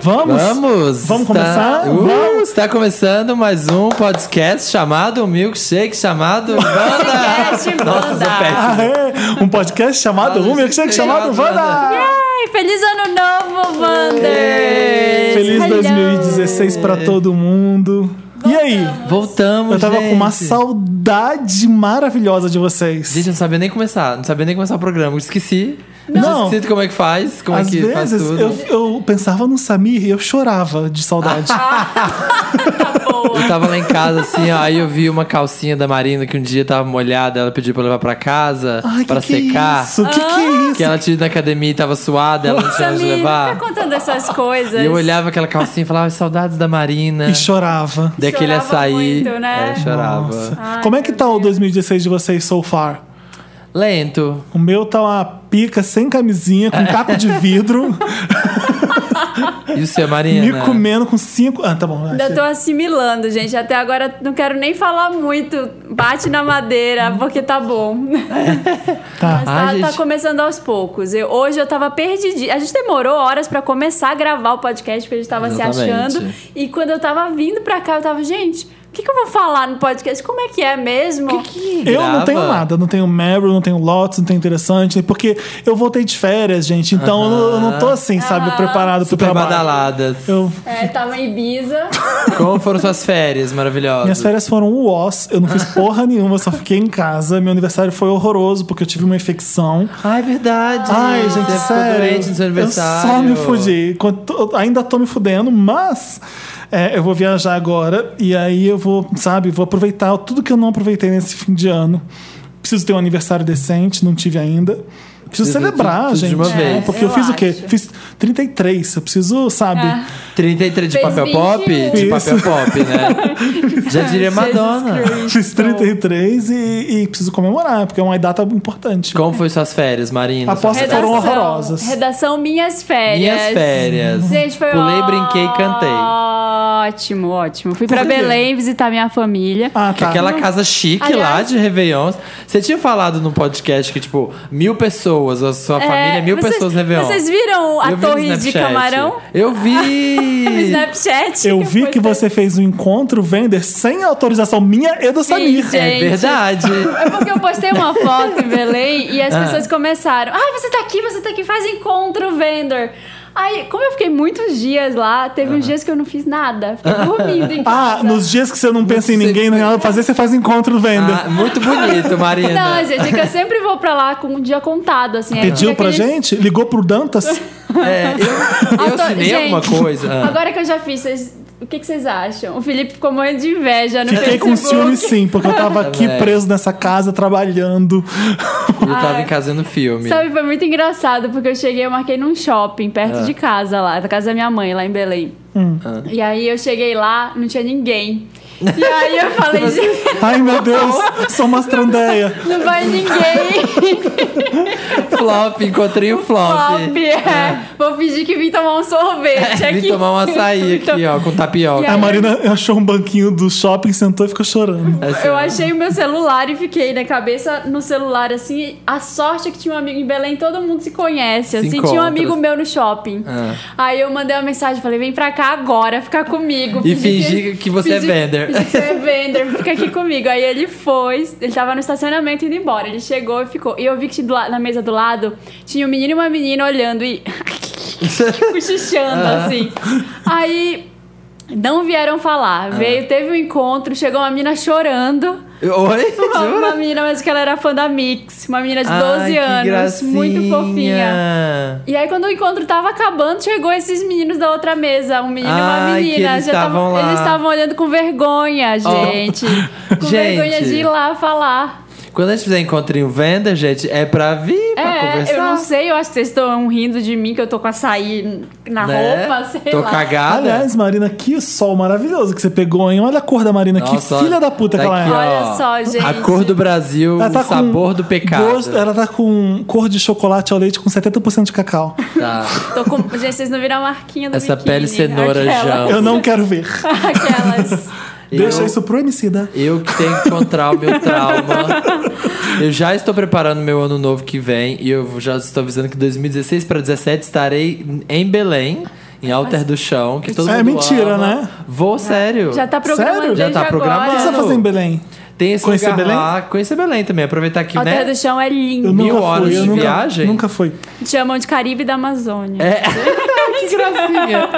Vamos? Vamos! Vamos está- começar? Uh, Vamos. Está começando mais um podcast chamado Milkshake, chamado Banda! Podcast Nossa, Banda. sou péssimo. Um podcast chamado, Vamos, um milkshake chamado obrigado, Vanda! Ai, feliz ano novo, Wander! Feliz Hello! 2016 pra todo mundo. E aí? Voltamos, Eu tava gente. com uma saudade maravilhosa de vocês. Gente, eu não sabia nem começar, não sabia nem começar o programa, eu esqueci. Não. Esqueci como é que faz, como Às é que faz vezes tudo. eu, eu pensava no Samir e eu chorava de saudade. Ah, Eu tava lá em casa, assim, ó, aí eu vi uma calcinha da Marina que um dia tava molhada, ela pediu pra eu levar pra casa, Ai, pra que secar. Que isso? Que que é isso? Que ela tinha ido na academia e tava suada, ela não tinha onde Samir, não levar. fica contando essas coisas. E eu olhava aquela calcinha e falava, "Ai, saudades da Marina. E chorava. Daquele Chorava açaí. muito, né? É, chorava. Nossa. Como é que tá o 2016 de vocês so far? Lento. O meu tá uma pica sem camisinha, com capo de vidro, E o seu, Marina? me comendo com cinco. Ah, tá bom. vai, Ainda chega. tô assimilando, gente. Até agora não quero nem falar muito. Bate na madeira, porque tá bom. Tá. Mas tá, Ai, tá gente. começando aos poucos. Eu- hoje eu tava perdidinha. A gente demorou horas pra começar a gravar o podcast, porque a gente tava se Exatamente. achando. E quando eu tava vindo pra cá, eu tava, gente, o que, que eu vou falar no podcast? Como é que é mesmo? Eu não Grava. tenho nada, não tenho Meryl, não tenho Lotus, não tenho interessante, porque eu voltei de férias, gente, então eu não- eu não tô assim, sabe, preparado pro Super trabalho. badaladas. Eu, É, tava em Ibiza. Como foram suas férias maravilhosas? minhas férias foram uós, eu não fiz porra nenhuma, eu só fiquei em casa. Meu aniversário foi horroroso, porque eu tive uma infecção. Ai, verdade. Ai, gente, Você sério. ficou doente no seu aniversário. Eu só me fudi. Quanto- Ainda tô me fudendo, mas é, eu vou viajar agora e aí eu vou, sabe, vou aproveitar tudo que eu não aproveitei nesse fim de ano. Preciso ter um aniversário decente, não tive ainda. Preciso Precisa de celebrar, tudo de gente. uma vez. né? Porque eu, Eu fiz o quê? acho. Ah. Fiz 33. Eu preciso, sabe? 33 de Fez papel 21. pop? De Isso. papel pop, né? Já diria Madonna. Fiz 33 e, e preciso comemorar, porque é uma data importante. Como foi suas férias, Marina? Aposto Suas que foram férias? horrorosas. Redação Minhas Férias. Minhas férias. Gente, foi Pulei, ótimo. brinquei e cantei. Ótimo, ótimo. Fui pra Por quê? Belém visitar minha família. Ah, Que tá. Aquela casa chique lá Aliás- de Réveillon. Você tinha falado no podcast que, tipo, mil pessoas, a sua É, família, mil vocês- pessoas no Réveillon. Vocês viram a Eu vi no torre de Snapchat. camarão? Eu No vi! Snapchat? Eu vi que postei. você fez um encontro vender sem autorização minha e do Samir. gente. é verdade. É porque eu postei uma foto em Belém e Ah. as pessoas começaram. Ai, você tá aqui, você tá aqui, faz encontro, vendor. Aí, como eu fiquei muitos dias lá, teve uns dias que eu não fiz nada. Fiquei dormindo em casa. Ah, nos dias que você não pensa em sei. ninguém, não tem nada pra fazer, você faz encontro venda. Ah, muito bonito, Marina. Não, gente, é que eu sempre vou pra lá com um dia contado, assim. aí Pediu fica pra aquele- gente? Ligou pro Dantas? É, eu eu Autor- assinei Gente, alguma coisa. Ah. Agora que eu já fiz, vocês- o que, que vocês acham? O Felipe ficou morrendo de inveja no Fiquei Facebook. com ciúme sim, porque eu tava aqui velho. preso nessa casa, trabalhando. Eu tava Ai. em casa no filme. Ah, Sabe, foi muito engraçado, porque eu cheguei, eu marquei num shopping perto Ah. de casa lá, da casa da minha mãe, lá em Belém. Hum. E aí eu cheguei lá, não tinha ninguém. E aí eu falei, gente, Ai, meu Deus, sou uma estrandeia. não vai ninguém. Flop, encontrei o flop. Ah. Top, é. Vou fingir que vim tomar um sorvete aqui. Vim tomar um açaí aqui, ó, com tapioca. E A aí- Marina achou um banquinho do shopping, sentou e ficou chorando. Essa- Eu achei o meu celular e fiquei na cabeça no celular, assim. A sorte é que tinha um amigo em Belém, todo mundo se conhece, assim. encontra. Tinha um amigo meu no shopping. Ah. Aí eu mandei uma mensagem, falei, vem pra cá agora, fica comigo. E Fingi fingir que você é fingi- vender. fingi que você é vender, fica aqui comigo. Aí ele foi, ele tava no estacionamento indo embora. Ele chegou e ficou. E eu vi que do la- na mesa do lado tinha um menino e uma menina olhando e cochichando, Ah. assim. Aí não vieram Ah. falar. Veio, teve um encontro, chegou uma menina chorando. Oi? Uma, uma menina, mas que ela era fã da Mix. Uma menina de 12 Ai, que anos, muito gracinha. fofinha. E aí, quando o encontro tava acabando, chegou esses meninos da outra mesa, um menino e uma Ai, que menina. eles Já tava- estavam lá. Oh. eles estavam olhando com vergonha, gente. Com Gente. vergonha de ir lá falar. Quando a gente fizer encontrinho venda, gente, é pra vir, pra É, conversar. eu não sei, eu acho que vocês estão rindo de mim, que eu tô com açaí na né? roupa, sei Tô lá. cagada. Aliás, Marina, que sol maravilhoso que você pegou, hein? Olha a cor da Marina, Nossa, que filha da puta tá que ela é. tá aqui, ó. Olha só, gente. A cor do Brasil, o sabor do pecado. gosto- ela tá com cor de chocolate ao leite com 70% de cacau. Tá. Tô com... Gente, vocês não viram a marquinha do Essa biquíni, pele cenoura aquelas, já. Eu não quero ver. Aquelas... Deixa Eu- isso pro Emicida. Eu que tenho que encontrar o meu trauma. Eu já estou preparando meu ano novo que vem e eu já estou avisando que 2016 para 17 estarei em Belém. Em Alter do Chão, que todo É mundo mentira, ama. né? Vou, sério. Já tá programando Sério? Já desde tá agora. programado. O que você vai fazer em Belém? Tem esse Conhecer lugar Belém? lá. Conhecer Belém também. Aproveitar que, A Terra né? do Chão é Eu lindo. nunca Mil fui, horas eu de nunca, viagem? Nunca fui. Chamam de Caribe da Amazônia. É. que gracinha.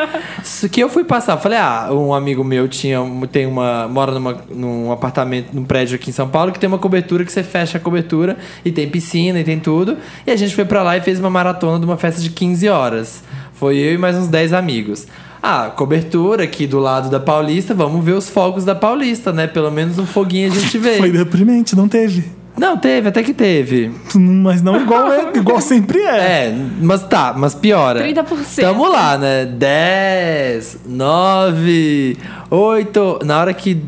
Isso que eu fui passar. Falei, ah, um amigo meu tinha, um- tem uma, mora numa, num apartamento, num prédio aqui em São Paulo, que tem uma cobertura que você fecha a cobertura e tem piscina e tem tudo. E a gente foi pra lá e fez uma maratona de uma festa de 15 horas. Foi eu e mais uns 10 amigos. Ah, cobertura aqui do lado da Paulista, vamos ver os fogos da Paulista, né? Pelo menos um foguinho a gente vê. Foi deprimente, não teve. Não, teve, até que teve. Mas não igual, é, igual sempre é. É, mas tá, mas piora. 30%. Tamo lá, né? 10, 9, 8. Na hora que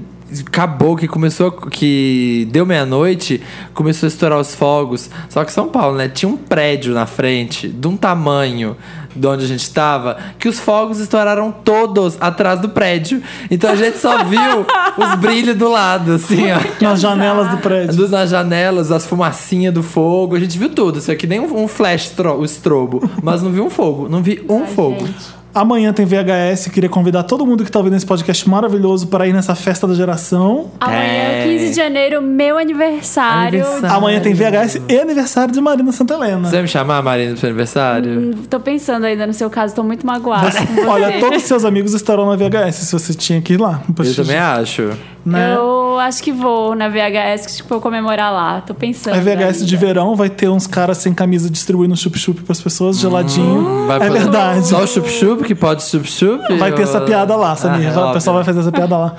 acabou, que começou, que deu meia-noite, começou a estourar os fogos. Só que São Paulo, né? Tinha um prédio na frente, de um tamanho de onde a gente tava, que os fogos estouraram todos atrás do prédio. Então a gente só viu os brilhos do lado, assim, ó. Nas janelas do prédio. Luz É nas janelas, as fumacinhas do fogo, a gente viu tudo. Isso aqui nem um, um flash tro, o estrobo, mas não vi um fogo, não vi um Ai, fogo. gente. Amanhã tem VHS. Queria convidar todo mundo que tá ouvindo esse podcast maravilhoso para ir nessa festa da geração. Amanhã, É. 15 de janeiro, meu aniversário. Aniversário. Amanhã tem VHS e aniversário de Marina Santa Helena. Você vai me chamar, Marina, pro seu Uhum. aniversário? Hum, Tô pensando ainda no seu caso, tô muito magoada. Você- olha, todos os seus amigos estarão na VHS se você tinha que ir lá. Eu também acho. né? Eu acho que vou na VHS, que tipo, vou comemorar lá. Tô pensando. A VHS de ainda. verão vai ter uns caras sem camisa distribuindo chup-chup pras pessoas, geladinho. Hum, Vai é poder- verdade. Só o chup-chup, que pode chup-chup? Vai ter essa piada lá, Samir. Ah, o pessoal vai óbvio. fazer essa piada lá.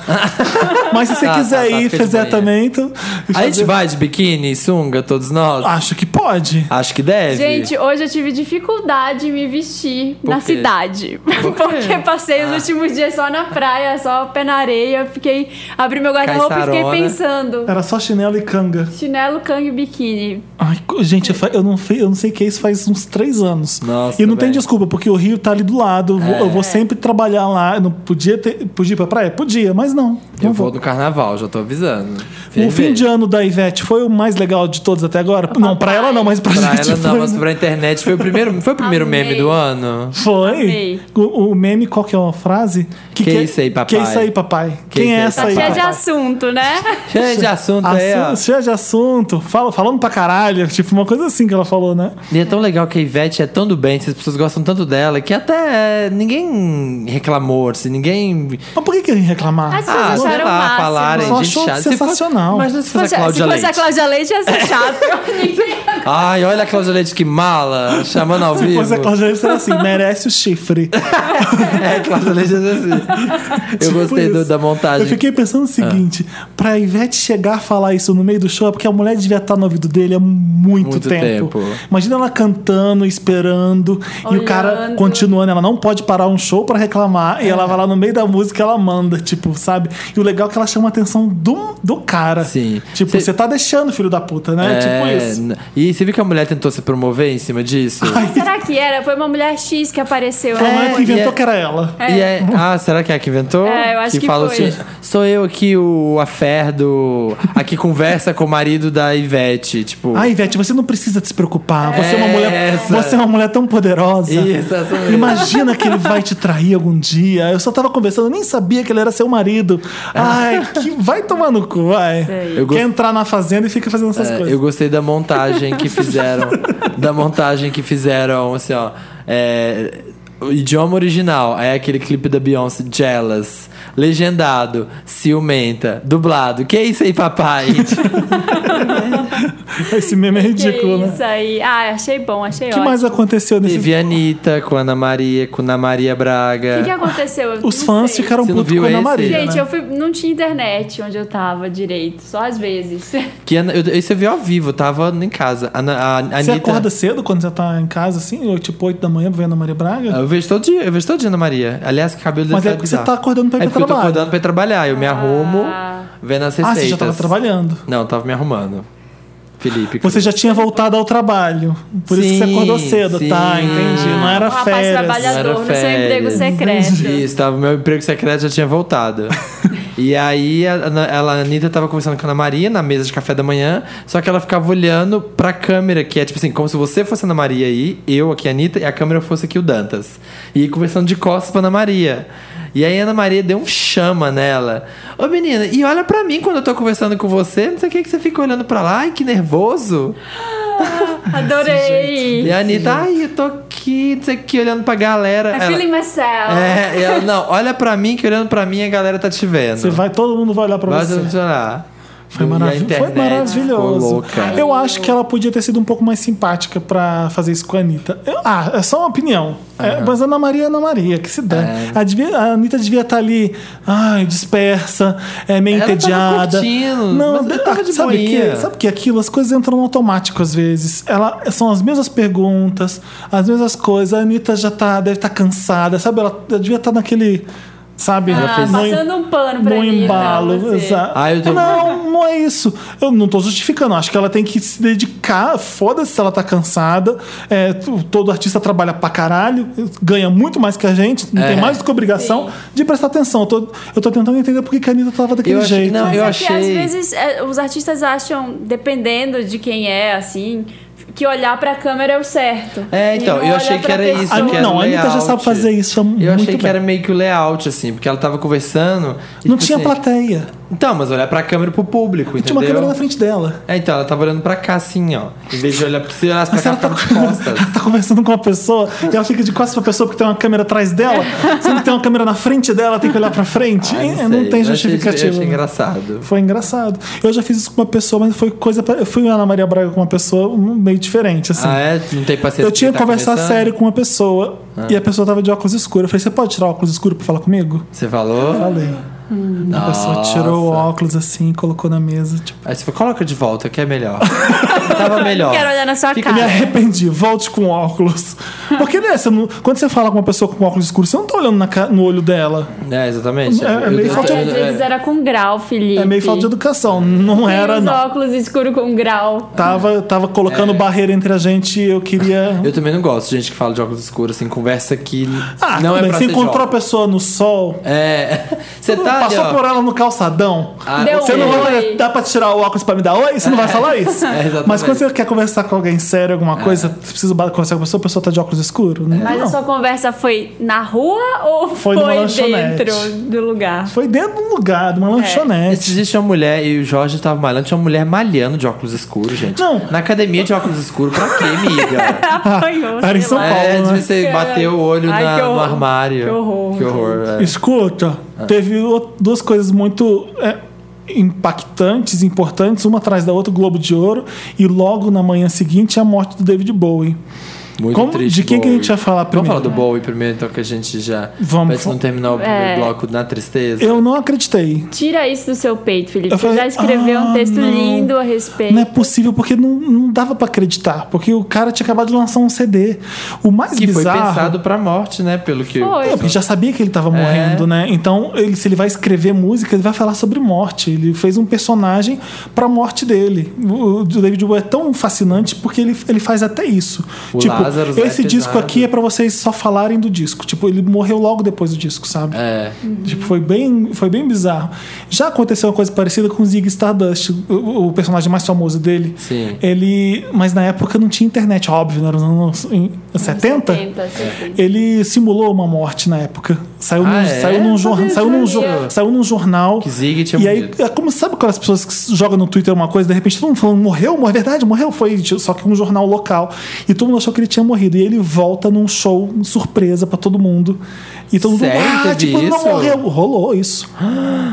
Mas se você Tá, tá, quiser tá, ir, fica de fizer manhã. também, então. e A gente fazer- Ah. vai de biquíni, sunga, todos nós? Acho que pode. Acho que deve. Gente, hoje eu tive dificuldade em me vestir na quê? Ah. cidade. Porque passei os últimos dias só na praia, só pé na areia. Eu fiquei. Abri meu guarda-roupa e fiquei Caissarona. pensando. Era só chinelo e canga. Chinelo, cangue e biquíni. Ai, co- gente, eu fa- eu não, fe- eu não sei o que é isso faz uns três anos. Nossa, É. e não tem também. desculpa, porque o Rio tá ali do lado. eu vou- Eu vou sempre trabalhar lá. Eu não podia, ter, podia ir pra praia? Podia, mas não. Não eu vou no carnaval, já tô avisando. O fim de ano da Ivete foi o mais legal de todos até agora? Não, pra ela não, mas pra, Pra gente ela não, foi. mas pra internet foi o primeiro, foi o primeiro meme Amei. do ano. Foi. Amei. O, o meme, qual que é a frase? Que, é Que isso aí, papai? Que isso aí, papai? Que Quem isso é aí, essa Tá aí? cheia de papai? assunto, né? Cheio de assunto é aí, ó. Assunto, cheia de assunto, fala, falando pra caralho, tipo uma coisa assim que ela falou, né? E é tão legal que a Ivete é tão do bem, que as pessoas gostam tanto dela, que até eh, ninguém reclamou, assim, ninguém. ah, Mas por que que ele reclamar? As pessoas sei acharam o lá, máximo. falarem, Só gente achou chata. Se fosse- sensacional. Imagina se fosse a Cláudia se fosse a Leite. Cláudia Leite, ia ser chato. Ninguém- Ai, olha a Cláudia Leite que mala, chamando ao Se vivo. fosse a Cláudia Leite, seria assim, merece o chifre. É, Cláudia Leite é assim. Eu Tipo gostei do- isso. da montagem. Eu fiquei pensando Ah. o seguinte: pra Ivete chegar a falar isso no meio do show, é porque a mulher devia estar no ouvido dele há muito, Muito tempo. tempo. Imagina ela cantando, esperando, e o Olhando. cara continuando. Ela não pode parar um show pra reclamar, e ela vai lá no meio da música e ela manda, tipo, sabe? E o legal é que ela chama a atenção do, do cara. Sim. Tipo, Cê- você tá deixando, filho da puta, né? É, Tipo isso. n- E você viu que a mulher tentou se promover em cima disso? Será que era? Foi uma mulher X que apareceu. Ela né? não é que inventou e é- que era ela. E é- ah, será que é a que inventou? É, eu acho que fala foi. assim: sou eu aqui, o affair do. A que conversa com o marido da Ivete. Tipo. Ai, Ivete, você não precisa se preocupar. Você é uma mulher, Essa. você é uma mulher tão poderosa. Isso, essa mesmo. Imagina que ele vai te trair algum dia. Eu só tava conversando, eu nem sabia que ele era seu marido. Ai, que vai tomar no cu, vai. Eu Quer gost- entrar na fazenda e fica fazendo essas É, coisas. eu gostei da montagem que fizeram. da montagem que fizeram, assim, ó. é, o idioma original é aquele clipe da Beyoncé, Jealous. Legendado, ciumenta, dublado. Que é isso aí, papai? Esse meme é ridículo, que né? isso aí. Ah, achei bom, achei O que ótimo. mais aconteceu nesse Teve a Anitta com a Ana Maria, com a Ana Maria O Braga. que, que aconteceu? Eu é? Os não fãs sei. ficaram Você não putos viu com a Ana esse? Maria. Gente, né? eu fui, não tinha internet onde eu tava direito, só às vezes. Ah, Que Ana- eu, isso eu vi ao vivo, tava em casa. A, Ana- a, a Você Anitta. acorda cedo quando você tá em casa, assim, ou tipo 8 da manhã, pra ver a Ana Maria Braga? Eu vejo todo dia, eu vejo todo dia Ana Maria. Aliás, que cabelo Mas dele é porque você bizarro. tá acordando pra ir É pra porque eu tô trabalho. acordando pra ir trabalhar. Eu me arrumo, vendo as Ah, receitas. você já tava trabalhando. Não, tava me arrumando. Felipe. Você já tinha voltado ao trabalho. Por isso que você Sim, acordou cedo, sim. tá? Entendi. Não era Um rapaz férias. trabalhador no seu emprego secreto. Isso, tava, meu emprego secreto já tinha voltado. E aí a, a, a Anitta tava conversando com a Ana Maria na mesa de café da manhã, só que ela ficava olhando pra câmera, que é tipo assim, como se você fosse a Ana Maria aí, eu aqui a Anitta, e a câmera fosse aqui o Dantas. E conversando de costas pra Ana Maria. E aí a Ana Maria deu um chama nela. Ô menina, e olha pra mim quando eu tô conversando com você, não sei o que, que você fica olhando pra lá, ai que nervoso. Adorei. E a Anitta, ai, eu tô aqui, não sei o que, olhando pra galera. I'm Ela- É feeling myself. é, e ela, não, olha pra mim, que olhando pra mim a galera tá te vendo. Você vai, todo mundo vai olhar pra Mas você. eu não sei lá. E Foi, a maravi- foi internet maravilhoso. Ah, ficou louca. Eu acho que ela podia ter sido um pouco mais simpática pra fazer isso com a Anitta. Eu- ah, é só uma opinião. É, mas a Ana Maria é a Ana Maria, que se dane. É. A, devia- a Anitta devia estar ali, ai, dispersa, é meio Ela tava entediada. curtindo, Não, tá, mas ela tava de sabe o boinha. que? Sabe o que? Aquilo, as coisas entram no automático às vezes. Ela, são as mesmas perguntas, as mesmas coisas. A Anitta já tá, deve estar cansada, sabe? Ela, ela devia estar naquele. Sabe? Ah, no em- passando um pano pra no Anitta, embalo, você. exato. Ah, eu tô- Não, não é isso. Eu não tô justificando. Acho que ela tem que se dedicar. Foda-se se ela tá cansada. É, tu- todo artista trabalha pra caralho, ganha muito mais que a gente, não É. tem mais do que obrigação de prestar atenção. Eu tô, eu tô tentando entender por que que a Anitta tava daquele Eu acho- jeito. não, Mas eu é que achei- às vezes é, os artistas acham, dependendo de quem é, assim, que olhar pra câmera é o certo. É, então, E eu não olha achei que pra era pessoa. isso. A Ani- que era Ah, não, a Anitta já layout. sabe fazer isso há Eu muito achei que bem. era meio que o layout, assim, porque ela tava conversando. e, Não tipo tinha assim, plateia. Então, mas olhar pra câmera e pro público, Tinha uma entendeu? câmera na frente dela. É, então, ela tava olhando pra cá, assim, ó. Em vez de olhar pra, se olhasse pra Mas cá, ela tá, ficava de costas. ela tá conversando com uma pessoa e ela fica de costas pra pessoa porque tem uma câmera atrás dela. Sendo que tem uma câmera na frente dela, ela tem que olhar pra frente. Ah, É, sei, não tem eu achei- Eu justificativa. achei engraçado. Foi engraçado. Eu já fiz isso com uma pessoa, mas foi coisa. pra- Eu fui Ana Maria Braga com uma pessoa um, meio diferente, assim. Ah, é? Não tem paciência Eu tinha que pra quem tá conversar começando? Ah. sério com uma pessoa e a pessoa tava de óculos escuros. Eu falei: Você pode tirar o óculos escuro pra falar comigo? Você falou? Falei. Hum. a pessoa tirou o óculos assim, colocou na mesa. Tipo, Aí você falou, coloca de volta, que é melhor. tava melhor. Quero olhar na sua Fica- eu me cara. arrependi, volte com óculos. Porque né, você não- quando você fala com uma pessoa com óculos escuros, você não tá olhando na ca- no olho dela. É, exatamente. É, é Eu- meio eu- falta Porque de- às eu- vezes era com grau, Felipe. É meio falta de educação. Não Quem era, usa não. óculos escuro com grau. Tava, tava colocando É. barreira entre a gente e eu queria. Eu também não gosto de gente que fala de óculos escuros, assim, conversa que Ah, não tudo é bem. pra Você ser de encontrou a óculos. pessoa no sol, hum, É. Você tá ali, passou ó. por ela no calçadão. Ah, Deu um Você ok. não Oi. vai dar pra tirar o óculos pra me dar oi? Você não vai falar isso? É, exatamente. É. Mas quando você quer conversar com alguém sério, alguma coisa, você precisa conversar com a pessoa, a pessoa tá de óculos escuro? Não. Mas a sua conversa foi na rua ou Foi foi, numa lanchonete. dentro do lugar? Foi dentro de um lugar, É. de uma lanchonete. Esses dias tinha uma mulher, e o Jorge tava malhando, tinha uma mulher malhando de óculos escuros, gente. Não. Na academia de óculos escuros, pra quê, amiga? Apanhou, era em sei São lá. Paulo. é, né? devia ser bater o olho Ai, na- que no horror. armário. Que horror, Que horror, é. Escuta, teve o- duas coisas muito é, impactantes, importantes, uma atrás da outra, o Globo de Ouro, e logo na manhã seguinte a morte do David Bowie. Muito Como- triste. de quem que a gente Bowie. ia falar Vamos primeiro? falar do Bowie primeiro, então, que a gente já. Vamos. Pra gente não terminar o primeiro É. bloco na tristeza. Eu não acreditei. Tira isso do seu peito, Felipe. Eu Você falei, já escreveu "Ah, um texto não. lindo a respeito. Não é possível, porque não, não dava pra acreditar. Porque o cara tinha acabado de lançar um CD. O mais Que foi bizarro. pensado pra morte, né? Pelo que. Foi. É, porque já sabia que ele tava morrendo, né? Então, ele, se ele vai escrever música, ele vai falar sobre morte. Ele fez um personagem pra morte dele. O, o David Bowie é tão fascinante porque ele, ele faz até isso. O tipo, Lazarus é esse disco pesado. aqui é pra vocês só falarem do disco. Tipo, ele morreu logo depois do disco, sabe? É. Tipo, foi bem, foi bem bizarro. Já aconteceu uma coisa parecida com o Zig Stardust, o, o personagem mais famoso dele. Sim. Ele, mas na época não tinha internet, óbvio, né? Era nos anos em 70. 70, 70. Ele simulou uma morte na época. Saiu num, Ah, é? saiu num, jornal, Sabia, saiu num, sabia. jor- saiu num jornal. Que Zig tinha e aí, morrido. é como sabe aquelas pessoas que jogam no Twitter uma coisa, de repente todo mundo falando, morreu, morreu, é verdade, morreu, foi só que um jornal local. E todo mundo achou que ele tinha morrido. E ele volta num show, surpresa pra todo mundo. E todo mundo, Sério? ah, Teve tipo, ele não isso? morreu. Rolou isso.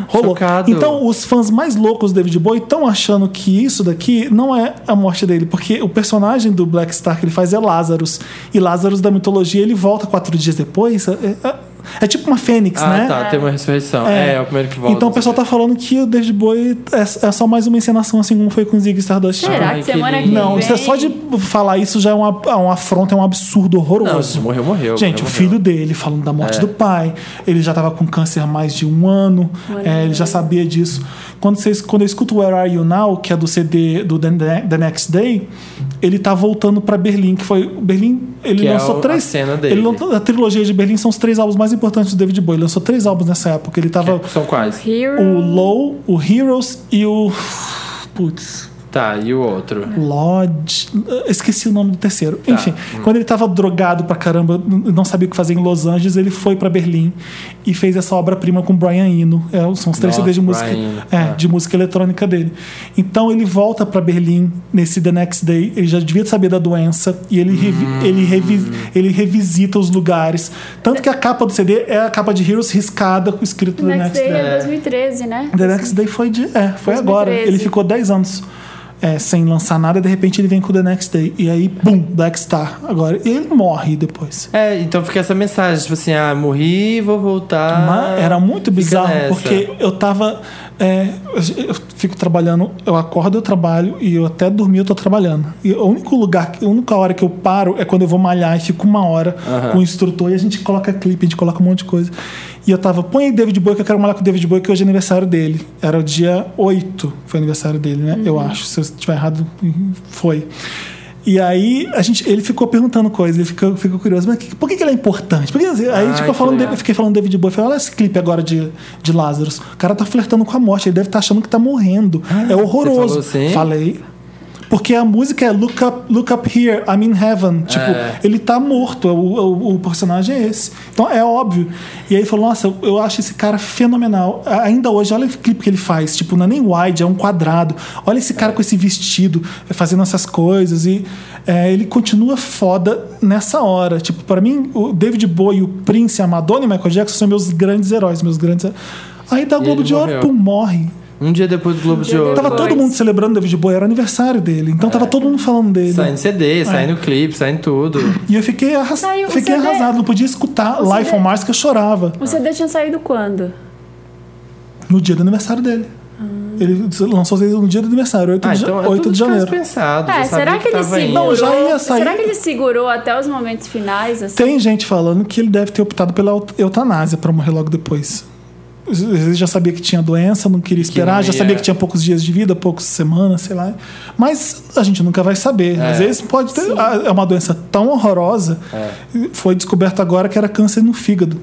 Rolou. Chocado. Então, os fãs mais loucos do David Bowie estão achando que isso daqui não é a morte dele, porque o personagem do Black Star que ele faz é Lazarus. E Lazarus da mitologia, ele volta quatro dias depois. É, é- é tipo uma fênix, Ah, né? tá, tem uma ressurreição. É, é, o primeiro que volta. Então o pessoal tá falando que o David Bowie é, é só mais uma encenação, assim como foi com o Zig Stardust. Será Ai, que que semana que lindo. vem? Não, isso é só de falar isso já é uma, é um afronta, é um absurdo Não, horroroso. se morreu, morreu. Gente, o morreu, filho dele falando da morte É. do pai, ele já tava com câncer há mais de um ano, é, ele já sabia disso. Quando, vocês, quando eu escuto Where Are You Now, que é do CD do The, Ne- The Next Day, ele tá voltando pra Berlim, que foi. Berlim, ele Que é lançou o- a três. cena dele. Ele lançou, a trilogia de Berlim são os três álbuns mais importantes do David Bowie. Lançou três álbuns nessa época. Ele tava. São quais? Hero. O Low, o Heroes e o. Putz. Tá, e o outro? Lodge. Esqueci o nome do terceiro. Tá. Enfim, quando ele tava drogado pra caramba, n- não sabia o que fazer em Los Angeles, ele foi pra Berlim e fez essa obra-prima com Brian Eno. É, são os três Nossa, CDs de música, Brian Eno, é, tá. de música eletrônica dele. Então ele volta pra Berlim nesse The Next Day, ele já devia saber da doença e ele, revi- Hum. ele, revi- ele revisita os lugares. Tanto que a capa do CD é a capa de Heroes riscada com escrito The, Next, Next Day Day. é 2013, né? The Next Day foi de. É, foi 2013. agora. Ele ficou 10 anos é, sem lançar nada, e de repente ele vem com The Next Day. E aí, bum, Black Star. Agora. E ele morre depois. É, então fica essa mensagem, tipo assim, ah, morri, vou voltar. Mas era muito Ah, Fica bizarro, nessa. porque eu tava. é, eu fico trabalhando, eu acordo, eu trabalho, e eu até dormir, eu tô trabalhando. E o único lugar, a única hora que eu paro é quando eu vou malhar e fico uma hora com o instrutor e a gente coloca clipe, a gente coloca um monte de coisa. E eu tava, põe aí David Bowie, que eu quero malhar com o David Bowie, que hoje é aniversário dele. Era o dia 8, foi aniversário dele, né? Eu acho. Se eu estiver errado, foi. E aí a gente, ele ficou perguntando coisas, ele ficou, ficou curioso, mas que- por que, que ele é importante? Por que- aí a gente Ai, ficou que falando, legal. de- eu fiquei falando do David Bowie, falei, olha esse clipe agora de, de Lázaro. O cara tá flertando com a morte, ele deve estar achando que tá morrendo. é horroroso. Ah, você falou assim? Falei. Porque a música é Look Up, look up Here, I'm in Heaven. Tipo, É. ele tá morto, o, o- o personagem é esse. Então é óbvio. E aí ele falou: Nossa, eu acho esse cara fenomenal. A- Ainda hoje, olha o clipe que ele faz. Tipo, não é nem wide, é um quadrado. Olha esse É. cara com esse vestido, eh, fazendo essas coisas. E eh, ele continua foda nessa hora. Tipo, pra mim, o David Bowie, o Prince, a Madonna e o Michael Jackson são meus grandes heróis, meus grandes heróis. Aí da ele Globo de Ouro, morreu. pum, morre. Um dia depois do Globo de dia Ouro. Tava Pois. todo mundo celebrando o David Bowie, era aniversário dele. Então É. tava todo mundo É. falando dele. Saindo CD, saindo clipe, saindo tudo. E eu fiquei, arras... Saiu o fiquei CD. arrasado, não podia escutar O Life CD. on Mars que eu chorava O CD tinha saído quando? no dia do aniversário dele. Ele lançou CD no dia do aniversário, 8, Ah, de, então é 8 tudo de janeiro. pensado. É, será que, ele tava indo. segurou? Não, já ia sair. Será que ele segurou até os momentos finais? Assim? Tem gente falando que ele deve ter optado pela eut- eutanásia pra morrer logo depois. Ele já sabia que tinha doença, não queria esperar, não já ia. sabia que tinha poucos dias de vida, poucas semanas, sei lá. Mas a gente nunca vai saber. É. Às vezes pode ter. ah, É uma doença tão horrorosa. É. Foi descoberto agora que era câncer no fígado.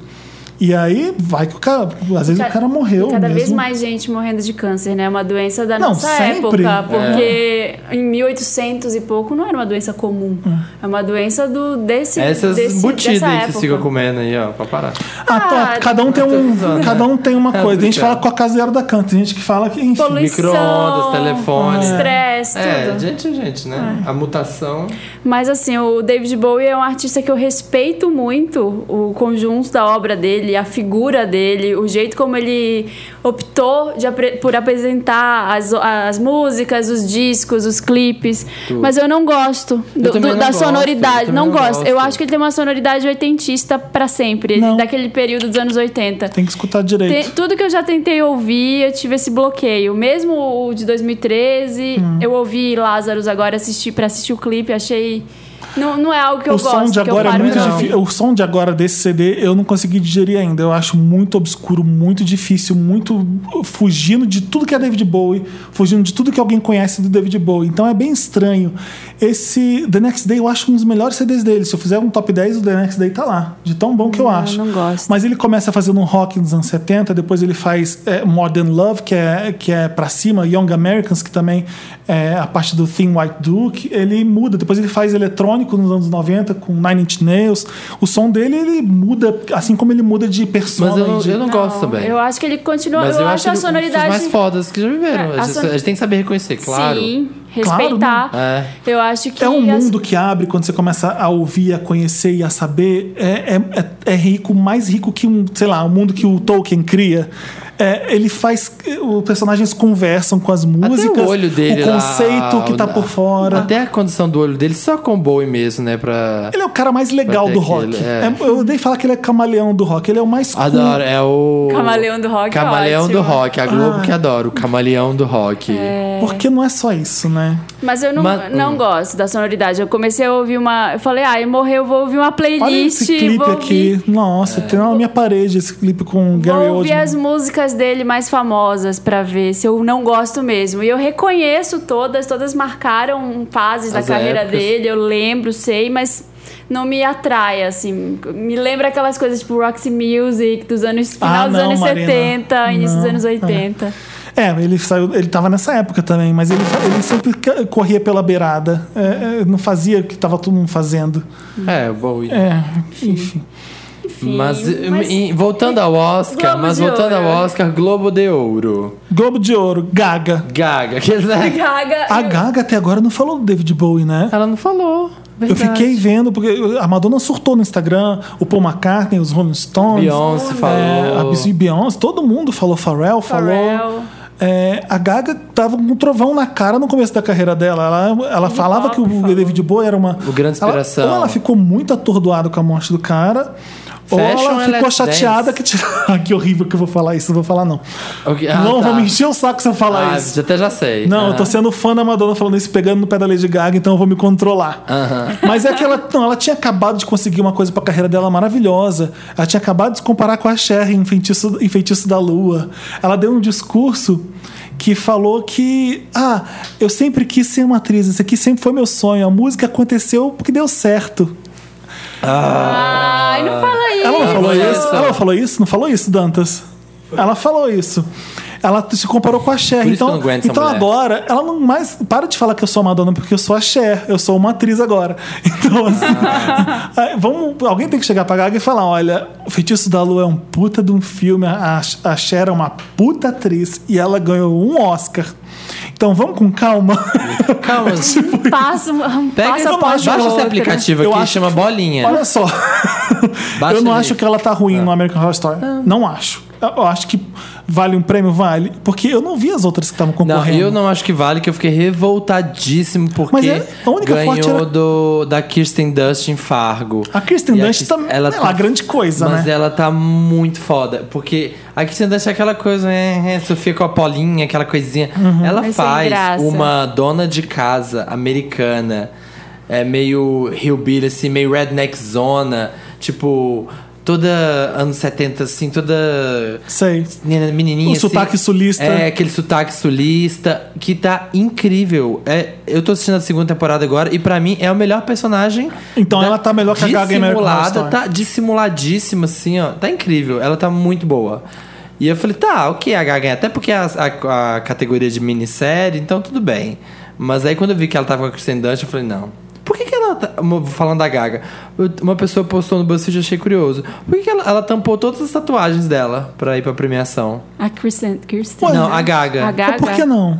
E aí vai que o cara. Às vezes Ca- o cara morreu. E cada mesmo. vez mais gente morrendo de câncer, né? É uma doença da Não, nossa sempre. É. época. Porque em 1800 e pouco não era uma doença comum. É uma doença do, desse, Essas desse embutidas dessa aí que época. vocês ficam comendo aí, ó, pra parar. Ah, tá. Ah, Cada um tem um, avisando. cada um tem uma É, coisa. A gente obrigado. fala Coca Zero da Canta, tem gente que fala que enfim. Poluição, Micro-ondas, telefone. estresse, É, tudo. gente, é gente, né? A mutação. Mas assim, o David Bowie é um artista que eu respeito muito, o conjunto da obra dele, a figura dele, o jeito como ele optou de apre- por apresentar as, as músicas, os discos, os clipes. Mas eu não gosto do- Eu também do- não da gosto, eu sonoridade, também não, não gosto. Eu gosto. acho que ele tem uma sonoridade oitentista pra sempre, Não. daquele período dos anos 80. Tem que escutar Tem- direito. tudo que eu já tentei ouvir, eu tive esse bloqueio. Mesmo o de 2013, eu ouvi Lázaros agora assisti, pra assistir o clipe, achei. Não, não é algo que eu o som gosto. de que agora eu é paro muito pra ouvir. difícil. O som de agora desse CD eu não consegui digerir ainda. Eu acho muito obscuro, muito difícil, muito fugindo de tudo que é David Bowie, fugindo de tudo que alguém conhece do David Bowie. Então é bem estranho. Esse The Next Day eu acho um dos melhores CDs dele. Se eu fizer um top 10, o The Next Day tá lá. De tão bom que eu Não, acho. É, não gosto. Mas ele começa fazendo um rock nos anos 70, depois ele faz é, Modern Love, que é, que é pra cima, Young Americans, que também é a parte do Thin White Duke. Ele muda, depois ele faz eletrônico nos anos 90 com Nine Inch Nails. O som dele, ele muda, assim como ele muda de persona. Mas eu não, e de- eu não gosto também. Eu acho que ele continua. Mas eu, acho a ele um dos sonoridade. mais fodas que já viveram. É, a a, gente, son- a gente tem que saber reconhecer, claro. Sim, Claro, respeitar. É. Eu acho que. É um as- mundo que abre quando você começa a ouvir, a conhecer e a saber. É, é- é- é rico, mais rico que um, sei lá, um mundo Uhum. que o Tolkien cria. É, ele faz. Os personagens conversam com as músicas. Até o olho dele o lá, conceito que tá o- por fora. Até a condição do olho dele, só com o Bowie mesmo, né? Pra... Ele é o cara mais legal Até do que rock. ele- é. É, eu odeio falar que ele é camaleão do rock. Ele é o mais cool. Adoro, é o... Camaleão do Rock, é Camaleão ótimo. Ah. do Rock, a Globo que adora, o Camaleão do Rock. Porque não é só isso, né? Mas eu não, Mas- não hum. gosto da sonoridade. Eu comecei a ouvir uma. Eu falei, ai, morreu, vou ouvir uma playlist. Olha esse clipe vou ouvir, aqui. Nossa, tem na minha parede esse clipe com o Gary vou ouvir Oldman. as músicas dele mais famosas pra ver se eu não gosto mesmo. E eu reconheço todas, todas marcaram fases As da carreira épocas. dele, eu lembro, sei, mas não me atrai, assim. Me lembra aquelas coisas tipo Roxy Music, dos anos. Final Ah, dos não, anos Marina. 70, início Não, dos anos é. 80. É, ele saiu, ele tava nessa época também, mas ele, ele sempre ca- corria pela beirada. É, é, não fazia o que tava todo mundo fazendo. É, o Bowie. É, enfim. Enfim, Mas, mas- em- voltando ao Oscar, Globo mas de voltando Ouro. ao Oscar, Globo de Ouro. Globo de Ouro, Gaga. Gaga, quer dizer, Gaga. A eu- Gaga até agora não falou do David Bowie, né? ela não falou. Eu Verdade. fiquei vendo, porque a Madonna surtou no Instagram, o Paul McCartney, os Rolling Stones. Beyoncé É, a falou. Beyoncé, Beyoncé, todo mundo falou Pharrell, falou. Pharrell. É, a Gaga tava com um trovão na cara no começo da carreira dela. Ela, ela falava Pop que o falou. David Bowie era uma. O grande inspiração. Ela, ou ela ficou muito atordoada com a morte do cara. Fashion ou and ela ficou Let's Dance. chateada que tiraram. que horrível que eu vou falar isso, não vou falar não. Ok, ah, não, tá. vou me encher o saco se eu falar Ah, isso. até já sei. Não, Ah. eu tô sendo fã da Madonna falando isso, pegando no pé da Lady Gaga, então eu vou me controlar. Aham. Mas é que ela, não, ela tinha acabado de conseguir uma coisa pra carreira dela maravilhosa. Ela tinha acabado de se comparar com a Cher em Feitiço, em Feitiço da Lua. Ela deu um discurso que falou que, ah, eu sempre quis ser uma atriz, isso aqui sempre foi meu sonho. A música aconteceu porque deu certo. Ai, não fala isso. Ela não falou Isso. isso? Ela não falou isso? Não falou isso, Dantas? Ela falou isso. Ela se comparou com a Cher. Por isso que eu Então, não aguento essa então mulher. agora, ela não mais. Para de falar que eu sou a Madonna, porque eu sou a Cher. Eu sou uma atriz agora. Então, assim. Ah. aí, vamos, alguém tem que chegar pra Gaga e falar: olha, o Feitiço da Lua é um puta de um filme. A, a Cher é uma puta atriz. E ela ganhou um Oscar. Então vamos com calma. Calma, Tipo, Passa, um, pega passa esse, após baixa esse outra. aplicativo Eu aqui, acho chama Bolinha. Olha só. Baixa eu não ali. acho que ela tá ruim É. no American Horror Story. Não acho. Eu- Eu acho que vale um prêmio, vale. Porque eu não vi as outras que estavam Não, concorrendo. eu não acho que vale, que eu fiquei revoltadíssimo Mas porque é- a única forte ganhou era- do, da Kirsten Dunst em Fargo. A Kristen E a Dunst Kirsten- também ela é uma grande coisa, Mas né? ela tá muito foda. Porque a Kirsten Dunst é aquela coisa, né? Sofia com a Paulinha, aquela coisinha. Uhum. Ela Mas sem faz graça. uma dona de casa americana. É meio hillbilly, assim, meio redneck zona. Tipo, toda anos 70, assim, toda Sei. menina- menininha. Um sotaque sulista. É, aquele sotaque sulista que tá incrível. É, eu tô assistindo a segunda temporada agora e pra mim é o melhor personagem. Então ela tá melhor que a Gaga em American Horror Né? Dissimulada, Story. tá dissimuladíssima assim, ó. Tá incrível. Ela tá muito boa. E eu falei, tá, ok, a Gaga ganha. Até porque é a, a- a categoria de minissérie, então tudo bem. Mas aí quando eu vi que ela tava com a Kristen Dunst, eu falei, não. Por que, que ela tá. uma- Falando da Gaga, eu- uma pessoa postou no BuzzFeed, eu achei curioso. Por que, que ela, ela tampou todas as tatuagens dela pra ir pra premiação? A Kristen. Kristen Não, né? a Gaga. A Gaga. Mas Então, por que não?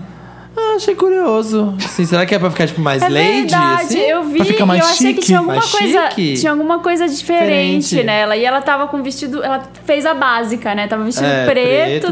Ah, achei curioso. Assim, será que é pra ficar, tipo, mais É lady? verdade, assim? eu vi Pra ficar mais e eu achei que chique. tinha alguma, Mais coisa, chique. tinha alguma coisa diferente, Diferente. nela. E ela tava com um vestido. Ela fez a básica, né? Tava vestido É, preto,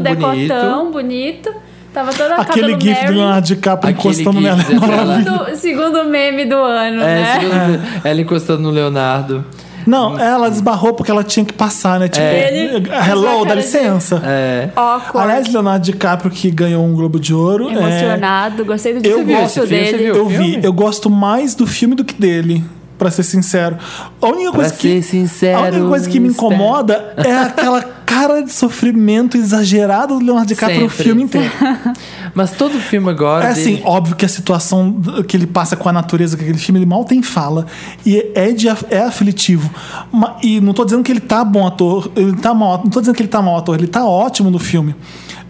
preto, decotão, bonito. Tava toda Aquele cabelo gif do Mary. Leonardo DiCaprio Aquele encostando gif nela. dela. Segundo, segundo meme do ano, É, né? segundo- ela encostando no Leonardo. Não, ela desbarrou porque ela tinha que passar, né? Tipo, É. Ele- hello, Mas dá a cara licença. É. Awkward, Aliás, Leonardo DiCaprio, que ganhou um Globo de Ouro. é, emocionado. Gostei do Eu discurso gosto, filho, você dele. viu? Eu filme? vi, eu gosto mais do filme do que dele, pra ser sincero. A única Pra coisa ser que sincero. a única coisa que me espero. incomoda é aquela cara de sofrimento exagerada do Leonardo DiCaprio o Sempre. filme inteiro. Mas todo filme agora. É assim, dele- óbvio que a situação que ele passa com a natureza daquele filme, ele mal tem fala. E é, de, é aflitivo. Ma- E não tô dizendo que ele tá bom ator, ele tá mal, não tô dizendo que ele tá mau ator, ele tá ótimo no filme.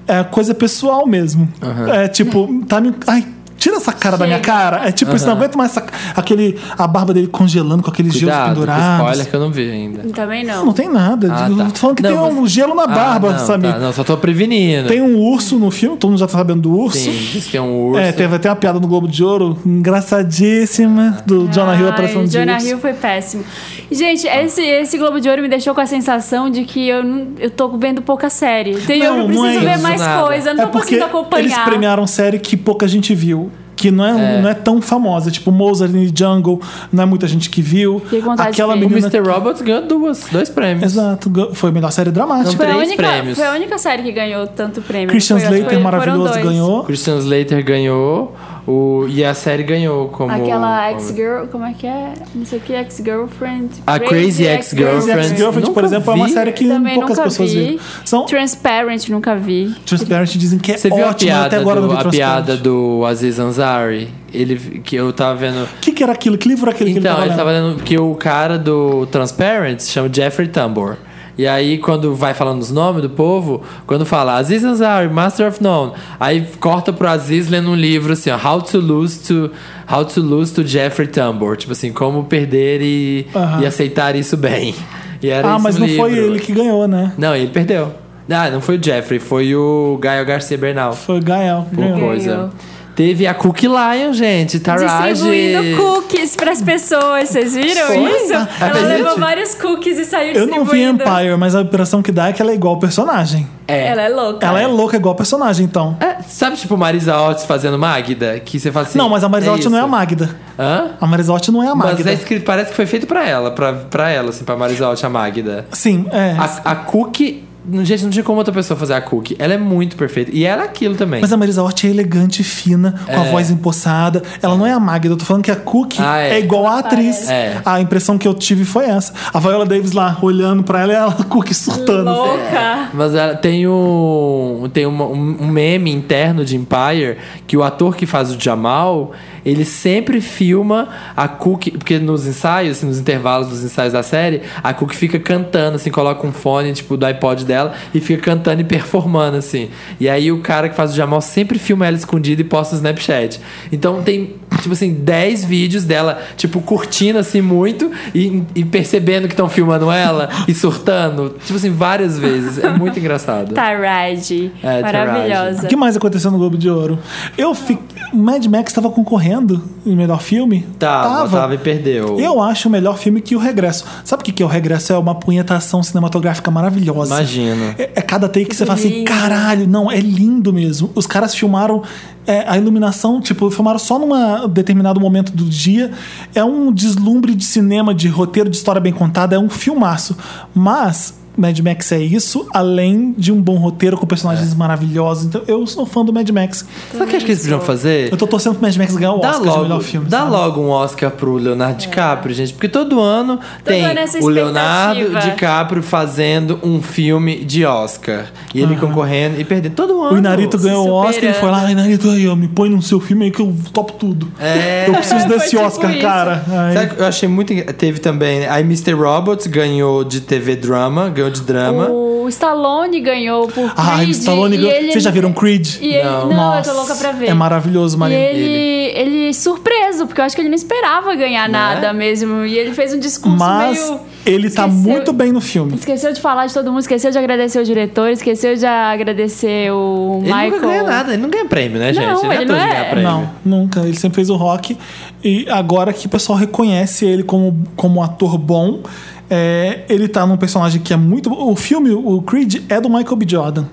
É coisa pessoal mesmo. É tipo, tá me. Ai, tira essa cara da minha Chega. cara. É tipo, isso não aguento mais essa, aquele, a barba dele congelando com aqueles gelos Cuidado, com pendurados. spoiler que eu não vi ainda. Também Não, não tem nada. Ah, Eu tá. Tô falando que Não, tem um mas- gelo na barba, ah, não, Samir. tá, não, só tô prevenindo. Tem um urso no filme, todo mundo já tá sabendo do urso. Sim, diz que é um urso. É, teve até uma piada no Globo de Ouro, engraçadíssima, do Jonah Hill Ai, aparecendo de Jonah urso. Hill foi péssimo. Gente, esse, esse Globo de Ouro me deixou com a sensação de que eu, não- eu tô vendo pouca série. Tem, Não, eu não é preciso isso. ver mais Nada. coisa, eu não é tô porque conseguindo acompanhar. eles premiaram série que pouca gente viu. que não é, É. não é tão famosa. Tipo, Mozart in the Jungle, não é muita gente que viu. Fiquei com vontade de Aquela ver. O menina. Mr. Robots ganhou duas, dois prêmios. Exato, gan- foi a melhor série dramática. Foi a, Três única, prêmios. foi a única série que ganhou tanto prêmio. Christian Foi- foi- Slater, foram maravilhoso, dois. O ganhou. Christian Slater ganhou o, e a série ganhou como. Aquela como- ex-girl, como é que é? Não sei o que, ex-girlfriend. A Crazy Ex-Girlfriend. Crazy Ex-Girlfriend, Então, por Nunca exemplo, é uma vi. série que Também poucas nunca pessoas vi. viram. São Transparent, nunca vi. Transparent dizem que é Você viu a ótimo, eu piada, até agora do, não vi a Transparent. piada do Aziz Ansari? Ele, que eu tava vendo. O que, que era aquilo? Que livro era aquele Então, que ele ele tava lendo que o cara do Transparent se chama Jeffrey Tambor. E aí, quando vai falando os nomes do povo, quando fala Aziz Ansari, Master of None, aí corta pro Aziz lendo um livro assim, ó, How to Lose to, How to, lose to Jeffrey Tambor. Tipo assim, como perder e, Aham. e aceitar isso bem. E era Ah, isso mas no não foi livro. ele que ganhou, né? Não, ele perdeu. Ah, não foi o Jeffrey, foi o Gael Garcia Bernal. Foi o Gael. que Por ganhou. coisa. Ganhou. Teve a Cookie Lion, gente. Taraji. Distribuindo cookies pras pessoas, vocês viram Foi? isso? Ah, Ela gente. levou vários cookies e é saiu Eu não vi distribuindo. Empire, mas a impressão que dá é que ela é igual ao personagem. É. Ela é louca. Ela é louca igual ao personagem, então. É, sabe, tipo, Marisa Otis fazendo Magda? Que você fala assim. não, mas a Marisotti é não é a isso. Magda. Hã? A Marisotti não é a Mas Magda. é escrito, parece que foi feito pra ela, pra, pra ela, assim, pra Marisa Otis, a Magda. Sim, é. A, a Cookie. não- Gente, não tinha como outra pessoa fazer a Cookie. Ela é muito perfeita. E ela é aquilo também. Mas a Marisa Hort é elegante, fina, com a É. voz empossada. Ela não é a Magda, eu tô falando que a Cookie Ah, é. é. igual à atriz. É. A impressão que eu tive foi essa. A Viola Davis lá olhando pra ela e ela, a Cookie surtando. Louca. Mas ela tem um. Tem uma- um, um meme interno de Empire que o ator que faz o Jamal, ele sempre filma a Cookie. Porque nos ensaios, assim, nos intervalos dos ensaios da série, a Cookie fica cantando, assim, coloca um fone, tipo, do iPod dela e fica cantando e performando, assim. E aí o cara que faz o Jamal sempre filma ela escondida e posta no Snapchat. Então tem, tipo assim, 10 vídeos dela, tipo, curtindo assim muito e, e percebendo que estão filmando ela e surtando. Tipo assim, várias vezes. É muito engraçado. Tá. Taraji. É, Taraji. O maravilhosa. que mais aconteceu no Globo de Ouro? Eu fiquei. Mad Max tava concorrendo em melhor filme? Tava, tava e perdeu. Eu acho o melhor filme que O Regresso. Sabe o que que é O Regresso? É uma punhetação cinematográfica maravilhosa. Imagino. É, é cada take que você fala assim, lindo. caralho, não, é lindo mesmo. Os caras filmaram é, a iluminação, tipo, filmaram só num determinado momento do dia. É um deslumbre de cinema, de roteiro, de história bem contada, é um filmaço. Mas Mad Max é isso, além de um bom roteiro com É. personagens maravilhosos. Então, eu sou fã do Mad Max. Sabe o que acho que eles podiam fazer? Eu tô torcendo pro Mad Max ganhar o Dá Oscar de logo, melhor filme. dá sabe? logo um Oscar pro Leonardo DiCaprio, gente, porque todo ano tem É. ano essa o Leonardo expectativa. DiCaprio fazendo um filme de Oscar e ele concorrendo e perdendo todo ano. O Inarito ganhou o Oscar e superando. foi lá, Inarito, aí, ó, me põe no seu filme aí que eu topo tudo. É. Eu preciso Foi desse tipo Oscar, isso. cara. Aí- Sabe, o que eu achei muito. engra- Teve também. né? Aí Mr. Robots ganhou de TV drama, ganhou de drama. O Stallone ganhou por Creed. Ah, o Stallone. e ganhou- ele- Vocês já viram um Creed? E ele, Não. não, Nossa, eu tô louca pra ver. É maravilhoso, E Maria. ele, ele surpreso, porque eu acho que ele não esperava ganhar Né? nada mesmo. E ele fez um discurso Mas meio. ele tá esqueceu- muito bem no filme. Esqueceu de falar de todo mundo, esqueceu de agradecer o diretor, esqueceu de agradecer o Ele Michael. nunca ganha nada, ele não ganha prêmio, né, gente? Não, ele ator não de é. ganhar prêmio. Não, nunca. Ele sempre fez o rock. E agora que o pessoal reconhece ele como, como ator bom, é, ele tá num personagem que é muito. O filme, o Creed, é do Michael B. Jordan.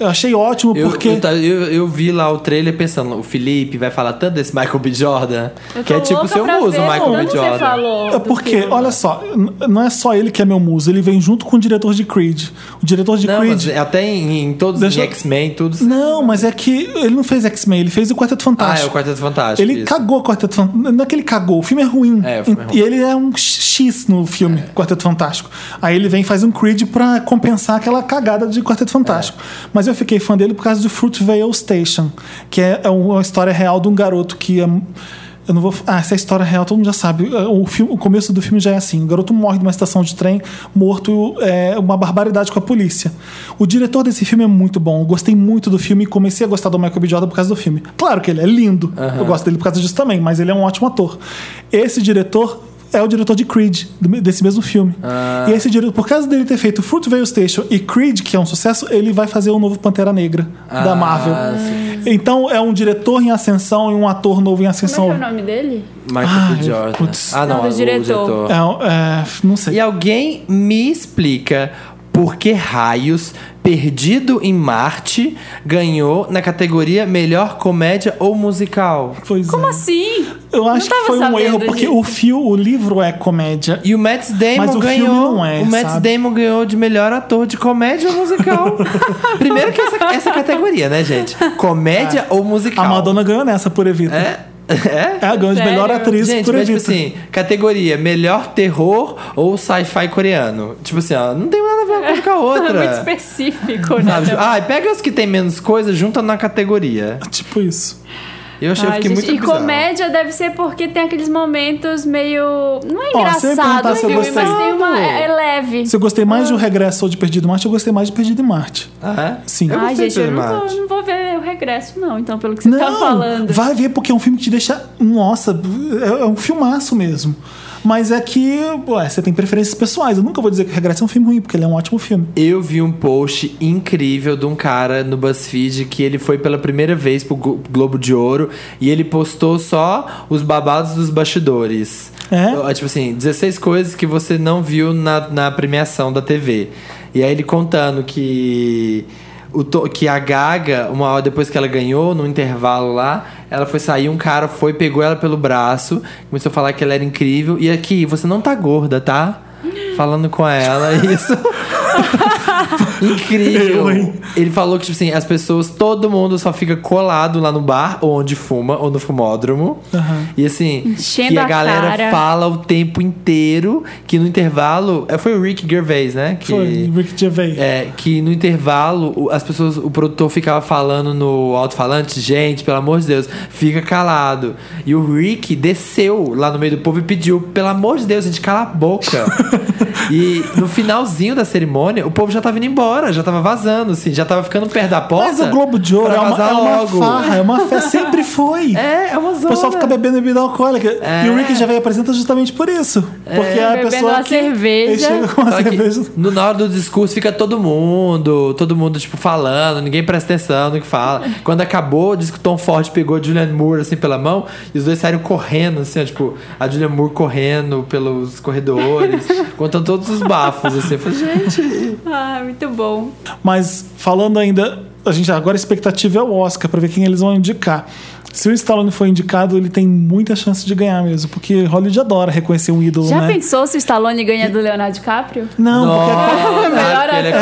Eu achei ótimo Eu, porque. eu, tá- eu- eu vi lá o trailer pensando, o Felipe vai falar tanto desse Michael B. Jordan, Eu tô que é tipo louca seu pra muso, ver, o Michael B. tanto Você Jordan. falou É do porque, filme. olha só, n- não é só ele que é meu muso, ele vem junto com o diretor de Creed. O diretor de Não, Creed. mas é até em, em todos os Deixa eu- X-Men, tudo. Não, mas é que ele não fez X-Men, ele fez o Quarteto Ah, Fantástico. é o Quarteto Fantástico. Ele isso. cagou o Quarteto Fantástico. Não é que ele cagou, o filme é ruim. É, o filme é ruim. É. E ele é um X no filme, Quarteto Fantástico. Aí ele vem e faz um Creed pra compensar aquela cagada de Quarteto Fantástico. É. Mas eu fiquei fã dele por causa do Fruitvale Station, que é é uma história real de um garoto que é. Eu não vou. Ah, essa é a história real, todo mundo já sabe. É, O, filme- o começo do filme já é assim: o garoto morre numa estação de trem, morto, é uma barbaridade com a polícia. O diretor desse filme é muito bom. Eu gostei muito do filme e comecei a gostar do Michael B. Jordan por causa do filme. Claro que ele é lindo, eu gosto dele por causa disso também, mas ele é um ótimo ator. Esse diretor é o diretor de Creed, do- desse mesmo filme. E esse diretor, por causa dele ter feito Fruitvale Station e Creed, que é um sucesso, ele vai fazer o novo Pantera Negra da Ah, Marvel. Então é um diretor em ascensão e um ator novo em ascensão. Como é que é o nome dele? Michael Ai, B. Jordan. putz. Ah, não, Não, do o diretor. diretor. É, é, não sei. E alguém me explica por que raios Perdido em Marte ganhou na categoria melhor comédia ou musical? Pois Como é. assim? Eu acho tava que foi um sabendo erro, porque disso. o fio, o livro é comédia. E o Matt Damon Mas o filme ganhou. não é, o Matt sabe? Damon ganhou de melhor ator de comédia ou musical. Primeiro que essa, essa categoria, né, gente? Comédia ou musical? É. A Madonna ganhou nessa por Evita. É? É? É, ganhou de Sério? melhor atriz Gente, por mas tipo Evita. assim, categoria melhor terror ou sci-fi coreano. Tipo assim, ó, não tem nada a ver uma com a outra. É Muito específico, né? Sabe? Ah, pega os que tem menos coisa, junta na categoria. Tipo isso. Eu achei, eu Ai, fiquei gente, muito e bizarro. comédia deve ser porque tem aqueles momentos meio. Não é Ó, se eu engraçado perguntar o se eu filme, gostei- mas tem uma. É, é leve. Se eu gostei mais de O Regresso ou de Perdido em Marte, eu gostei mais de Perdido em Marte. Ah, é? Sim. Eu Ai, gostei gente, eu do não vou, Marte. não vou ver o regresso, não, então, pelo que você tá falando. vai ver, porque é um filme que te deixa. Nossa, é é um filmaço mesmo. Mas é que ué, você tem preferências pessoais. Eu nunca vou dizer que o Regresso é um filme ruim, porque ele é um ótimo filme. Eu vi um post incrível de um cara no BuzzFeed que ele foi pela primeira vez pro Glo- Globo de Ouro e ele postou só os babados dos bastidores. É? Tipo assim, 16 coisas que você não viu na, na premiação da TV. E aí ele contando que. O to- que a Gaga, uma hora depois que ela ganhou, no intervalo lá, ela foi sair, um cara foi, pegou ela pelo braço, começou a falar que ela era incrível. E aqui, você não tá gorda, tá? Falando com ela, isso. Incrível. Eu, hein? Ele falou que, tipo assim, as pessoas, todo mundo só fica colado lá no bar, ou onde fuma, ou no fumódromo. Aham. E assim, Enchendo que a a galera cara. fala o tempo inteiro, que no intervalo. é, Foi o Rick Gervais, né? Que, Foi, Rick Gervais. é, que no intervalo o- as pessoas, o produtor ficava falando no alto-falante, gente, pelo amor de Deus, fica calado. E o Rick desceu lá no meio do povo e pediu, pelo amor de Deus, gente, cala a boca. e no finalzinho da cerimônia, o povo já tava indo embora, já tava vazando, assim, já tava ficando perto da porta. Mas o Globo de Ouro pra é uma, vazar é uma logo. farra, é uma festa, sempre foi. É, é uma O zona. pessoal fica bebendo bebida alcoólica. É. E o Rick já veio apresenta justamente por isso. Porque é a Bebendo pessoa. uma que- cerveja. Ele chega com uma Só que cerveja. no, na hora do discurso fica todo mundo, todo mundo, tipo, falando, ninguém presta atenção no que fala. Quando acabou, diz que o Tom Ford pegou a Julianne Moore, assim, pela mão, e os dois saíram correndo, assim, ó, tipo, a Julianne Moore correndo pelos corredores, contando todos os bafos, assim. Eu falei, gente... Ah, muito bom. Mas falando ainda, a gente agora a expectativa é o Oscar pra ver quem eles vão indicar. Se o Stallone for indicado, ele tem muita chance de ganhar mesmo, porque Hollywood adora reconhecer um ídolo, Já né? pensou se o Stallone ganha do Leonardo DiCaprio? Não, porque Nossa, Melhor porque ele Ah, ator. não, ele é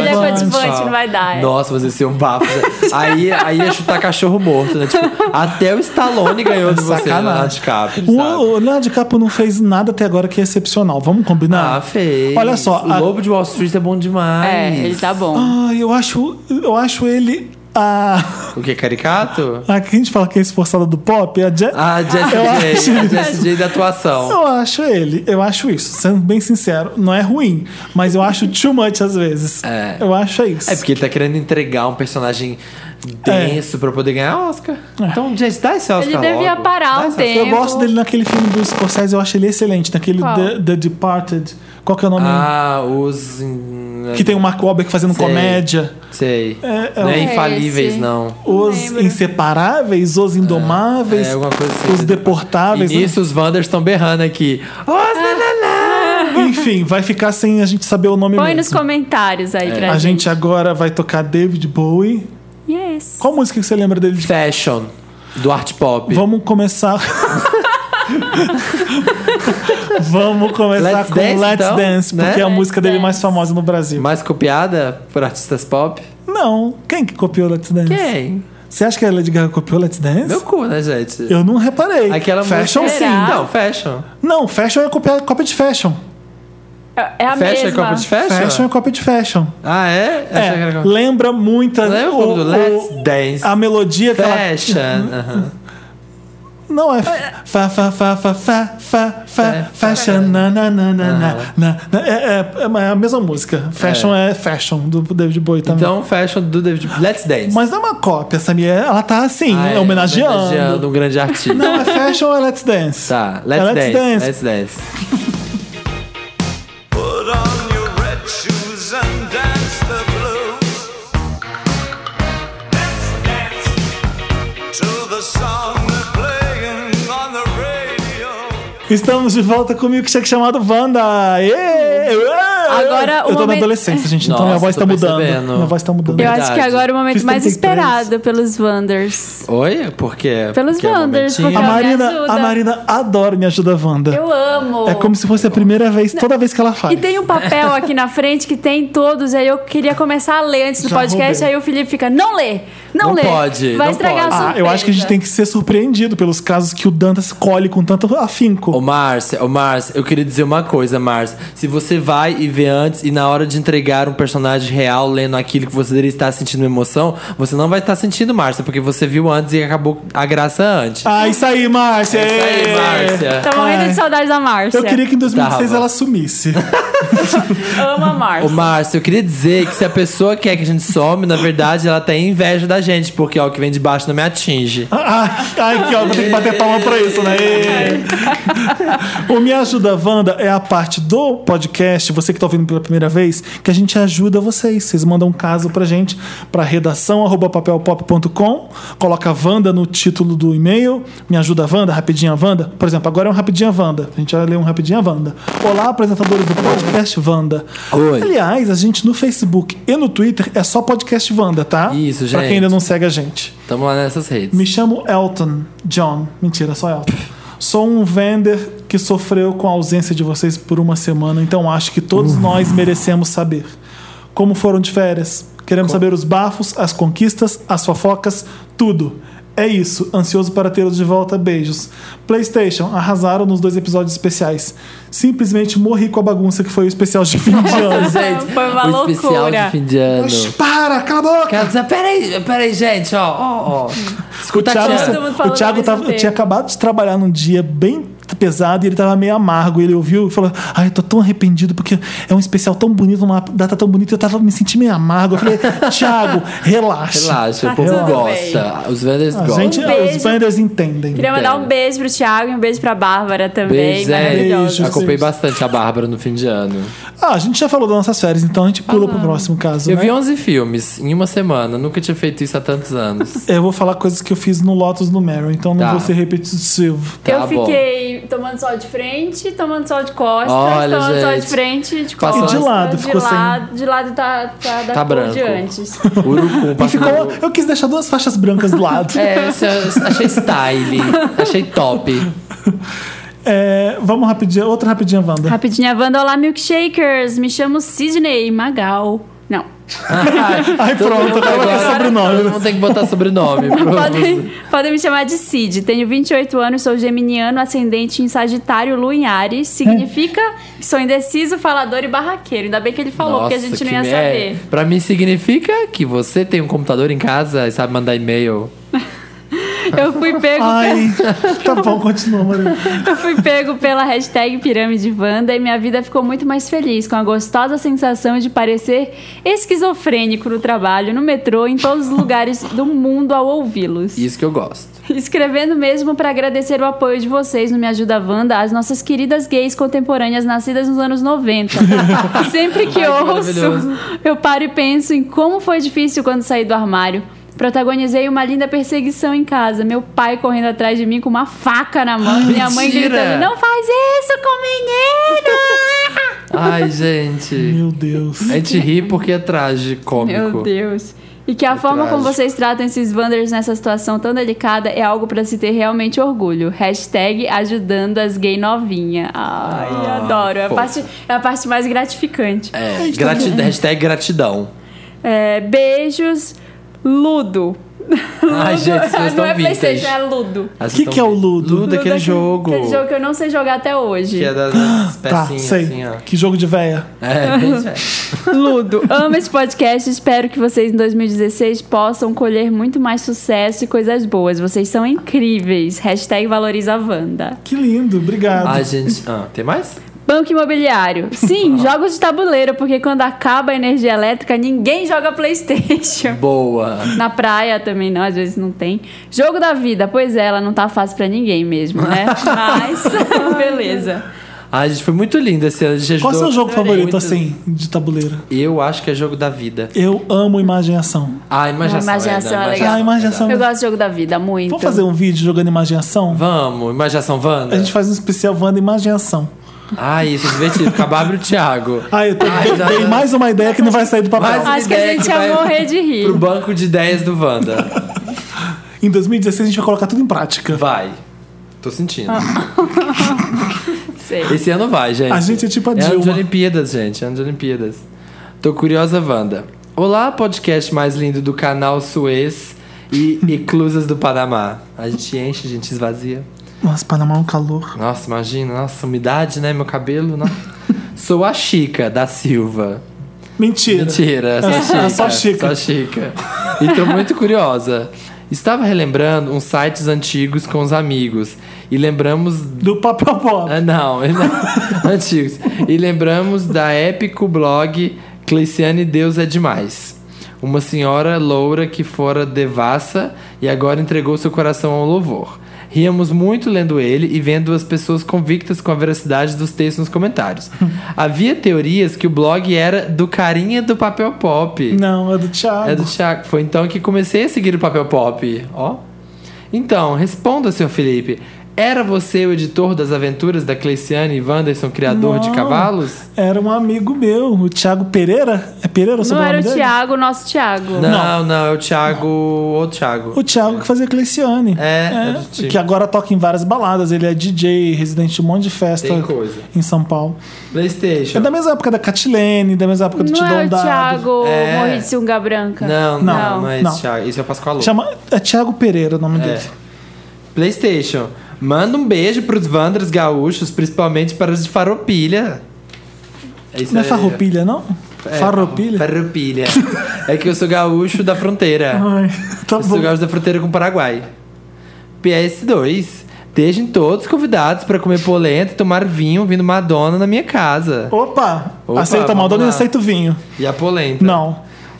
coadjuvante. coadjuvante, não vai dar, é. Nossa, mas esse é um bafo. aí, aí ia chutar cachorro morto, né? Tipo, até o Stallone ganhou de você, Sacanagem. Um Leonardo DiCaprio, o, sabe? o Leonardo DiCaprio não fez nada até agora que é excepcional. Vamos combinar? Ah, fez. Olha só, O a- Lobo de Wall Street é bom demais. É, ele tá bom. Ah, eu acho, eu acho ele a, O que? Caricato? a que a gente fala que é esforçada do pop, a Je- Ah, Jesse Eu acho- J. A Jesse J da atuação. Eu acho ele, eu acho isso, sendo bem sincero, não é ruim, mas eu acho too much às vezes. É. Eu acho isso. É porque ele tá querendo entregar um personagem denso pra poder ganhar Oscar. Então, gente, dá esse Oscar Ele devia logo. parar Dá um esse- tempo. Eu gosto dele naquele filme do Scorsese, eu acho ele excelente, naquele Qual? The, The Departed. Qual que é o nome? Ah, os... hum, que tem o Mark Wahlberg fazendo Sei. comédia. Sei. É, é não é um- infalíveis, Esse. não. Os lembro. Inseparáveis, Os Indomáveis, É alguma coisa assim. Os Deportáveis. E nisso os Wanders estão berrando aqui. Oscar, Ah. Enfim, vai ficar sem a gente saber o nome Põe nos é mesmo. É. comentários aí pra A gente. gente agora vai tocar David Bowie. Yes. Qual música que você lembra dele de Fashion, do Art Pop. Vamos começar. Vamos começar Let's com Dance, Let's então, Dance, né? porque é a Let's música dele Dance. mais famosa no Brasil. Mais copiada por artistas pop? Não, quem que copiou Let's Dance? Quem? Você acha que a Lady Gaga copiou Let's Dance? Meu cu, né, gente? Eu não reparei. Aquela fashion música... é- sim. Será? Não, fashion. Não, fashion é cópia, cópia de fashion. É é a fashion é mesma. copa de fashion? Fashion é cópia de fashion. Ah, é? É, Achei que era copa- lembra muito a, Lembra o- o, do o- Let's Dance? a melodia que ela Uhum. Fashion. aham. Não, é fa fa fa fa fa fa É. fa fashion na na na na Ah. na na na- é, é, é a mesma música. Fashion é, fashion do David Bowie também. Então, fashion do David... Let's Dance. Mas não é uma cópia, Samir. Ela tá assim, Ah, é, homenageando. homenageando um grande artista. Não, é fashion ou é let's dance? Tá, É Let's, Let's dance, Dance. Let's Dance. Put on your red shoes and dance the blues. Let's dance to the song they're playing on the radio. Estamos de volta com o milkshake chamado Wanda. Yeah! Agora o eu tô na momento- adolescência, gente, então Nossa, minha voz tô tá mudando. percebendo. Minha voz tá mudando. Eu Verdade. acho que agora é o momento Fiz mais 33. esperado pelos Wanders. Oi? Por quê? Pelos Porque é Wanders, um. momentinho? A Me Marina, ajuda. a Marina adora Me Ajuda Wanda. Eu amo. É como se fosse a primeira vez, toda vez que ela faz. E tem um papel aqui na frente que tem todos, aí eu queria começar a ler antes do Já podcast, roubei. aí o Felipe fica, não lê, não, Não lê. pode, Vai não estragar pode. a Ah, surpresa. eu acho que a gente tem que ser surpreendido pelos casos que o Dantas colhe com tanto afinco. Ô, Márcia, ô, Márcia, eu queria dizer uma coisa, Márcia. Se você vai e vê antes e na hora de entregar um personagem real lendo aquilo que você deveria estar sentindo emoção, você não vai estar sentindo, Márcia, porque você viu antes e acabou a graça antes. Ah, isso aí, Márcia! É isso aí, Márcia. Tá, Tá morrendo Ai. de saudade da Márcia. Eu queria que em 2006 Tava. ela sumisse. Amo a Ô, Márcia. Márcia, eu queria dizer que se a pessoa quer que a gente some, na verdade, ela tem inveja da gente, porque ó, o que vem de baixo não me atinge. Ah, Ai, que ó, vou ter que bater palma pra isso, né? Ê. O Me Ajuda Wanda é a parte do podcast, você que tá ouvindo pela primeira vez, que a gente ajuda vocês. Vocês mandam um caso pra gente, pra redação arroba papelpop.com, coloca Wanda no título do e-mail, Me Ajuda Wanda, Rapidinha Wanda. Por exemplo, agora é um Rapidinha Wanda. A gente vai ler um Rapidinha Wanda. Olá, apresentadores do podcast Wanda. Oi. Aliás, a gente no Facebook e no Twitter é só podcast Wanda, tá? Isso, Pra quem gente. ainda não segue a gente. Tamo lá nessas redes. Me chamo Elton John. Mentira, só Elton. Sou um vender que sofreu com a ausência de vocês por uma semana, então acho que todos nós merecemos saber. Como foram de férias? Queremos saber os bafos, as conquistas, as fofocas, tudo. É isso. Ansioso para tê-los de volta. Beijos. PlayStation, arrasaram nos dois episódios especiais. Simplesmente morri com a bagunça que foi o especial de fim de ano. Gente, Foi uma o loucura. um especial de fim de ano. Oxe, Para, cala a boca! Quero dizer, peraí, peraí, gente, ó, ó, ó. Escuta O Thiago, tá- Tiana. Tá Todo mundo falando o Thiago ao mesmo tava- tempo. tinha acabado de trabalhar num dia bem pesado e ele tava meio amargo. Ele ouviu e falou: Ai, eu tô tão arrependido porque é um especial tão bonito, uma data tão bonita. Eu tava me sentindo meio amargo. Eu falei: Thiago, relaxa. Relaxa, o Tá povo tudo gosta. Os vendors A gostam. gente, Um beijo. os vendors entendem. Queria mandar um beijo pro Thiago e um beijo pra Bárbara também. Beijo, maravilhosa. gente. Beijos, é, Acompanhei beijos. bastante a Bárbara no fim de ano. Ah, a gente já falou das nossas férias, então a gente pula pro próximo caso. Eu né? vi 11 filmes em uma semana. Nunca tinha feito isso há tantos anos. Eu vou falar coisas que eu fiz no Lotus no Meryl, então não Tá. vou ser repetitivo. Tá eu bom. fiquei tomando sol de frente, tomando sol de costas, Olha, tomando sol de gente. frente, de Passou- costas. E de lado, de ficou sem- lado, De lado tá, tá da Tá cor de branco. antes. Urucum, E ficou, eu quis deixar duas faixas brancas do lado. É, isso eu achei style. achei top. É, vamos rapidinho, outra rapidinha, Wanda. Rapidinha, Wanda, olá, milkshakers. Me chamo Sidney Magal. Não. Aí pronto, agora que é né? sobrenome. Todo mundo tem que botar sobrenome. pro- Podem, podem me chamar de Cid. Tenho 28 anos, sou geminiano, ascendente em Sagitário, Lua em Ares. Significa que sou indeciso, falador e barraqueiro. Ainda bem que ele falou, porque a gente não ia que- saber. É, pra mim significa que você tem um computador em casa e sabe mandar e-mail. Eu fui pego Ai, tá bom, continua, Maria. Eu fui pego pela hashtag Pirâmide Wanda e minha vida ficou muito mais feliz, com a gostosa sensação de parecer esquizofrênico no trabalho, no metrô, em todos os lugares do mundo ao ouvi-los. Isso que eu gosto. Escrevendo mesmo para agradecer o apoio de vocês no Me Ajuda Wanda, as nossas queridas gays contemporâneas nascidas nos anos 90. Sempre que Ai, que ouço, maravilhoso. eu paro e penso em como foi difícil quando saí do armário. Protagonizei uma linda perseguição em casa. Meu pai correndo atrás de mim com uma faca na mão. minha mãe Ah, mentira! gritando: Não faz isso com o menino! Ai, gente. Meu Deus. A gente ri porque é tragicômico. Meu Deus. E que a forma como trágico. vocês tratam esses Wanders nessa situação tão delicada é algo pra se ter realmente orgulho. Hashtag ajudando as gay novinha. Ai, Ah, adoro. É a, fofo. parte, é a parte mais gratificante. É, grati hashtag gratidão. É, beijos, Ludo. Ai, gente, vocês Não estão é Playstation, é vintage. Ludo. O Que que é o Ludo? Ludo, é aquele jogo. Aquele jogo que eu não sei jogar até Que hoje. é das- das Tá, pecinhas, sei. assim, ó. que jogo de véia. É, bem velho. Ludo. Amo esse podcast. Espero que vocês em 2016 possam colher muito mais sucesso e coisas boas. Vocês são incríveis. Hashtag valoriza a Wanda. Que lindo, obrigado. Ai, gente. Ah, tem mais? Banco imobiliário. Sim, jogos de tabuleiro, porque quando acaba a energia elétrica, ninguém joga Playstation. Boa. Na praia também não, às vezes não tem. Jogo da vida, pois é, ela não tá fácil pra ninguém mesmo, né? Mas, beleza. Ai, gente, foi muito lindo esse ano. A gente Qual é o ajudou seu jogo muito. favorito, assim, de tabuleiro? Eu acho que é jogo da vida. Eu amo imagem e ação. Ah, imaginação. A imaginação né? é legal. Ah, imaginação. Eu gosto de jogo da vida, muito. Então. um Vamos fazer um vídeo jogando imagem e ação? Vamos, imaginação Wanda. A gente faz um especial Wanda imagem e ação. Ai, isso é divertido. Com a Bárbara e o Thiago. Ah, eu tô- Ai, já- tá. dei já- mais uma ideia que não vai sair do papel. Mais uma Acho que a ideia gente ia vai morrer de rir. Pro banco de ideias do Wanda. Em 2016 a gente vai colocar tudo em prática. Vai. Tô sentindo. Sei. Esse é ano vai, gente. Ah. A gente é tipo a Ano de Dilma. Olimpíadas, gente. é Ano de Olimpíadas. Tô curiosa, Wanda. Olá, podcast mais lindo do canal Suez e Eclusas do Panamá. A gente enche, a gente esvazia. Nossa, Panamá é um calor. Nossa, imagina. Nossa, umidade, né? Meu cabelo. Não. Sou a Chica da Silva. Mentira. Mentira, É só- é só Chica. Só Chica. E tô muito curiosa. Estava relembrando uns sites antigos com os amigos. E lembramos Do papel pop. ah, não, não. antigos. E lembramos da épico blog Cleiciane Deus é Demais. Uma senhora loura que fora devassa e agora entregou seu coração ao louvor. Ríamos muito lendo ele e vendo as pessoas convictas com a veracidade dos textos nos comentários. Havia teorias que o blog era do carinha do papel pop. Não, é do Thiago. É do Thiago. Foi então que comecei a seguir o papel pop. Ó. Então, responda, senhor Felipe. Era você o editor das aventuras da Cleiciane e Wanderson, criador de Não. cavalos? Era um amigo meu, o Thiago Pereira. É Pereira o Não sobrenome era o dele? Thiago, o nosso Thiago. Não, não, é o Thiago. O Thiago. O Thiago que fazia Cleiciane. É, é do Thiago. que agora toca em várias baladas. Ele é DJ, residente de um monte de festa Tem coisa. em São Paulo. PlayStation. É da mesma época da Catilene, da mesma época do Não Tidão é o Dado. Thiago um É. morri de sunga branca. Não, não, não, Não, é não. esse Thiago. Esse é o Pascoal. Chama, é Thiago Pereira o nome É. dele. PlayStation. Manda um beijo pros Wanders gaúchos, principalmente para os de Faropilha. Isso Não é aí. Farroupilha, não? É, Farroupilha? Farroupilha. é que eu sou gaúcho da fronteira. Ai, tá Esse bom. lugar da fronteira com o Paraguai. PS2. Deixem todos convidados para comer polenta e tomar vinho vindo Madonna na minha casa. Opa, Opa, aceita vamos Madonna e lá. aceita o vinho. E a polenta. Não.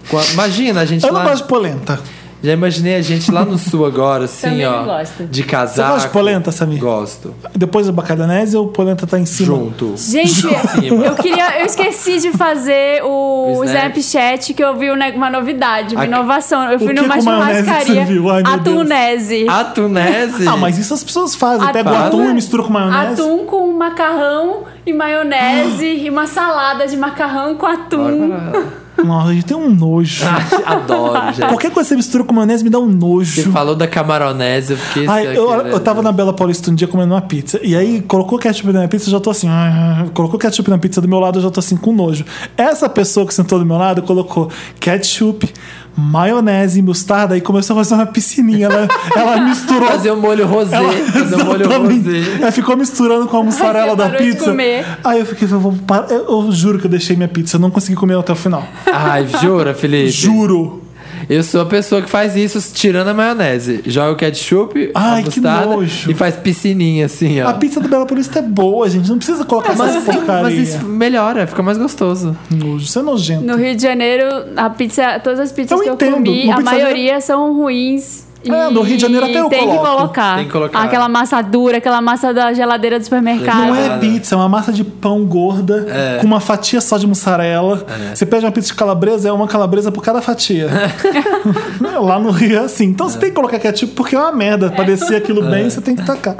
Qua- Imagina a gente Eu não lá. gosto de polenta. Já imaginei a gente lá no sul agora, assim, Também ó. não gosto. De casaco. Você gosta de polenta, Samir? Gosto. Depois do Bacadanese, o polenta tá em cima. Junto. Gente, cima. eu queria. Eu esqueci de fazer o, O Snap. Snapchat, que eu vi uma uma novidade, uma A- inovação. Eu fui que numa com maionese que churrascaria. você viu? Ai, meu a Deus. tunese. A Tunese. Ah, mas isso as pessoas fazem. Atum. Pega o atum e mistura com maionese. Atum com macarrão e maionese e uma salada de macarrão com atum. Nossa, a gente tem um nojo. Ai, Adoro, gente. Qualquer coisa que você mistura com maionese me dá um nojo. Tá. Você falou da camaronese, eu fiquei... Ai, isso eu, aqui, né? eu tava na Bela Paulista um dia comendo uma pizza. E aí colocou ketchup na minha pizza, eu já tô assim. ah, colocou ketchup na pizza do meu lado, eu já tô assim com nojo. Essa pessoa que sentou do meu lado colocou ketchup, maionese, mostarda e começou a fazer uma piscininha. Ela, ela misturou. Fazer o molho rosé. Fazer o molho Exatamente. rosé. Ela ficou misturando com a mussarela você da parou de pizza. comer. Aí eu fiquei, eu, vou par- eu- eu juro que eu deixei minha pizza, eu não consegui comer até o final. Ai, jura, Felipe? Juro. Eu sou a pessoa que faz isso tirando a maionese. Joga o ketchup, Ai, a que mostarda nojo. e faz piscininha assim, ó. A pizza do Bela Paulista é boa, gente. Não precisa colocar essas mas, assim, porcaria. mas isso melhora, fica mais gostoso. Nojo, isso é nojento. No Rio de Janeiro, a pizza, todas as pizzas Eu que entendo. eu comi, Uma a pizzaria- maioria são ruins. É, e no Rio de Janeiro até eu tem coloco. que colocar. Tem que colocar. Aquela massa dura, aquela massa da geladeira do supermercado. Não Cara. É. é pizza, é uma massa de pão gorda com uma fatia só de mussarela. Você pede uma pizza de calabresa, é uma calabresa por cada fatia. Lá no Rio é assim. Então você tem que colocar ketchup porque é uma merda. Pra descer aquilo É. bem, você tem que tacar.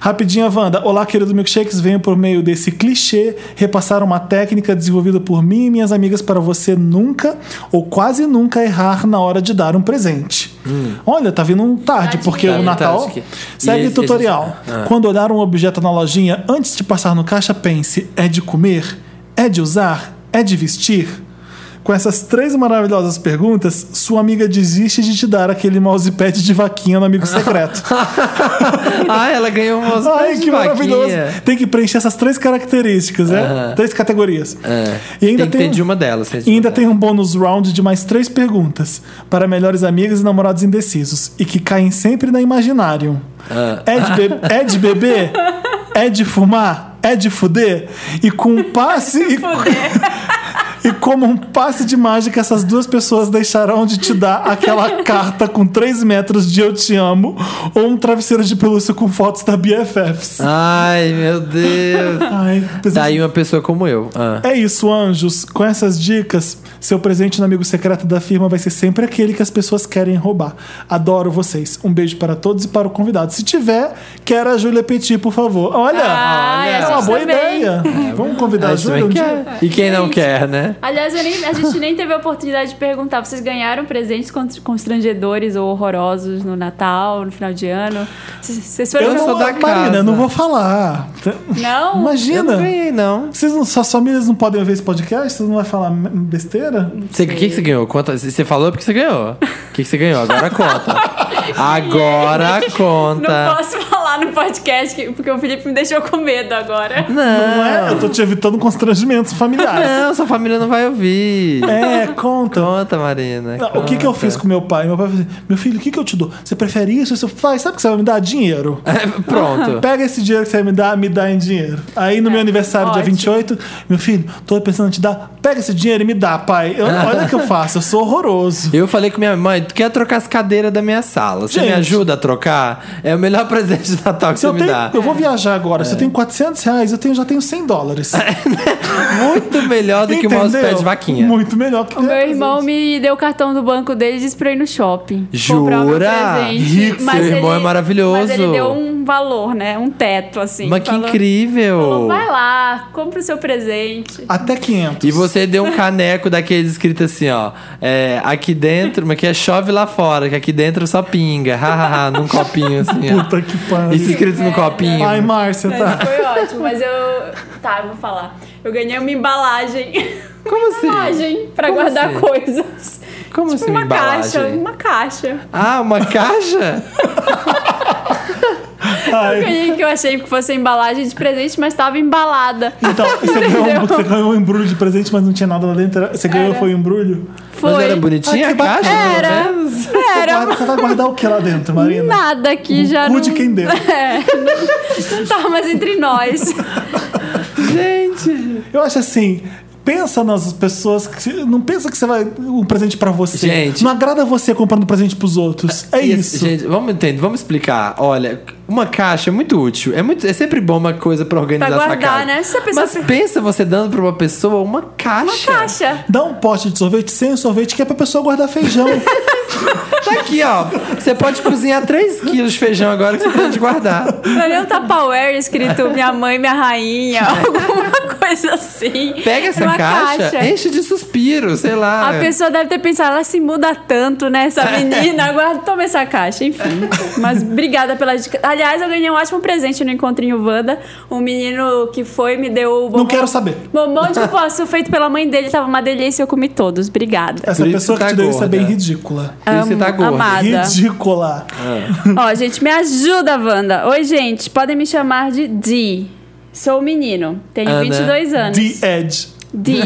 Rapidinha, Wanda. Olá, querido Milkshakes. Venho por meio desse clichê repassar uma técnica desenvolvida por mim e minhas amigas para você nunca ou quase nunca errar na hora de dar um presente. Olha, tá vindo um tarde, Tadinha. porque o Tá, Natal Hum. tarde. E segue esse- tutorial. esse- Ah. Quando olhar um objeto na lojinha, antes de passar no caixa, pense: é de comer? É de usar? É de vestir? Com essas três maravilhosas perguntas, sua amiga desiste de te dar aquele mousepad de vaquinha no amigo secreto. ah, ela ganhou umas Ai, que maravilhoso! É. Tem que preencher essas três características, né? Aham. É. Três categorias. E tem que ainda tem- um- ter de uma delas. tem de E uma ainda delas. tem um bônus round de mais três perguntas para melhores amigas e namorados indecisos e que caem sempre na Imaginarium. É, de be- é de beber? É de fumar? É de fuder? E com um passe. e- E como um passe de mágica, essas duas pessoas deixarão de te dar aquela carta com 3 metros de eu te amo ou um travesseiro de pelúcia com fotos da Ah. BFFs. Ai, meu Deus. Ai, apesar Daí uma pessoa como eu. Ah. É isso, anjos. Com essas dicas, seu presente no amigo secreto da firma vai ser sempre aquele que as pessoas querem roubar. Adoro vocês. Um beijo para todos e para o convidado. Se tiver, quero a Júlia Petit, por favor. Olha, Ai, é a uma gente boa também. ideia. Vamos convidar a Ah, isso Júlia também um dia? quer. E quem não quer, né? Aliás, eu nem- a gente nem teve a oportunidade de perguntar. Vocês ganharam presentes con- constrangedores ou horrorosos no Natal, no final de ano? C- Vocês foram... Eu não, sou da Marina, eu não casa. vou falar. Não? Eu Imagina. não ganhei, não. Vocês não, suas famílias não podem ouvir esse podcast? Vocês não vão falar besteira? Você, o que, que você ganhou? Conta, você falou porque você ganhou. O que, que você ganhou? Agora conta. Agora Não conta. posso falar no podcast, que- porque o Felipe me deixou com medo agora. Não é? Eu tô te evitando constrangimentos familiares. Não, sua família não vai ouvir. é, conta. Conta, Marina. Não, o que, que eu fiz com meu pai? Meu pai falou assim: Meu filho, o que, que eu te dou? Você prefere isso? Isso faz? Sabe o que você vai me dar? Dinheiro. com... É, Pronto. Pega esse dinheiro que você vai me dar, me dá em dinheiro. Aí no meu aniversário, dia É, ótimo. 28, meu filho, tô pensando em te dar. Pega esse dinheiro e me dá, pai. Eu- olha o que eu faço, eu sou horroroso. Eu falei com minha mãe, tu quer trocar as cadeiras da minha sala. Você me Gente. ajuda a trocar? É o melhor presente de Natal que Se você eu, me tenho, dá. É. eu vou viajar agora. Se eu tenho 400 reais, eu tenho, já tenho 100 dólares. né? Muito melhor do que o Entendeu? mousepad de vaquinha. Muito melhor que O meu irmão me deu o cartão do banco dele e disse pra eu ir no shopping. Jura? Comprar o meu presente. Rico, Mas seu irmão é maravilhoso. Mas ele deu um valor, né? Um teto, assim. Mas que Falou- incrível! falou, vai lá, compra o seu presente. Até 500. E você deu um caneco daqueles escrito assim, ó. É, aqui dentro, mas que é chove lá fora, que aqui dentro só pinga. Hahaha, num copinho assim, ó. Puta que pariu. Isso escrito no copinho. Ai, Márcia, Mas tá. foi ótimo, mas eu. Tá, eu vou falar. Eu ganhei uma embalagem. Como assim? embalagem pra Como guardar assim? coisas. Como assim, uma Tipo uma caixa, embalagem? uma caixa. Ah, uma caixa? Eu Ai. ganhei que eu achei que fosse embalagem de presente, mas tava embalada. Então, você ganhou, um, você ganhou um embrulho de presente, mas não tinha nada lá dentro. Você ganhou Era. foi um embrulho? Foi. Mas era bonitinha Ai, a Ah, que caixa? bacana. pelo Era. menos? Você, Era um guarda- você vai guardar o que lá dentro, Marina? nada aqui já. cu não... de quem deu. É, não, não tá mais entre nós. Gente. Eu acho assim. Pensa nas pessoas que. Não pensa que você vai. Um presente pra você. Gente. Não agrada você comprando presente pros outros. É E, isso. Gente, vamos entender, vamos explicar. Olha, uma caixa é muito útil. É, muito, é sempre bom uma coisa pra organizar Pra sua guardar, casa. né? Se a pessoa Mas pensa você dando pra uma pessoa uma caixa. caixa. Dá um pote de sorvete sem o sorvete que é pra pessoa guardar feijão. Tá aqui, ó. Você pode cozinhar 3 quilos de feijão agora que você pode guardar. Não é nem um Tupperware escrito minha mãe, minha rainha, alguma coisa assim. Pega essa Uma caixa, enche de suspiro, sei lá. Ah, é. A pessoa deve ter pensado, ela se muda tanto, né? Essa menina, agora toma essa caixa, enfim. Mas obrigada pela dica. Aliás, eu ganhei um ótimo presente no Encontrinho Wanda. Um menino que foi me deu o bombom. não quero saber. Bombom de poço feito pela mãe dele, tava uma delícia, eu comi todos. Obrigada. Essa Por isso pessoa tá que te deu isso é gorda. bem ridícula. Por isso você tá Amo, gorda. amada. Nada. Ridícula. Ó, gente, me ajuda, Wanda. Oi, gente, podem me chamar de Di. Sou um menino, tenho Ana. 22 anos. The Edge. Di.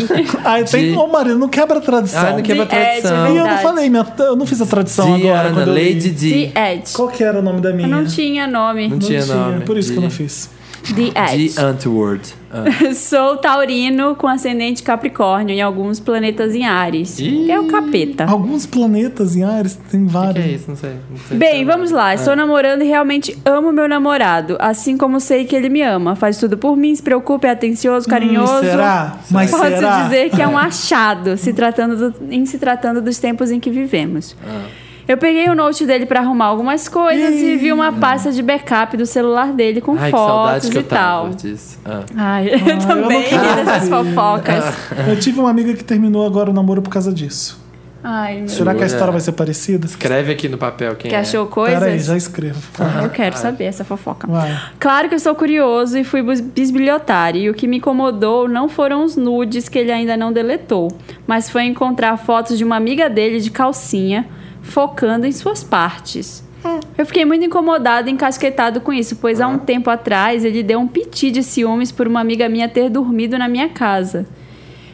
Ai, tem. De- Ô, Marina, não quebra a tradição. Ah, não quebra a De Ed, tradição. é E eu não Verdade. falei, minha, eu não fiz a tradição agora. Diana, quando eu li. Lady Di D. Ed. Qual que era o nome da minha? Eu não tinha nome. Não Não tinha nome. Por isso que eu não Di- fiz. Di Ed. D. Antwoord. Ah. Sou taurino com ascendente capricórnio e alguns planetas em Ares. Ih. Que é o capeta. Alguns planetas em Ares, tem O que vários. é isso? Não sei. Não sei é Bem, vamos lá. Estou namorando e realmente amo meu namorado. Assim como sei que ele me ama. Faz tudo por mim, se preocupa, é atencioso, carinhoso. Hum, será? Mas Posso será? dizer que é um achado se tratando do- em se tratando dos tempos em que vivemos. Ah. Eu peguei o note dele pra arrumar algumas coisas e vi uma pasta de backup do celular dele com Ai, que fotos saudade que e eu tal. tava disso. Ah. Ai, eu não também quero dessas saber. fofocas. Eu tive uma amiga que terminou agora o namoro por causa disso. Ai, meu Será que Jura? a história vai ser parecida? Escreve aqui no papel quem Que é. achou Peraí, coisas? já escrevo. Eu quero saber essa fofoca. Vai. Claro que eu sou curioso e fui bus- bisbilhotar. E o que me incomodou não foram os nudes que ele ainda não deletou, mas foi encontrar fotos de uma amiga dele de calcinha, focando em suas partes. É. Eu fiquei muito incomodado e encasquetado com isso, pois há um tempo atrás ele deu um piti de ciúmes por uma amiga minha ter dormido na minha casa.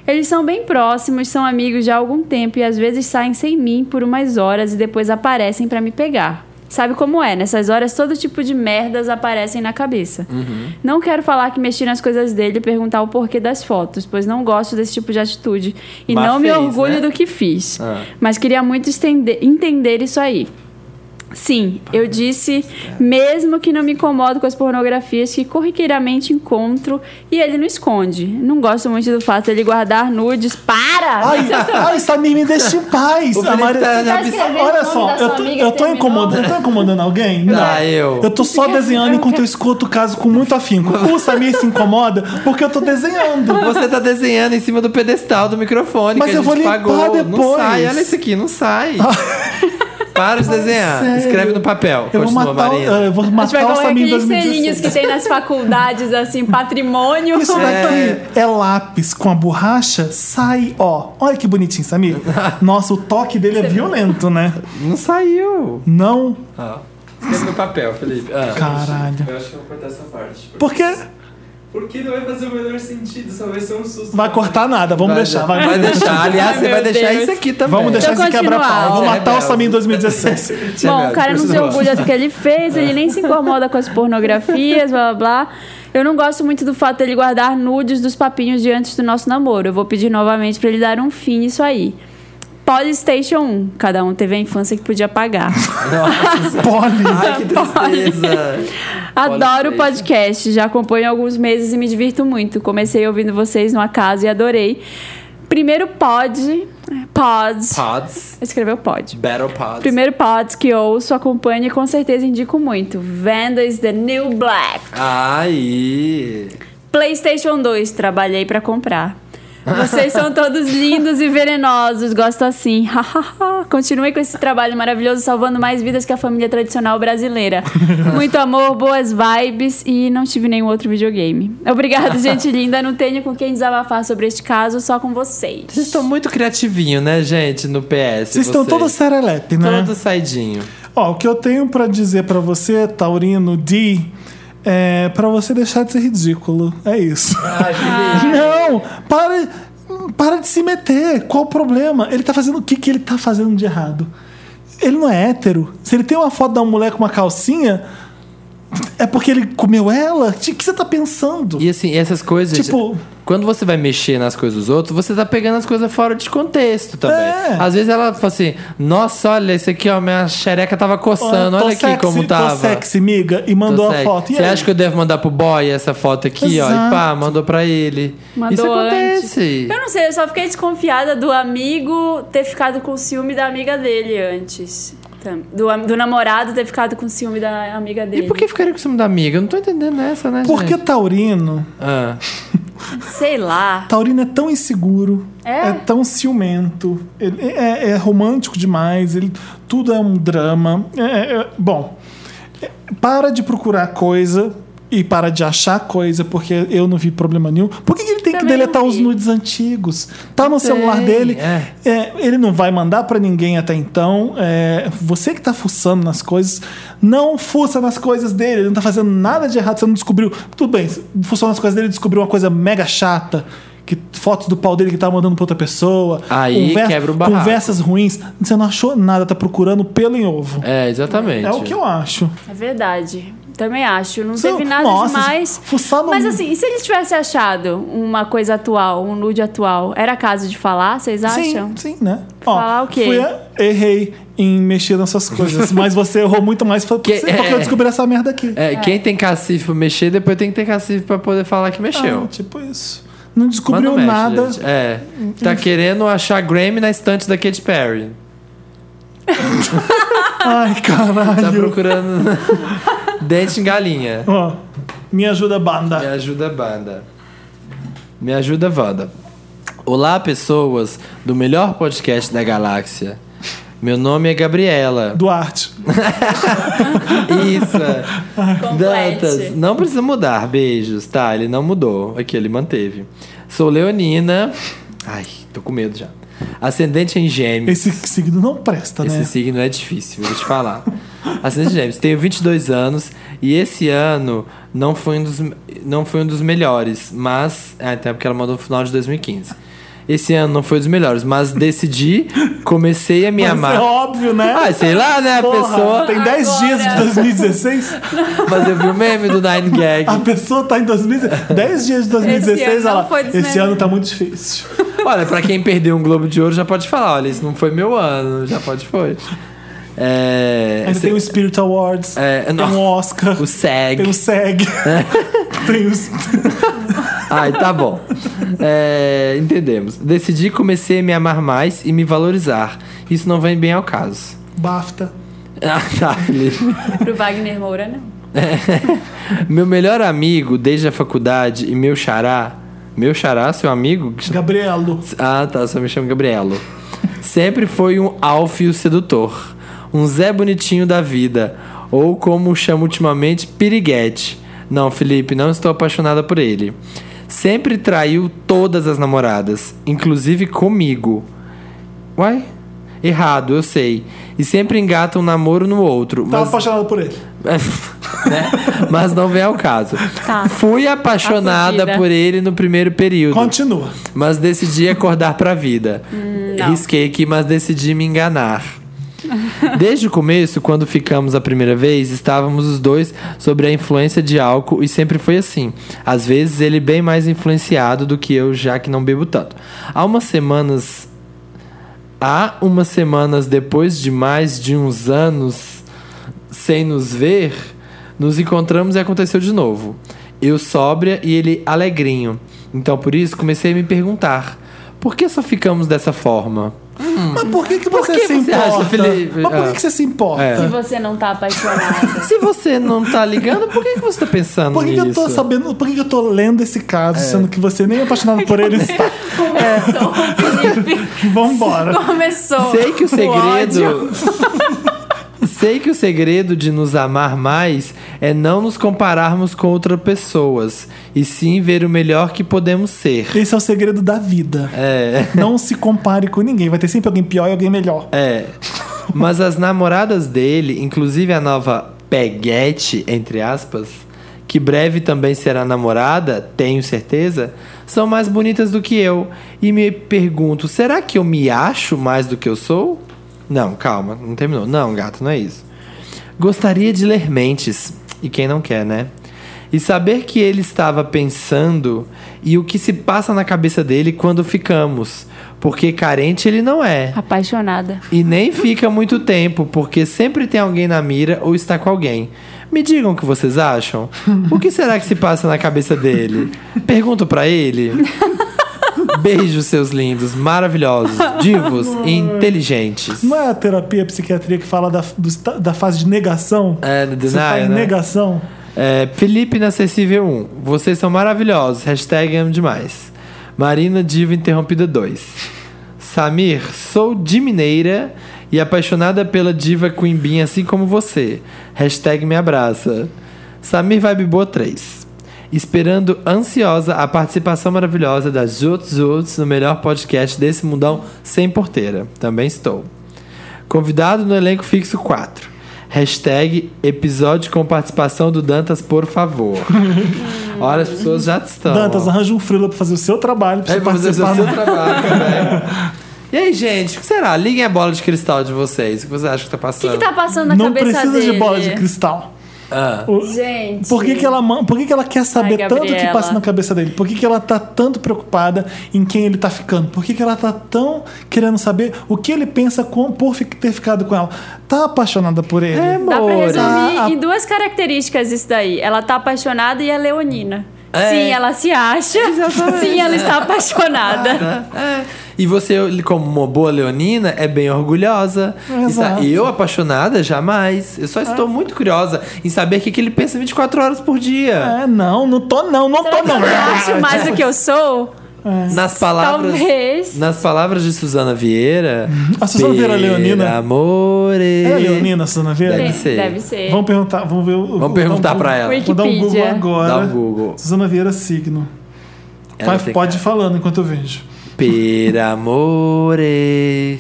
Eles são bem próximos, são amigos já há algum tempo e às vezes saem sem mim por umas horas e depois aparecem pra me pegar. Sabe como é? Nessas horas, todo tipo de merdas aparecem na cabeça. Uhum. Não quero falar que mexi nas coisas dele e perguntar o porquê das fotos, pois não gosto desse tipo de atitude. E Mas não me fez, orgulho né? do que fiz. Ah. Mas queria muito estender- entender isso aí. Sim, eu disse, mesmo que não me incomodo com as pornografias que corriqueiramente encontro e ele não esconde. Não gosto muito do fato dele guardar nudes. Para! Ai, ai, Samir, me deixa em paz. O Felipe A Mari- tá na Tá bis- escrevendo o Olha nome só, da sua eu tô, amiga eu que tô terminou? incomodando. Eu tô incomodando alguém? Ah, eu. Eu tô só desenhando enquanto eu escuto o caso com muito afinco. O Samir se incomoda porque eu tô desenhando. Você tá desenhando em cima do pedestal do microfone Mas que eu a gente vou limpar pagou. Não depois. Ah. sai, olha isso aqui, não sai. Para de desenhar. sério. Escreve no papel. Eu vou Continua, matar, o- Marina. eu vou A gente vai matar o colocar Samir em aqueles 2016. selinhos que tem nas faculdades, assim, patrimônio. Isso daqui é lápis com a borracha, sai, ó. Olha que bonitinho, Samir. Nossa, o toque dele é violento, né? Não saiu. Não, Ah, Escreve no papel, Felipe. Ah. caralho. Eu acho que eu vou cortar essa parte. Por quê? Porque não vai fazer o menor sentido, só vai ser um susto. Vai cortar nada, vamos Vai- deixar. Vai, Vai, deixar. Aliás, Ai, você vai meu deixar Deus. isso aqui também. É. Vamos deixar Então esse quebra-pau. Eu Vou continua. matar o Samir em 2016. Isso é Tá Bom, o verdade, cara não se continua. orgulha do que ele fez, ele nem se incomoda com as pornografias, blá blá blá. Eu não gosto muito do fato dele guardar nudes dos papinhos diante do nosso namoro. Eu vou pedir novamente pra ele dar um fim nisso aí. Polystation 1. Cada um teve a infância que podia pagar. Poli. Ai, que tristeza. Adoro o Polystation. podcast, já acompanho há alguns meses e me divirto muito. Comecei ouvindo vocês no acaso e adorei. Primeiro pod. Pods. Pods. Escreveu pod. Battle Pods. Primeiro pod que ouço, acompanho e com certeza indico muito. Vanda is the new black. Aí. PlayStation 2, trabalhei pra comprar. Vocês são todos lindos e venenosos, gosto assim. Continue com esse trabalho maravilhoso, salvando mais vidas que a família tradicional brasileira. Muito amor, boas vibes e não tive nenhum outro videogame. Obrigada, gente linda. Não tenho com quem desabafar sobre este caso, só com vocês. Vocês estão muito criativinhos, né, gente, no PS. Vocês estão todos serelepe, né? Todo saidinho. Ó, o que eu tenho pra dizer pra você, Taurino D, é pra você deixar de ser ridículo. É isso. Ai, Felipe. Não, para, para de se meter. Qual o problema? Ele tá fazendo o que, que ele tá fazendo de errado? Ele não é hétero. Se ele tem uma foto da mulher com uma calcinha, é porque ele comeu ela? O que que você tá pensando? E assim, essas coisas. Tipo- Quando você vai mexer nas coisas dos outros, você tá pegando as coisas fora de contexto também. É. Às vezes ela fala assim: Nossa, olha, isso aqui, ó, minha xereca tava coçando, Tô olha aqui sexy, como tava. Tô sexy, miga, e mandou Tô a sexy. foto. E Você aí? acha que eu devo mandar pro boy essa foto aqui, ó? E Exato. pá, mandou pra ele. Mandou isso antes. acontece. Eu não sei, eu só fiquei desconfiada do amigo ter ficado com ciúme da amiga dele antes. Tam- Do, am- do namorado ter ficado com ciúme da amiga dele. E por que ficaria com ciúme da amiga? Eu não tô entendendo essa, né, Porque gente? Taurino, Ah. Sei lá. Taurino é tão inseguro, Tá. É? é, tão ciumento, ele- é, é romântico demais, ele, tudo é um drama. É, é, é- bom, é, para de procurar coisa e para de achar coisa, porque eu não vi problema nenhum. Por que, que ele tem Também que deletar não os vi. Então, nudes antigos? Tá no celular Tem, dele. é. É, ele não vai mandar pra ninguém até então. É, você que tá fuçando nas coisas, não fuça nas coisas dele. Ele não tá fazendo nada de errado. Você não descobriu. Tudo bem, fuçou nas coisas dele e descobriu uma coisa mega chata. Que fotos do pau dele que tá mandando pra outra pessoa. Aí quebra o barraco. Conversas ruins. Você não achou nada, tá procurando pelo em ovo. É, exatamente. É, o que eu acho. É verdade. Também acho. Não Você- teve nada nossa, demais. fuçar no- Mas assim, e se ele tivesse achado uma coisa atual, um nude atual? Era caso de falar, vocês acham? Sim, sim, né? Tá Falar o quê? Fui a- errei em mexer nessas coisas. mas você errou muito mais foi- Que- porque é. eu descobri essa merda aqui. É, Quem tem cacife pra mexer, depois tem que ter cacife pra poder falar que mexeu. Ah, tipo isso. Não Mas descobriu não mexe, nada. um gente. É. Tá querendo achar Grammy na estante da Katy Perry. Ai, Tá caralho. procurando dente em galinha. Ó, me ajuda, banda. Me ajuda, banda. Me ajuda, Wanda. Olá, pessoas do melhor podcast da galáxia. Meu nome é Gabriela. Duarte. Isso. Complete. Dantas, não precisa mudar. Beijos. Tá, ele não mudou. Aqui, ele manteve. Sou Leonina. Ai, tô com medo já. Ascendente em gêmeos. Esse signo não presta, Esse né? signo é difícil, vou te falar. Ascendente Gêmeos, tenho 22 anos e esse ano é, não foi um dos, não foi um dos melhores, mas. Ah, até porque ela mandou no final de 2015. Esse ano não foi dos melhores, mas decidi, comecei a me Mas amar. é óbvio, né? Ah, sei lá, né? A Porra, pessoa. Tem 10 Agora. dias de 2016, Mas eu vi o meme do Nine Gag. a pessoa tá em 2016. 10 dias de 2016, Esse ano ela. não foi esse desmembrado." ano tá muito difícil. Olha, pra quem perdeu um Globo de Ouro, já pode falar: olha, isso não foi meu ano, já pode foi. É. Ainda esse- tem o Spirit Awards, é, tem não, o Oscar, o SEG. É. tem um o SEG, tem os. Ai, tá bom. É, entendemos. Decidi, comecei a me amar mais e me valorizar. Isso não vem bem ao caso. BAFTA. Ah, tá, Felipe. Pro Wagner Moura, não. Meu melhor amigo desde a faculdade e meu xará. Meu xará, seu amigo? Gabrielo. Ah, tá, só me chamo Gabrielo. Sempre foi um alfio sedutor. Um Zé bonitinho da vida. Ou como chamo ultimamente, piriguete. Não, Felipe, não estou apaixonada por ele. Sempre traiu todas as namoradas, inclusive comigo. Uai? Errado, eu sei. E sempre engata um namoro no outro. Tava Mas... apaixonado por ele. Né? Mas não vem ao caso. Tá. Fui apaixonada fodida. por ele no primeiro período, Continua. mas decidi acordar pra vida. não. Risquei aqui, mas decidi me enganar. Desde o começo, quando ficamos a primeira vez, estávamos os dois sobre a influência de álcool e sempre foi assim. Às vezes ele bem mais influenciado do que eu, já que não bebo tanto. Há umas semanas Há umas semanas depois de mais de uns anos sem nos ver, nos encontramos e aconteceu de novo. Eu sóbria e ele alegrinho. Então por isso comecei a me perguntar: por que só ficamos dessa forma? Mas por que, que Por você que se você importa? acha, Felipe? Mas por Ah. que, que você se importa? É. Se você não tá apaixonada. Se você não tá ligando, por que, que você tá pensando Por que, que nisso? eu tô sabendo? Por que, que eu tô lendo esse caso, sendo que você nem é apaixonado por ele está? Começou, Felipe. Vambora. Começou. Sei que o ódio. segredo. Sei que o segredo de nos amar mais é não nos compararmos com outras pessoas, e sim ver o melhor que podemos ser. Esse é o segredo da vida. É. Não se compare com ninguém. Vai ter sempre alguém pior e alguém melhor. É. Mas as namoradas dele, inclusive a nova Peguete, entre aspas, que breve também será namorada, tenho certeza, são mais bonitas do que eu. E me pergunto, será que eu me acho mais do que eu sou? Não, calma, não terminou. Não, gato, não é isso. Gostaria de ler mentes. E quem não quer, né? E saber que ele estava pensando e o que se passa na cabeça dele quando ficamos. Porque carente ele não é. Apaixonada. E nem fica muito tempo, porque sempre tem alguém na mira ou está com alguém. Me digam o que vocês acham. O que será que se passa na cabeça dele? Pergunto pra ele. Beijos, seus lindos, maravilhosos, divos e inteligentes. Não é a terapia a psiquiatria que fala da, do esta- da fase de negação? É, do Você tá denial, em né? negação? É, Felipe Inacessível 1. Vocês são maravilhosos. Hashtag amo demais. Marina Diva Interrompida 2. Samir, sou de Mineira e apaixonada pela diva Queen Bee, assim como você. Hashtag me abraça. Samir Vibe Boa 3. Esperando ansiosa a participação maravilhosa da Jotos Jotos no melhor podcast desse mundão sem porteira. Também estou. Convidado no elenco fixo 4. Hashtag episódio com participação do Dantas, por favor. Olha, as pessoas já estão. Dantas, ó. arranja um frila pra fazer o seu trabalho. Pra É você pra fazer o participar né? seu trabalho, velho. E aí, gente, o que será? Liguem a bola de cristal de vocês. O que vocês acham que tá O que, passando? que tá passando na Não cabeça precisa dele? de bola de cristal. Ah. O- Gente. Por que, que ela, man- por que, que ela quer saber Ai, tanto o que Gabriela. passa na cabeça dele? Por que, que ela tá tanto preocupada em quem ele tá ficando? Por que, que ela tá tão querendo saber o que ele pensa com- por fi- ter ficado com ela? Tá apaixonada por ele? É, Dá pra Moura. resumir Ah, a- em duas características isso daí. Ela tá apaixonada e é leonina. É. Sim, ela se acha. Sim, ela está apaixonada. É. E você, como uma boa leonina, é bem orgulhosa. E sa- Exato. E eu, apaixonada, jamais. Eu só estou muito curiosa em saber o que, que ele pensa 24 horas por dia. É, não, não tô não, não tô não. É, Eu acho mais do que eu sou. Nas ah. palavras. Talvez. Nas palavras de Suzana Vieira. A Suzana Vieira é leonina? Amore. É a Leonina, Suzana Vieira? Deve ser. Deve ser. Vamos perguntar, vamos ver. o- Vamos perguntar dar um- pra ela. Vou dar um Google Wikipedia. agora. Dá um Google. Suzana Vieira, signo. Ela Vai- tem pode ir falando enquanto eu vejo. Per amore.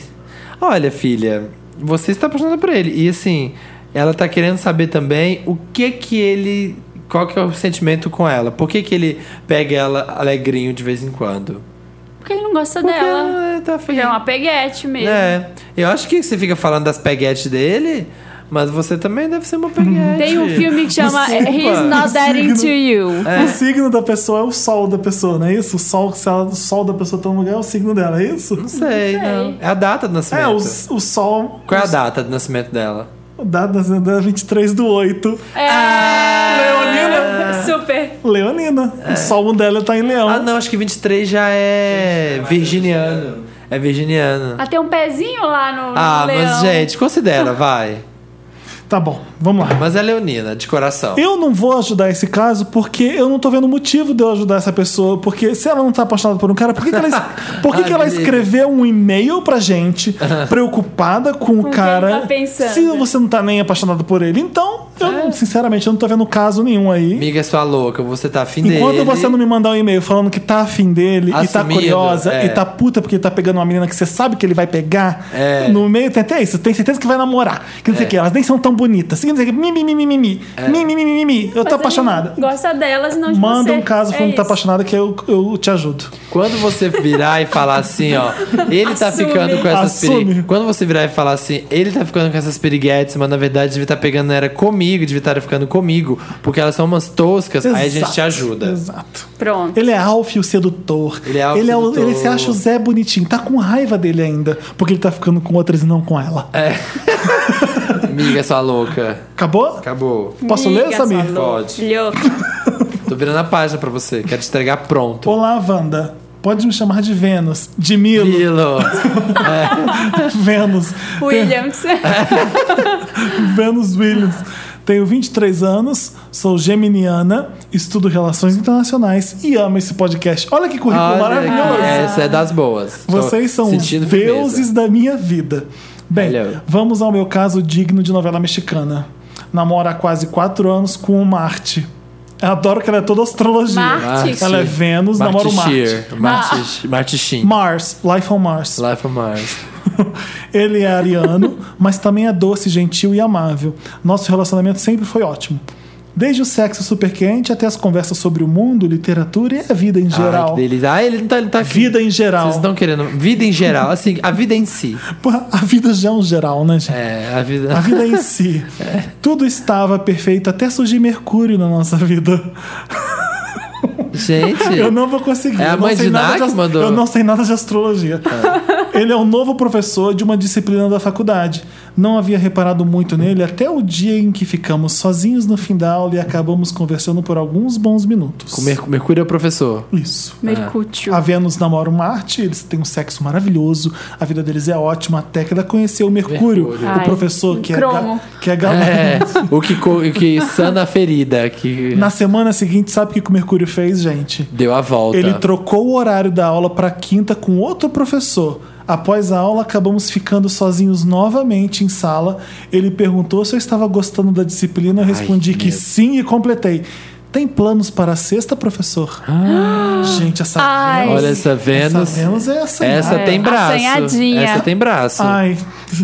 Olha, filha, você está apaixonada por ele. E assim, ela tá querendo saber também o que que ele. Qual que é o sentimento com ela? Por que, que ele pega ela alegrinho de vez em quando? Porque ele não gosta Porque dela. ela tá afim. Ele é uma peguete mesmo. É. Eu acho que você fica falando das peguetes dele, mas você também deve ser uma peguete. Tem um filme que chama Desculpa. He's Not That Signo. Into You. O signo da pessoa é o sol da pessoa, não é isso? O sol, se ela, o sol da pessoa tá num lugar, é o signo dela, é isso? Não sei, Não sei. não. É a data do nascimento. É, o, o sol. Qual é a data do nascimento dela? o data da- da 23 do 8. É. Ah. Leonina. Super. Leonina. O sol dela tá em leão. É. Ah, não, acho que 23 já é virginiano. É virginiano. Ela tem um pezinho lá no, no Ah, mas leão. gente, considera, vai. Tá bom, vamos lá. Mas é leonina, de coração. Eu não vou ajudar esse caso porque eu não tô vendo motivo de eu ajudar essa pessoa. Porque se ela não tá apaixonada por um cara, por que, que ela, es- por que Ah, que ela beleza. escreveu um e-mail pra gente preocupada com o que cara ele tá pensando. se você não tá nem apaixonado por ele? Então, eu, É. não- sinceramente, eu não tô vendo caso nenhum aí. Amiga é sua louca, você tá afim Enquanto dele. você não me mandar um e-mail falando que tá afim dele e tá Assumido, curiosa é. e tá puta porque tá pegando uma menina que você sabe que ele vai pegar, É. no meio tem até isso, tem certeza que vai namorar. Que não sei o que, elas nem são tão bonitas. Que não sei o que, mi, mi, mi, mi, mi, mi, É. mi, mi, mi, mi, mi, eu Mas tô ele apaixonada. Gosta delas, não de Manda você. um caso É falando que tá isso. apaixonada que eu, eu te ajudo. Quando você virar e falar assim, ó, ele tá Assume. ficando com essas Assume. periguetes. Quando você virar e falar assim, ele tá ficando com essas periguetes, mas na verdade devia estar pegando era comigo, devia estar ficando comigo, porque elas são umas toscas, aí a gente te Exato, ajuda. Exato. Pronto. Ele é Alf o sedutor. Ele é Alf ele, sedutor. ele se acha o Zé bonitinho. Tá com raiva dele ainda, porque ele tá ficando com outras e não com ela. É. Amiga é sua louca. Acabou? Acabou. Posso ler, Miga, Samir? sua Pode. louca. Tô virando a página pra você. Quero te entregar pronto. Olá, Wanda. Pode me chamar de Vênus, de Milo, Milo. Vênus. Williams. Vênus Williams. Tenho 23 anos, sou geminiana, estudo relações internacionais e amo esse podcast. Olha que currículo Olha, maravilhoso. essa é das boas. Tô Vocês são os sentindo deuses firmeza. da minha vida. Bem, Olha. vamos ao meu caso digno de novela mexicana. Namoro há quase 4 anos com o Marte. Eu adoro que ela é toda astrologia. Marte. Ela é Vênus, namora o Marte. Shear. Marte, Marte Shin. Mars, Life on Mars. Life of Mars. Ele é ariano, mas também é doce, gentil e amável. Nosso relacionamento sempre foi ótimo. Desde o sexo super quente até as conversas sobre o mundo, literatura e a vida em Ai, geral. que delícia. Ah, ele não tá, ele tá aqui. vida em geral. Vocês estão querendo. Vida em geral, assim, a vida em si. Pô, A vida já é um geral, né, gente? É, a vida. A vida em si. Tudo estava perfeito até surgir Mercúrio na nossa vida. Gente. Eu não vou conseguir. É a eu não mãe sei de nada Ná que ast- mandou? Eu não sei nada de astrologia. Ele é um novo professor de uma disciplina da faculdade. Não havia reparado muito nele até o dia em que ficamos sozinhos no fim da aula e acabamos conversando por alguns bons minutos. O Merc- Mercúrio é o professor. Isso. Mercúrio. A Vênus namora o Marte, eles têm um sexo maravilhoso, a vida deles é ótima, até que ela conheceu o Mercúrio, Mercúrio. o Ai, professor que é, cromo. ga, que é galã. É, o que, co- o que sana a ferida, que Na semana seguinte, sabe o que que o Mercúrio fez, gente? deu a volta. Ele trocou o horário da aula para quinta com outro professor. Após a aula, acabamos ficando sozinhos novamente em sala. Ele perguntou se eu estava gostando da disciplina. Eu respondi que que medo. sim e completei. Tem planos para a sexta, professor? Gente, essa Ai. Vênus. Ah. Olha essa Vênus. Essa Vênus é essa. Essa É. tem braço. Assanhadinha. Essa tem braço. Ai.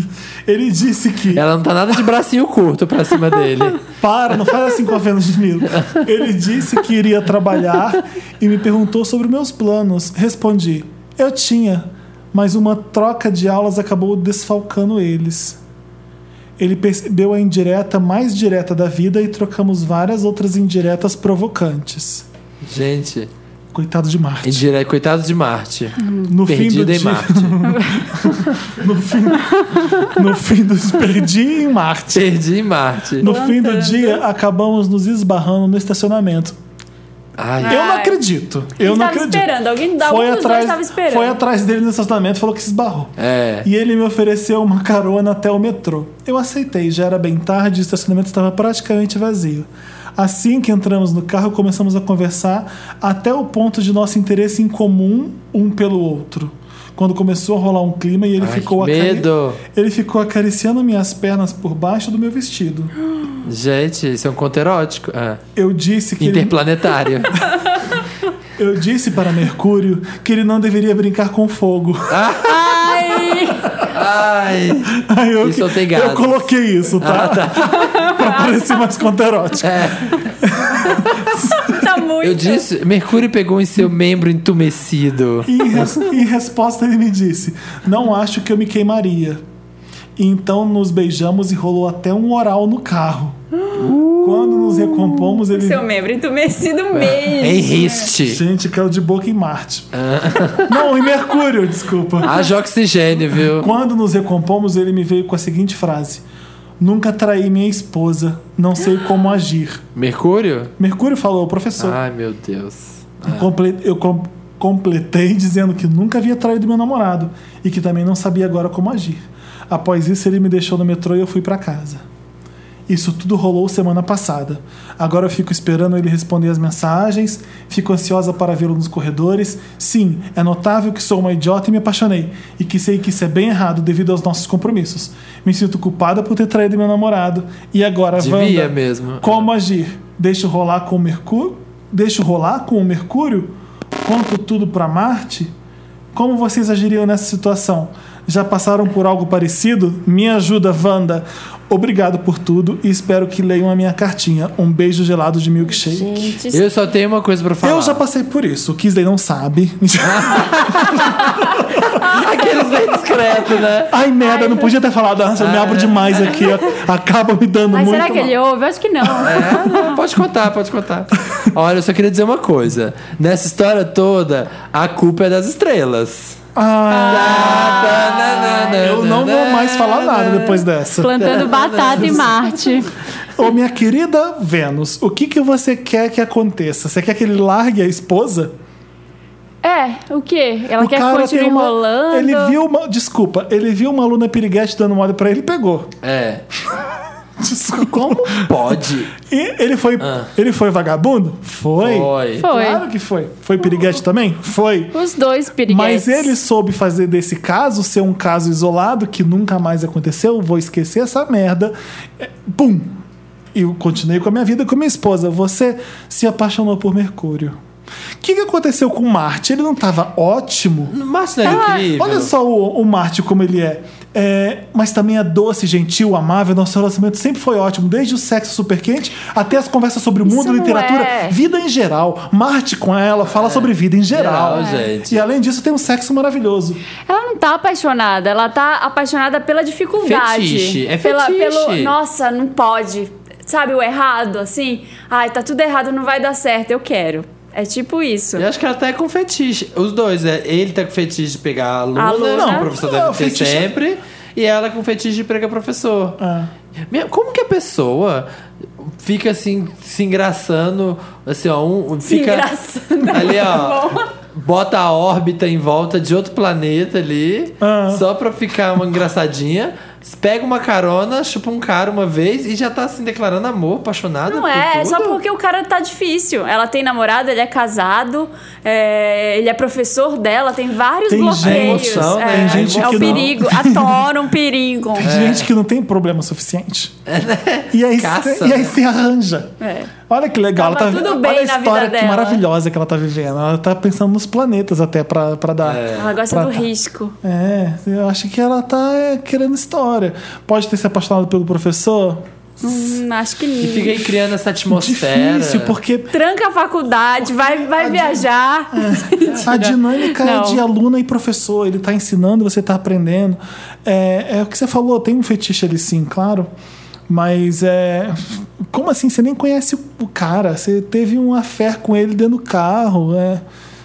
Ele disse que. Ela não tá nada de bracinho curto pra cima dele. Para, não faz assim com a Vênus de Milo. Ele disse que iria trabalhar e me perguntou sobre meus planos. Respondi: Eu tinha, mas uma troca de aulas acabou desfalcando eles. Ele percebeu a indireta mais direta da vida e trocamos várias outras indiretas provocantes. Gente, Coitado de Marte. indire- coitado de Marte. No fim do Perdida em dia, Marte. no fim, no fim dos perdi em Marte. Perdi em Marte. No fim do dia, acabamos nos esbarrando no estacionamento. Ai, Eu não Ai. acredito. Ele Eu não tava acredito. esperando, alguém- algum dos dois um tava esperando. Foi atrás dele no estacionamento, falou que se esbarrou. é. E ele me ofereceu uma carona até o metrô. Eu aceitei, já era bem tarde e o estacionamento estava praticamente vazio. Assim que entramos no carro, começamos a conversar até o ponto de nosso interesse em comum um pelo outro. Quando começou a rolar um clima e ele Ai, ficou que acari- medo. ele ficou acariciando minhas pernas por baixo do meu vestido. Gente, isso é um conto erótico. Ah. Eu disse que ele- Interplanetário. eu disse para Mercúrio que ele não deveria brincar com fogo. Ai, Ai. Aí eu, Isso eu tenho gases. eu coloquei isso, tá? pra parecer mais conterótico. tá Tá muito. é. Eu disse, Mercúrio pegou em seu membro entumecido. E em, res- em resposta ele me disse: Não acho que eu me queimaria. E Então nos beijamos e rolou até um oral no carro. Quando nos recompomos, ele. Seu membro É. entumecido mesmo. Em riste. Gente, caiu de boca em Marte. Não, em Mercúrio, desculpa. Haja oxigênio, viu? Quando nos recompomos, ele me veio com a seguinte frase: Nunca traí minha esposa, não sei como agir. Mercúrio? Mercúrio falou, professor. Ai, meu Deus. Comple- eu com- completei dizendo que nunca havia traído meu namorado e que também não sabia agora como agir. Após isso, ele me deixou no metrô e eu fui pra casa. Isso tudo rolou semana passada. Agora eu fico esperando ele responder as mensagens, fico ansiosa para vê-lo nos corredores. Sim, é notável que sou uma idiota e me apaixonei, e que sei que isso é bem errado devido aos nossos compromissos. Me sinto culpada por ter traído meu namorado. E agora, Devia Wanda, mesmo. como agir? Deixo rolar com o Mercúrio? Deixo rolar com o Mercúrio? Conto tudo pra Marte? Como vocês agiriam nessa situação? Já passaram por algo parecido? Me ajuda, Wanda. Obrigado por tudo e espero que leiam a minha cartinha. Um beijo gelado de milkshake. Gente, Eu só tenho uma coisa pra falar. Eu já passei por isso. O Kisley não sabe. Aqueles bem discretos, né? Ai, merda, não podia ter falado antes. Eu me abro demais aqui. Acaba me dando mas muito. será que mal. ele ouve? Eu acho que não. É, não, pode contar, pode contar. Olha, eu só queria dizer uma coisa. Nessa história toda, a culpa é das estrelas. Tá, Ah, eu Eu não vou mais tá, falar nada depois dessa. Plantando batata em Marte. Ô, minha querida Vênus, o que, que você quer que aconteça? Você quer que ele largue a esposa? É, o quê? Ela quer que continue uma- enrolando. Ele viu uma. Desculpa, ele viu uma aluna piriguete dando mole pra ele e pegou. É. Desculpa. Como? Pode. E ele foi. Ele foi vagabundo? Foi. Foi. Foi. Claro que foi. Foi piriguete também? Foi. Os dois Mas piriguetes. ele soube fazer desse caso ser um caso isolado que nunca mais aconteceu. Vou esquecer essa merda. É, Pum! E eu continuei com a minha vida com minha esposa. Você se apaixonou por Mercúrio. O que, que aconteceu com Marte? Ele não estava ótimo? Márcio não é incrível. Ah, Olha só o, o Marte como ele é. É, Mas também é doce, gentil, amável. Nosso relacionamento sempre foi ótimo, desde o sexo super quente até as conversas sobre o Isso mundo, não literatura, é. vida em geral. Marte com ela fala sobre vida em geral. É. Geral, gente. E além disso, tem um sexo maravilhoso. Ela não tá apaixonada, ela tá apaixonada pela dificuldade. Fetiche, é Pela- fetiche. pelo, nossa, não pode. Sabe o errado, assim? Ai, tá tudo errado, não vai dar certo, eu quero. É tipo isso. Eu acho que ela tá com fetiche. Os dois, é. Ele tá com fetiche de pegar a aluna, A aluna. não, o Não, professor deve não, ter fetiche- sempre. E ela com fetiche de pegar professor. É. Ah. Meu, Como que a pessoa fica assim, se engraçando, assim, ó, um. Se Fica engraçando. ali, ó. Tá Bom. Bota a órbita em volta de outro planeta ali, Ah. só pra ficar uma engraçadinha. Pega uma carona, chupa um cara uma vez e já tá assim declarando amor, apaixonada. Não por é, é só tudo. porque o cara tá difícil. Ela tem namorado, ele é casado, é, ele é professor dela, tem vários Tem gente- bloqueios. emoção, é, né? Tem gente é que o não- perigo, atora um perigo. Tem gente que não tem problema suficiente. E aí, Caça, e aí né? se arranja. É. Olha que legal. Tava ela tá, tudo olha bem a na vida história que dela. maravilhosa que ela tá vivendo. Ela tá pensando nos planetas até pra, pra dar. Ela gosta pra do tá- risco. É, eu acho que ela tá é, querendo história. Pode ter se apaixonado pelo professor? Hum, acho que E não. fica aí criando essa atmosfera. Difícil, porque Tranca a faculdade, vai, vai viajar. a dinâmica é Não. de aluna e professor. Ele tá ensinando, você tá aprendendo. É, é o que você falou, tem um fetiche ali sim, claro. Mas é. Como assim? Você nem conhece o cara. Você teve um fé com ele dentro do carro. É,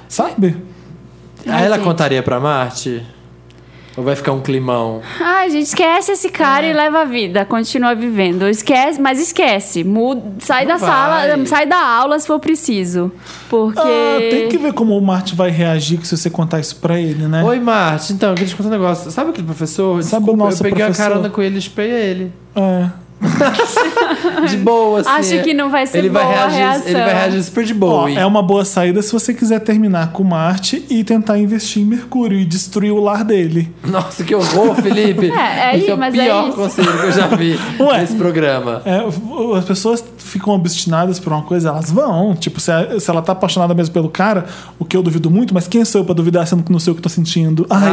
sabe? Aí Ah, ela gente. contaria pra Marte? Ou vai ficar um climão? Ai, gente, esquece esse cara É. e leva a vida, continua vivendo. Esquece, mas esquece. Muda, sai Não da sala, vai. sai da aula se for preciso. Porque. Ah, tem que ver como o Marte vai reagir se você contar isso pra ele, né? Oi, Marte, então, eu queria te contar um negócio. Sabe aquele professor? Sabe o Desculpa, nosso eu peguei professor? a carona com ele e chupei ele. É. De boa, assim. Acho que não vai ser ele vai boa a reagir, Ele vai reação. reagir super de Ó, boa. hein? é uma boa saída se você quiser terminar com Marte e tentar investir em Mercúrio e destruir o lar dele. Nossa, que horror, Felipe. É, é Esse isso, é o mas é pior isso. conselho que eu já vi Ué. nesse programa. É, v- as pessoas ficam obstinadas por uma coisa, elas vão. Tipo, se, a- se ela tá apaixonada mesmo pelo cara, o que eu duvido muito, mas quem sou eu pra duvidar sendo que não sei o que eu tô sentindo? Ai, Ai,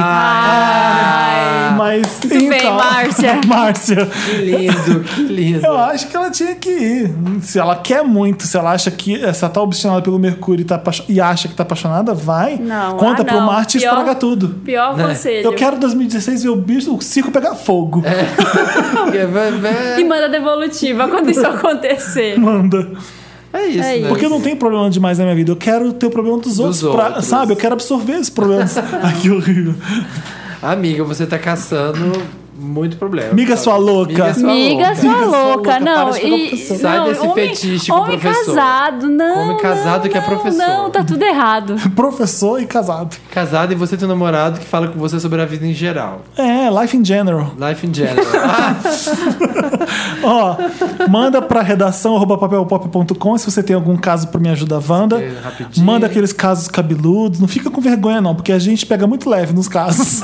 Ai, Mas então, bem, Márcia. Márcia. Que lindo, que lindo. Eu acho que ela tinha que ir. Se ela quer muito, se ela acha que essa tá obstinada pelo Mercúrio e, tá apaixo- e acha que tá apaixonada, vai. Não, Conta ah, pro não. Marte e Pior- estraga tudo. Pior Né? conselho. Eu quero 2016 ver o bicho, o circo pegar fogo. É, vai- vai- E manda devolutiva quando isso acontecer. Manda. é isso, É né? Porque eu não tenho problema demais na minha vida. Eu quero ter o problema dos, outros. pra- outros. sabe? Eu quero absorver esses problemas. Aqui horrível. Amiga, você tá caçando muito problema. Miga sua louca. Miga sua Amiga, louca. sua Amiga, sua louca, louca, para não. de pegar E, professor. Sai não, desse fetiche com homem professor. casado, não. Homem casado não, que é professor. Não, tá tudo errado. Professor e casado. Casada e você tem um namorado que fala com você sobre a vida em geral. É, life in general. Life in general. Ó, manda pra redação arroba papelpop.com se você tem algum caso pra me ajudar, Wanda. Você quer rapidinho? Manda aqueles casos cabeludos. Não fica com vergonha, não, porque a gente pega muito leve nos casos.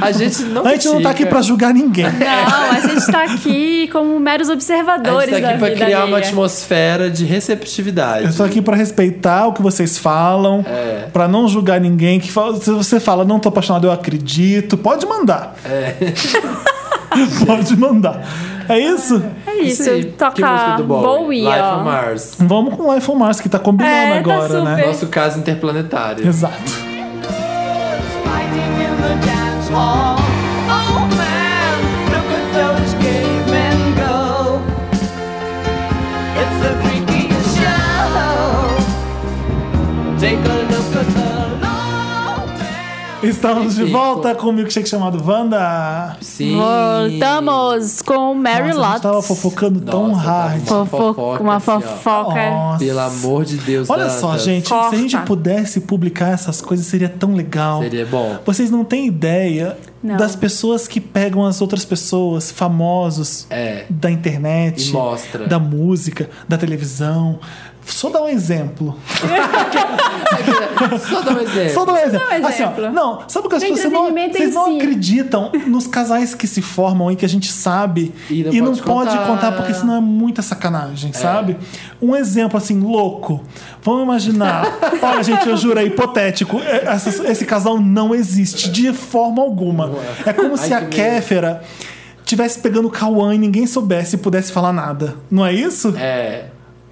a gente não A gente não tá aqui pra julgar ninguém. Não, a gente tá aqui como meros A observadores gente tá aqui da pra vida criar uma alheia. atmosfera de receptividade. Eu tô aqui pra respeitar o que vocês falam, É. pra não julgar ninguém. Que fala- se você fala, não tô apaixonado, eu acredito, pode mandar. É. pode mandar. É isso? É isso, aí. toca Que música do Bowie? Bowie, Life ó. on Mars. Vamos com o iPhone Mars, que tá combinando É, tá agora, né? super. Nosso caso interplanetário. Exato. fighting in the dance hall. Oh man, look at those gay men go. It's the freakiest show. Take a look at the long man. Estamos de Rico. volta com o milkshake chamado Wanda. Sim. Voltamos com Mary Nossa, a gente tava Lotus. fofocando tão Nossa, tá hard. bom. Uma Fofo- fofoca, uma assim, ó. fofoca. Nossa. Pelo amor de Deus, Olha só, Dantas. gente, se Corta. a gente pudesse publicar essas coisas, seria tão legal. Seria bom. Vocês não têm ideia Não. das pessoas que pegam as outras pessoas, famosos É. da internet, E mostra. da música, da televisão. Só dá um exemplo. Só dá um exemplo. Só dá um exemplo. dá um Assim, ó, exemplo. não, sabe o que as O pessoas vocês não, entretenimento em vocês não si. acreditam nos casais que se formam e que a gente sabe E não pode contar. É. porque senão é muita sacanagem, sabe? Um exemplo assim, louco. Vamos imaginar. Olha, gente, eu juro, é hipotético. É, essas- esse casal não existe de forma alguma. É como se Ai, a que medo. Kéfera tivesse pegando o Cauã e ninguém soubesse e pudesse falar nada. Não é isso? É.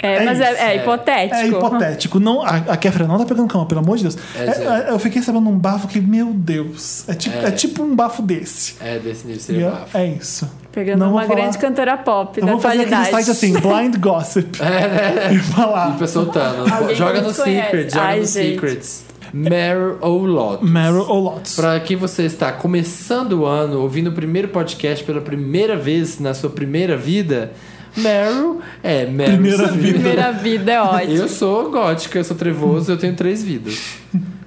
É, É mas isso, é, é. é hipotético. É hipotético. Não, a, a Kéfera não tá pegando cama, pelo amor de Deus. É, É, zero. é, eu fiquei sabendo um bafo que, meu Deus, é tipo, é. É. tipo um bafo desse. É desse nível E seria é, bafo. é isso. Pegando Não vou uma falar. grande cantora pop Eu da vou fazer aquele atualidade. site assim, blind gossip. É. E falar. Tô né? soltando. Alguém que joga não no conhece. Secret, joga Ai, no gente. Secrets. Meryl ou Lotus? Meryl ou Lotus. Pra quem você está começando o ano, ouvindo o primeiro podcast pela primeira vez na sua primeira vida, Meryl é Meryl. Primeira Streep. vida. Primeira vida é ótimo. Eu sou gótica, eu sou trevoso, eu tenho três vidas.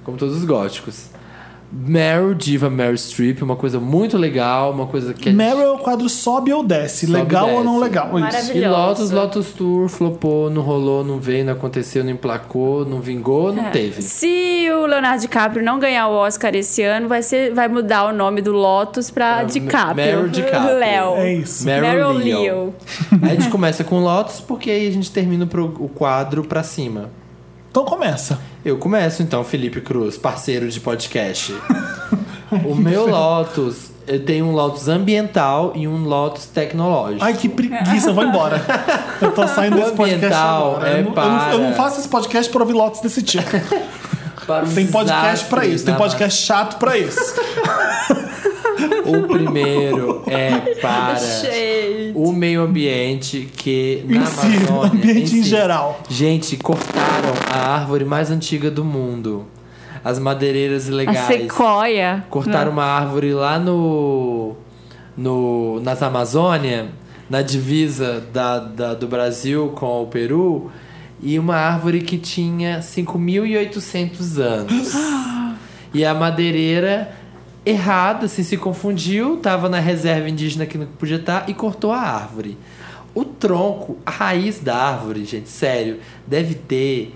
Como todos os góticos. Meryl, diva Meryl Streep, uma coisa muito legal, uma coisa que... a gente- Meryl é o quadro sobe ou desce. Sobe legal e ou não desce. legal? Isso. Maravilhoso. E Lotus, Lotus Tour, flopou, não rolou, não veio, não aconteceu, não emplacou, não vingou, não teve. Se o Leonardo DiCaprio não ganhar o Oscar esse ano, vai, ser, vai mudar o nome do Lotus pra É, DiCaprio. Meryl DiCaprio. Léo. É isso. Meryl Meryl Leo. Leo. Aí a gente começa com Lotus, porque aí a gente termina o pro- o quadro pra cima. Então começa. Eu começo então, Felipe Cruz, parceiro de podcast. o meu Lotus, eu tenho um Lotus ambiental e um Lotus tecnológico. Ai, que preguiça, eu vou embora. Eu tô saindo O desse podcast ambiental agora. é eu, não, eu não- eu não para. faço esse podcast pra ouvir Lotus desse tipo. Para um Tem podcast desastre pra isso, tem na podcast chato pra isso. O primeiro é para Gente. o meio ambiente que na Em si, no Amazônia, ambiente em si. geral. Gente, cortaram a árvore mais antiga do mundo. As madeireiras A ilegais. sequoia. Cortaram uma árvore lá no, no nas Amazônia, na divisa da, da- do Brasil com o Peru, e uma árvore que tinha 5.800 anos. E a madeireira errada, assim, se confundiu, tava na reserva indígena que não podia estar e cortou a árvore. O tronco, a raiz da árvore, gente, sério, deve ter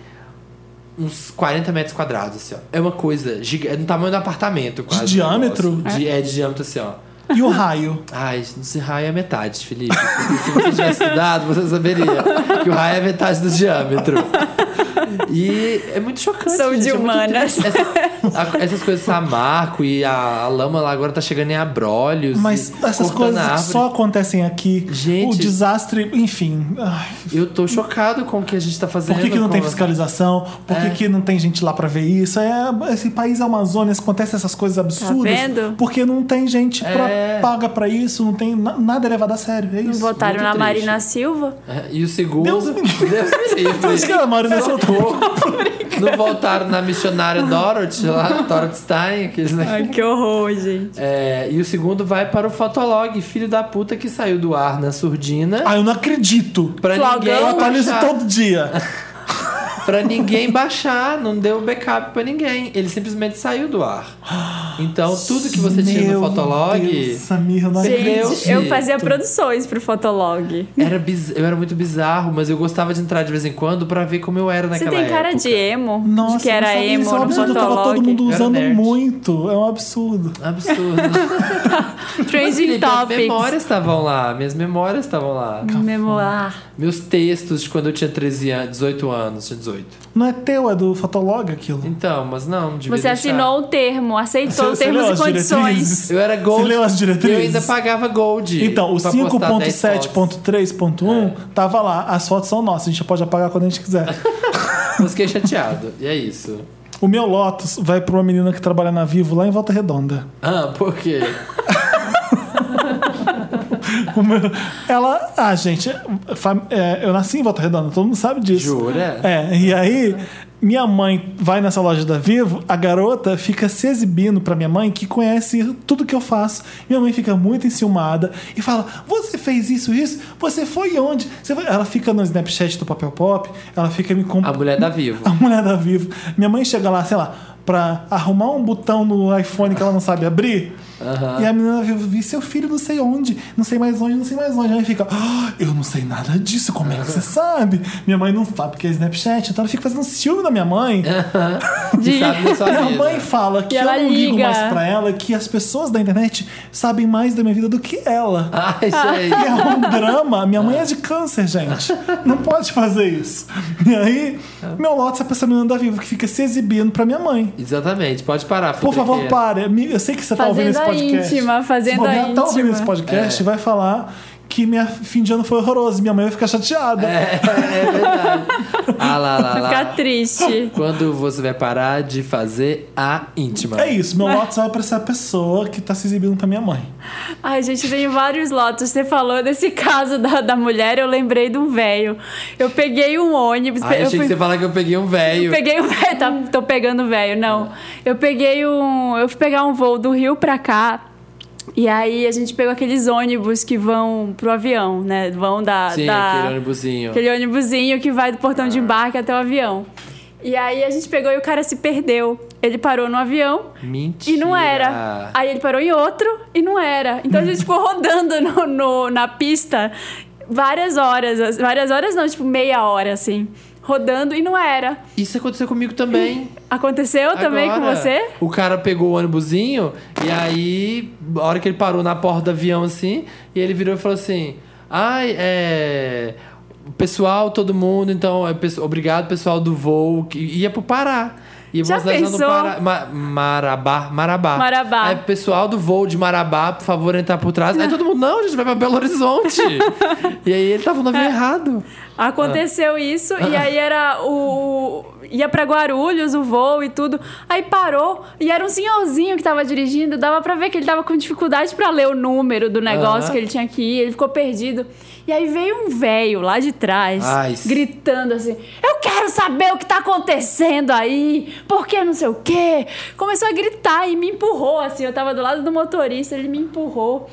uns 40 metros quadrados, assim, ó. É uma coisa gigante, é do tamanho do apartamento, quase. o diâmetro? negócio. De- é de diâmetro, assim, ó. E o raio? Ai, não se raio é metade, Felipe. Porque se você tivesse estudado, você saberia que o raio é metade do diâmetro. E é muito chocante. Sou gente, de é muito humanas. triste. Essa- A- essas coisas, Samarco e a, a lama lá agora tá chegando em abrolhos. Mas e essas cortando coisas a que árvore. só acontecem aqui. Gente. O desastre, enfim. Ai, Eu tô chocado com o que a gente tá fazendo. por que, que não com tem a- fiscalização? Por que, É. que não tem gente lá pra ver isso? É, esse país Amazônia, acontece essas coisas absurdas. Tá vendo? Porque não tem gente pra- É. paga pra isso, não tem na- nada é levado a sério. É isso. Votaram muito na triste. Marina Silva. É, E o segundo. Deus me livre. Deus me Por isso que a Marina Só Silva- pouco. Não voltaram na missionária Dorothy lá, Dorothy Stein, aqueles, né? que horror, gente. É, e o segundo vai para o Fotolog, filho da puta que saiu do ar na surdina. Ah, eu não acredito. Pra Flogão. ninguém, Eu Eu atualizo baixar, todo dia. É pra ninguém baixar, não deu backup pra ninguém. Ele simplesmente saiu do ar. Então, tudo que você tinha no Meu Fotolog Deus, Samir, eu não acredito. Gente, Deus, eu gente. fazia produções pro Fotolog. era, biz... eu era muito bizarro, mas eu gostava de entrar de vez em quando pra ver como eu era Você naquela tem cara época. de emo? Nossa, de que era eu não sabia emo disso, é um no absurdo. Tava todo mundo Fotolog. Era usando nerd. muito. É um absurdo. Absurdo. Trending Felipe, As Topics. memórias estavam lá, minhas memórias estavam lá. Memoar. Meus textos de quando eu tinha 13 anos, 18 anos, tinha 18. Não é teu, é do Fotolog aquilo. Então, mas não, devia Você deixar. assinou o termo, aceitou os Você- você termos leu e as condições. diretrizes? Eu era gold. Você leu as diretrizes? Eu ainda pagava gold. Então, o pra postar 10 fotos. 5.7.3.1 tava lá. As fotos são nossas, a gente pode apagar quando a gente quiser. Eu Fiquei chateado. E é isso. o meu Lotus vai pra uma menina que trabalha na Vivo lá em Volta Redonda. Ah, por quê? O meu- Ela. Ah, gente, fam- é, eu nasci em Volta Redonda, todo mundo sabe disso. Jura? É, e aí. Minha mãe vai nessa loja da Vivo, a garota fica se exibindo pra minha mãe, que conhece tudo que eu faço. Minha mãe fica muito enciumada e fala: Você fez isso, isso? Você foi onde? Você foi-" Ela fica no Snapchat do Papel Pop, ela fica me A comparando. mulher tá da Vivo. A mulher da Vivo. Minha mãe chega lá, sei lá, pra arrumar um botão no iPhone que ela não sabe abrir. E a menina da Vivo vi seu filho não sei onde, não sei mais onde, não sei mais onde. Aí fica, "Ah, eu não sei nada disso, como é que você sabe? Minha mãe não sabe porque é Snapchat, então ela fica fazendo ciúme da minha mãe. Que sabe tá da sua Minha vida. mãe fala que E eu ela não ligo liga. mais pra ela, que as pessoas da internet sabem mais da minha vida do que ela. Ai, E gente. é um drama. Minha mãe é de câncer, gente. Não pode fazer isso. E aí, meu lote é pra essa menina da Vivo que fica se exibindo pra minha mãe. Exatamente, pode parar. Por Felipe. favor, pare. Me- Eu sei que você tá ouvindo Fazendo esse a podcast. íntima, fazendo Se bobear, a tá ouvindo íntima. esse podcast, vai falar que minha fim de ano foi horroroso. Minha mãe vai ficar chateada. É, é verdade. Ah lá, lá, lá. Ficar triste. Quando você vai parar de fazer a íntima. É isso, meu lote vai pra essa pessoa que tá se exibindo pra minha mãe. Ai, gente, tem vários lotos. Você falou desse caso da, da mulher, eu lembrei de um velho. Eu peguei um ônibus. Ai, eu achei fui- que você ia falar que eu peguei um Eu velho. peguei o velho, tá, tô pegando o velho, não. Eu peguei um. Eu fui pegar um voo do Rio pra cá. E aí a gente pegou aqueles ônibus que vão pro avião, né? Vão da. Sim, da- aquele ônibusinho. Ah. aquele ônibusinho que vai do portão de embarque até o avião. E aí a gente pegou e o cara se perdeu. Ele parou no avião Mentira. e não era. Aí ele parou em outro e não era. Então a gente ficou rodando no, no- na pista várias horas. as- Várias horas não, tipo meia hora, assim. Rodando e não era. Isso aconteceu comigo também. Aconteceu também com Agora, você? O cara pegou o ônibusinho e aí, a hora que ele parou na porta do avião assim, e ele virou e falou assim: Ai, é. Pessoal, todo mundo, então, é, pesso- obrigado pessoal do voo, que ia pro Pará. Ia pra Já uma cidade lá no pensou? Pará- Ma- Marabá, Marabá. Marabá. Aí, pessoal do voo de Marabá, por favor, entrar por trás. Aí todo mundo, não, a gente vai pra Belo Horizonte. e aí ele tava no É. avião errado. Aconteceu Ah. isso e aí era o. ia pra Guarulhos o voo e tudo. Aí parou e era um senhorzinho que tava dirigindo, dava pra ver que ele tava com dificuldade pra ler o número do negócio Aham. que ele tinha que ir, ele ficou perdido. E aí veio um velho lá de trás, Ai, gritando assim: Eu quero saber o que tá acontecendo aí, porque não sei o quê. Começou a gritar e me empurrou assim. Eu tava do lado do motorista, ele me empurrou.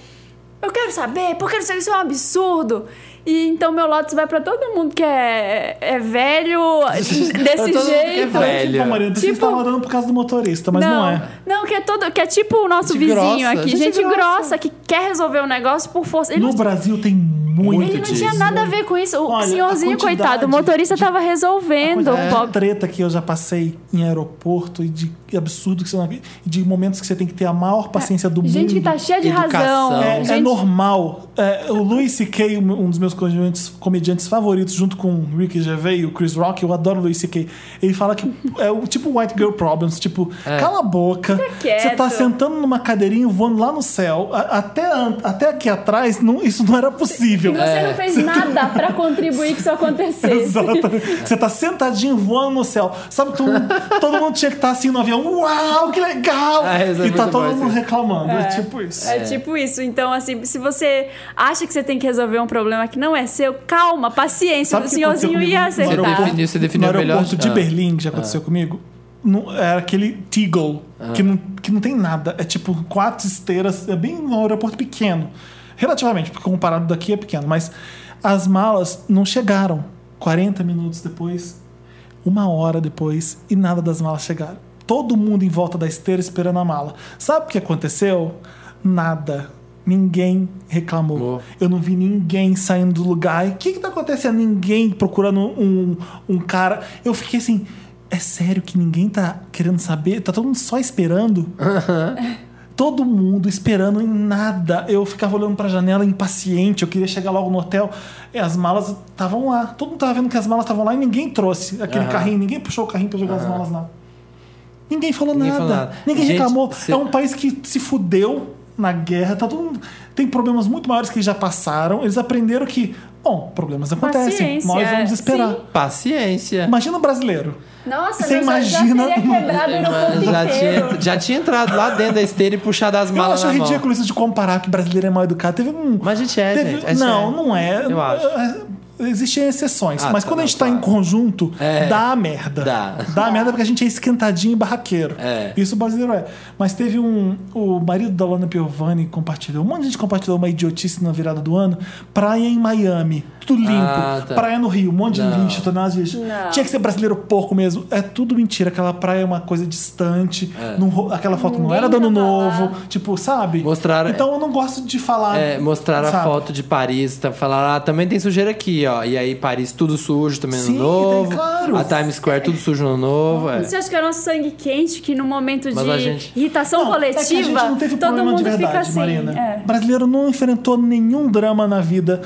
Eu quero saber, porque isso isso é um absurdo. E então meu Lotus vai pra todo mundo que é, é velho, desse Todo mundo que é jeito. velho. Tipo, a Marina, você Tipo- estava rodando por causa do motorista, mas não, é. Não, que é todo, que é tipo o nosso Gente vizinho grossa, aqui, gente gente, grossa. grossa. que quer resolver o negócio por força. Ele No Brasil tem muito, Muito Ele não disso. tinha nada a ver com isso. O Olha, a senhorzinho, quantidade coitado, o motorista de- tava resolvendo o Quantidade de pop. É treta que eu já passei em aeroporto e de absurdo que você não... de momentos que você tem que ter a maior paciência do mundo. É, Gente que tá cheia de Educação. razão. É, é gente, normal. É, o Louis C.K., um um dos meus comediantes, comediantes favoritos, junto com o Ricky Gervais e o Chris Rock, eu adoro o Louis C.K. Ele fala que é o tipo White Girl Problems, tipo, cala a boca, quieto. você tá sentando numa cadeirinha voando lá no céu, a- até, an- até aqui atrás, não- isso não era E possível. você não É. fez nada pra contribuir que isso acontecesse. Exatamente. Você tá sentadinho voando no céu. Sabe, todo mundo, todo mundo tinha que estar assim no avião. Uau, que legal! Ah, isso é e tá muito todo bom, mundo isso. reclamando. É. tipo isso. É tipo isso. Então, assim, se você acha que você tem que resolver um problema que não é seu, calma, paciência. Sabe o o que aconteceu senhorzinho ia comigo? Você Tá. acertar. definiu, você no definiu aeroporto melhor. de Ah. Ah. Berlim, que já aconteceu comigo, não, era aquele Teagle, que, não, que não tem nada. É tipo quatro esteiras, é bem um aeroporto pequeno. Relativamente, porque comparado daqui é pequeno. Mas as malas não chegaram. 40 minutos depois, uma hora depois, e nada das malas chegaram. Todo mundo em volta da esteira esperando a mala. Sabe o que aconteceu? Nada. Ninguém reclamou. Boa. Eu não vi ninguém saindo do lugar. E O que que tá acontecendo? Ninguém procurando um, um cara. Eu fiquei assim, é sério que ninguém tá querendo saber? Tá todo mundo só esperando? Todo mundo esperando em nada. Eu ficava olhando pra janela impaciente, eu queria chegar logo no hotel. E as malas estavam lá. Todo mundo tava vendo que as malas estavam lá e ninguém trouxe aquele Aham. carrinho, ninguém puxou o carrinho pra jogar as malas lá. Ninguém falou Ninguém nada. falou nada. Ninguém Gente, reclamou. cê- É um país que se fudeu na guerra, tá todo mundo... tem problemas muito maiores que eles já passaram. Eles aprenderam que, bom, problemas acontecem, Paciência, nós vamos esperar. sim. Paciência. Imagina o brasileiro. Você Nossa, meu Deus, imagina- já teria quebrado o aeroporto Já inteiro. tinha, já tinha entrado lá dentro da esteira e puxado as Eu malas acho na mão. ridículo isso de comparar que brasileiro é mal educado. Teve um Mas a gente é, Teve- gente. A gente não, é. não é. Eu acho. Existem exceções, Ah, mas tá, quando a gente não, tá em claro. conjunto, É. dá merda. Dá. merda porque a gente é esquentadinho e barraqueiro. É. Isso o brasileiro é. Mas teve um. O marido da Lana Piovani compartilhou. Um monte de gente compartilhou uma idiotice na virada do ano. Praia em Miami, tudo limpo. Ah, tá. Praia no Rio, um monte de Não. lixo, toneladas de lixo. Não. Tinha que ser brasileiro porco mesmo. É tudo mentira. Aquela praia é uma coisa distante. É. não ro- aquela foto não Ninguém era do ano tava novo. lá. Tipo, sabe? Mostraram- Então eu não gosto de falar. É, mostraram a Ah, sabe? foto de Paris, tá, falaram, ah, também tem sujeira aqui, ó. E aí, Paris tudo sujo também no Sim, tem, novo. claro. A Times Square tudo sujo no novo. É. Você acha que é o nosso sangue quente que no momento Mas a de gente- irritação Não, é que coletiva, a gente não teve todo problema mundo de verdade, fica assim. Marina. é. O brasileiro não enfrentou nenhum drama na vida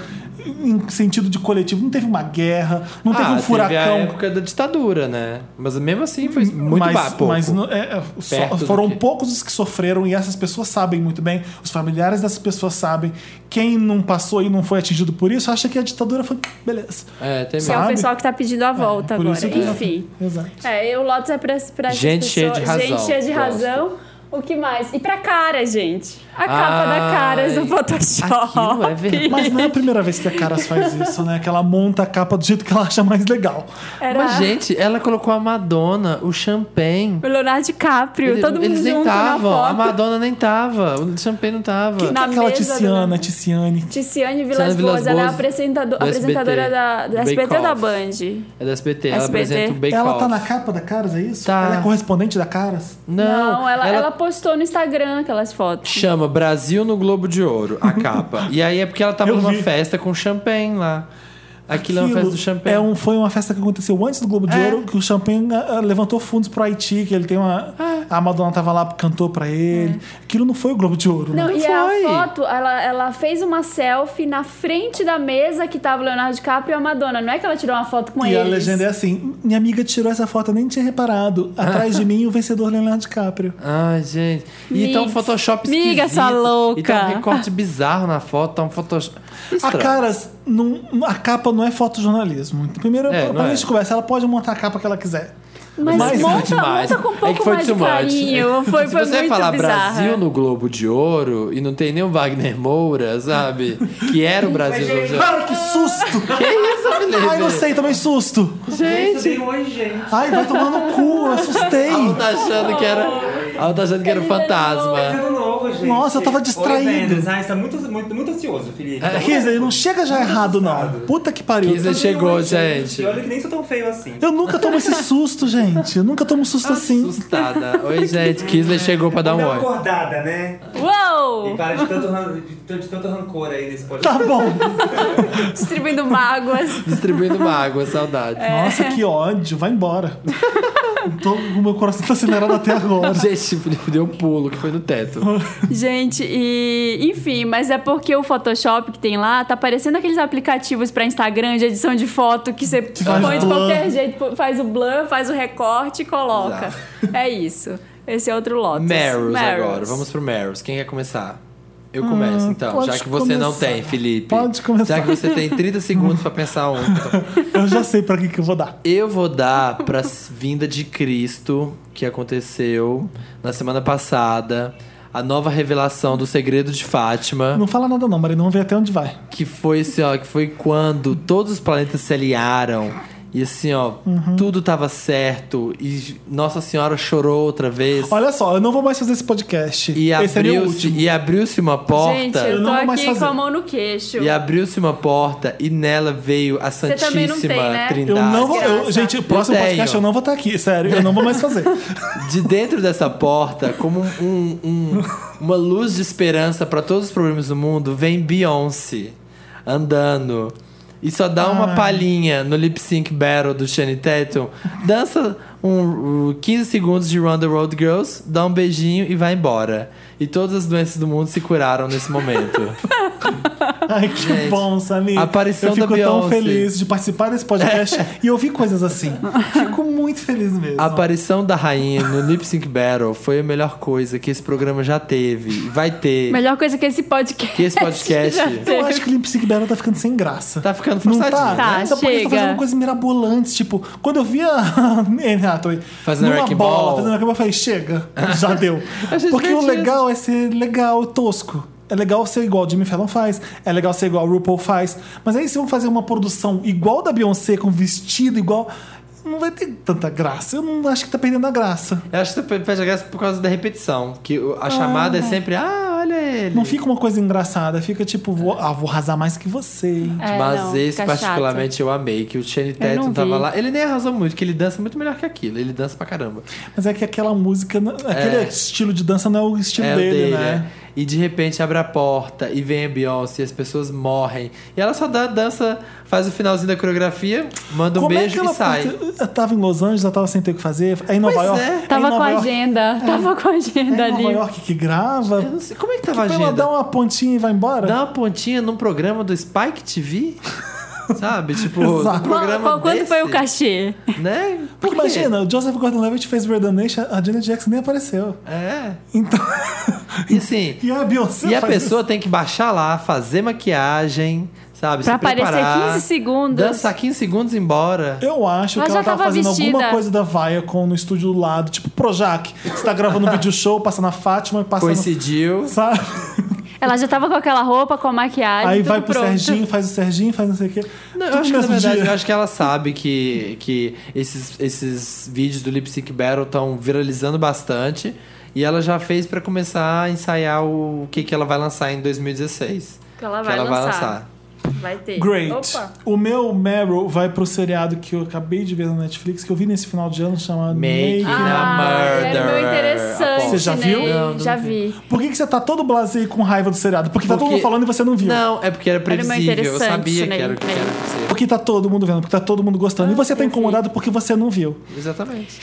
em sentido de coletivo. Não teve uma guerra, não teve Ah, um Teve a furacão. Uhum. época da ditadura, né? Mas mesmo assim foi muito mas, ba- pouco. mas não- é, é, só- Perto do foram que- poucos os que sofreram e essas pessoas sabem muito bem, os familiares dessas pessoas sabem. Quem não passou e não foi atingido por isso acha que a ditadura foi beleza. É, tem mesmo. Que é o Sabe? pessoal que tá pedindo a volta por agora. isso que- Enfim. Exato. É, eu loto é pra, pra essas Gente cheia de pessoas- razão, Gente cheia de gosto. razão. O que mais? E pra cara, gente. A Ai, capa da Caras do Photoshop. aquilo é verdade. Mas não é a primeira vez que a Caras faz isso, né? Que ela monta a capa do jeito que ela acha mais legal. Era Mas, gente, ela colocou a Madonna, o champanhe. o Leonardo DiCaprio, todo mundo Eles junto nem na estavam. A foto. Madonna nem tava. O champanhe não tava. Quem que é Na aquela mesa né? do Tiziana, Leonardo. Tiziane? Ticiane Tiziane Vilas Boas, ela é Vilas-Boas, apresentado- do SBT, apresentadora da, do da SBT Bake ou da Off. Band? É da SBT. Ela SBT. apresenta o Bake Ela Off. tá na capa da Caras, é isso? Tá. Ela é correspondente da Caras? Não, ela, ela... postou no Instagram aquelas fotos. chama Brasil no Globo de Ouro, a capa. e aí é porque ela tava Eu numa vi. festa com champanhe lá. Aquilo, é uma festa do champanhe. é um- foi uma festa que aconteceu antes do Globo de É. Ouro, que o Champagne ah, levantou fundos pro Haiti, que ele tem uma. É. A Madonna tava lá, cantou pra ele. Aquilo não foi o Globo de Ouro, Não, né? e a foi. foto, ela, ela fez uma selfie na frente da mesa que tava o Leonardo DiCaprio e a Madonna. Não é que ela tirou uma foto com E eles. a legenda é assim: minha amiga tirou essa foto, eu nem tinha reparado. Atrás de mim, o vencedor Leonardo DiCaprio. Ai, gente. E Mix. tá um Photoshop esquisito. Miga, sua louca. E tá um recorte bizarro na foto, tá um Photoshop... A Estranho. Caras, não- a capa não é fotojornalismo. Primeiro, É, pra, não pra é. gente conversa, ela pode montar a capa que ela quiser. Mas, Mas foi monta, demais. monta com um É que pouco foi mais too de much. É. carinho. Foi, Se foi você muito falar bizarra. Brasil no Globo de Ouro e não tem nem o Wagner Moura, sabe? Que era o Brasil no Globo de Ouro. Cara, que susto! Que isso, Felipe? Ai, não sei, também susto! Gente, tem hoje, gente. Ai, vai tomar no cu, eu assustei! tá A outra achando que era... A outra achando que era o Ele fantasma. Ano novo. novo, gente. Nossa, eu tava Oi, distraído. Wenders. Ah, está muito, muito, muito ansioso, Felipe. É, Kisley, não chega já errado, não. Puta que pariu. Kisley chegou, gente. E olha que nem sou tão feio assim. Eu nunca tomo esse susto, gente. Eu nunca tomo um susto assim. Assustada. Oi, gente. Kisley chegou pra dar um Dá uma oi. acordada, né? é- Uou! E para de tanto, ran- de, tanto- de tanto rancor aí nesse Tá podcast. bom. Distribuindo mágoas. Distribuindo uma água, saudade. Nossa, que ódio. Vai embora. Tô, o meu coração tá acelerado até agora. Gente, o Felipe deu um pulo que foi no teto. Gente, e enfim, mas é porque o Photoshop que tem lá tá parecendo aqueles aplicativos pra Instagram de edição de foto que você faz põe de blur. qualquer jeito, faz o blur, faz o recorte e coloca. É isso. Esse é outro lote. Meryls agora. Vamos pro Meryls. Quem quer começar? Eu começo, então. Ah, pode Já que você não começar. tem, Felipe. Pode começar. Já que você tem 30 segundos pra pensar um. Eu já sei pra que que eu vou dar. Eu vou dar pra vinda de Cristo, que aconteceu na semana passada. A nova revelação do segredo de Fátima. Não fala nada não, Marina. Vamos ver até onde vai. Que foi assim, ó, que foi quando todos os planetas se aliaram. E assim, ó, Uhum. tudo tava certo. E Nossa Senhora chorou outra vez. Olha só, eu não vou mais fazer esse podcast. e esse é meu abriu-se último. e abriu-se uma porta. Gente, Eu eu tô não vou mais aqui com fazer. a mão no queixo. E abriu-se uma porta e nela veio a também não Santíssima tem, né? Eu Trindade. não vou. eu- Graça. gente, o próximo Eu tenho. podcast eu não vou estar aqui. Sério, eu não vou mais fazer. De dentro dessa porta, como um- um- uma luz de esperança para todos os problemas do mundo, vem Beyoncé andando. E só dá uma palhinha no lip sync battle do Shane Tatum. Dança um, um 15 segundos de Run the Road Girls, dá um beijinho e vai embora. E todas as doenças do mundo se curaram nesse momento. Ai, que Gente, bom, Samir. a aparição eu fico da tão Beyoncé. feliz de participar desse podcast e ouvir coisas assim. Fico muito feliz mesmo. A aparição da rainha no Lip Sync Battle foi a melhor coisa que esse programa já teve. e Vai ter. Melhor coisa que esse podcast. Que esse podcast. já Eu teve. acho que o Limp Sync Battle tá ficando sem graça. Tá ficando Não forçadinho. tá? Tá, Essa polícia tá chega. fazendo coisas mirabolantes. Tipo, quando eu vi a Anne Hathaway Fazendo numa wrecking bola, ball. fazendo wrecking ball, eu falei, chega, já deu. Porque o legal é ser legal e tosco. É legal ser igual o Jimmy Fallon faz, é legal ser igual o RuPaul faz. Mas aí se vão fazer uma produção igual da Beyoncé, com vestido igual, não vai ter tanta graça. Eu não acho que tá perdendo a graça. Eu acho que tu perde a graça por causa da repetição. Que o- a chamada é sempre, ah, olha ele. Não fica uma coisa engraçada, fica tipo, vou- É. ah, vou arrasar mais que você. hein? É, Mas não, esse fica particularmente eu amei, que o Channing Tatum não tava vi. lá. Ele nem arrasou muito, que ele dança muito melhor que aquilo. Ele dança pra caramba. Mas é que aquela música, não- aquele É. estilo de dança não é o estilo é o dele, né? é. E de repente abre a porta e vem a Beyoncé e as pessoas morem. E ela só dá, dança, faz o finalzinho da coreografia, manda um é beijo e sai. Eu tava em Los Angeles, ela tava sem ter o que fazer. Aí em Nova Pois York. é. aí em Tava com Nova a York, agenda. Tava com a aí agenda em Nova ali. York que grava. Eu não sei, como é que tava Pra a ela agenda? dar uma pontinha e vai embora. Dá uma pontinha num programa do Spike TV? Sabe? Tipo, Exato. num programa Qual- quanto foi o desse, cachê? Né? Porque quê? imagina, o Joseph Gordon-Levitt fez Verdun Nation, a Janet Jackson nem apareceu. É. Então, E assim, e a Beyoncé e a faz pessoa tem que baixar lá, fazer maquiagem, sabe? Pra se aparecer preparar, 15 segundos. Dançar 15 segundos e ir embora. isso. Eu acho Ela que ela já tava, tava fazendo alguma vestida. coisa da Viacom no estúdio do lado, tipo Projac. Você tá gravando um vídeo show, passa na Fátima e passa Coincidiu. no... Sabe? Ela já tava com aquela roupa, com a maquiagem. Aí tudo vai pro pronto. Serginho, faz o Serginho, faz não sei o quê. Não, eu Tudo acho que no na mesmo verdade, dia. eu acho que ela sabe que, que esses, esses vídeos do Lip Sync Battle estão viralizando bastante. E ela já fez pra começar a ensaiar o que, que ela vai lançar em 2016. Que ela vai lançar. Tá Vai ter. Great. Opa. O meu Meryl vai pro seriado que eu acabei de ver na Netflix, que eu vi nesse final de ano, chamado Making a Ah, Murder. É meu interessante. Você já né? viu? Não, não já vi. vi. Por que, que você tá todo blazer com raiva do seriado? Porque, tá todo Porque- mundo falando e você não viu. Não, é porque era meu previsível. Eu interessante, sabia que né? era o que era pra ser. Porque tá todo mundo vendo, porque tá todo mundo gostando. e você tá Ah, eu incomodado porque você não viu. Exatamente.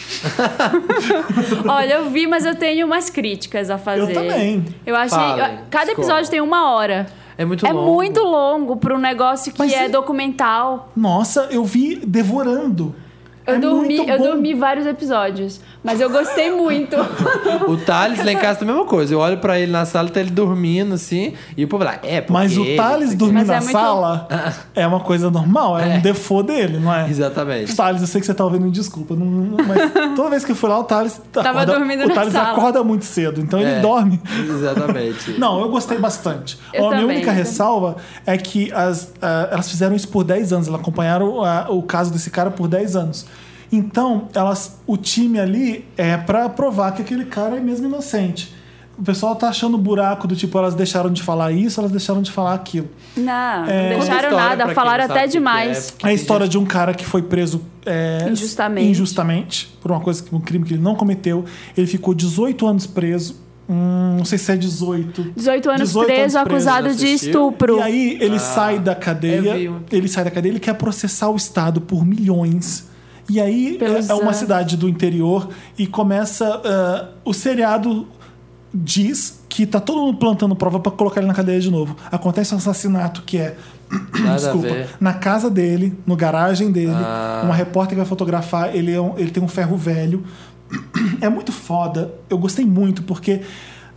Olha, eu vi, mas eu tenho umas críticas a fazer. também. Eu achei. Fala, cada episódio escolha. tem uma hora. É muito é longo. muito longo pra um negócio que Mas é e- documental. Nossa, eu vi devorando. Eu É dormi, muito eu bom. dormi vários episódios, mas eu gostei muito. O Thales lá em casa tem a mesma coisa. Eu olho pra ele na sala, tá ele dormindo assim. E o povo lá, é, porque... Mas o não Thales sei dormir Mas é na muito- sala é uma coisa normal, é, É. um default dele, não é? Exatamente. Thales, eu sei que você tá ouvindo, me desculpa. não- não- mas toda vez que eu fui lá, o Thales acorda, dormindo o na Thales sala. acorda muito cedo, então É. ele dorme. Exatamente. Não, eu gostei bastante. Eu a minha também, única eu ressalva é que as, ah, elas fizeram isso por 10 anos. Elas acompanharam ah, o caso desse cara por 10 anos. Então, elas, o time ali é pra provar que aquele cara é mesmo inocente. O pessoal tá achando buraco do tipo, elas deixaram de falar isso, elas deixaram de falar aquilo. É. Não, não Conta a deixaram história pra nada, quem falaram não sabe até o que que é, demais. porque A tem história gente- de um cara que foi preso é, Injustamente. injustamente por uma coisa, que- um crime que ele não cometeu. Ele ficou 18 anos preso. Hum, não sei se é 18. 18 anos 18 anos preso, preso, acusado de assistiu? estupro. E aí Ah. ele sai da eu vi cadeia. um. Ele sai da cadeia, ele quer processar o Estado por milhões. E aí Pelos é, é uma anos. cidade do interior e começa. ah, o seriado diz que tá todo mundo plantando prova pra colocar ele na cadeia de novo. Acontece um assassinato que é. Nada a Desculpa. ver. Na casa dele, no garagem dele, Ah. uma repórter vai fotografar, ele, é um- ele tem um ferro velho. É muito foda. Eu gostei muito, porque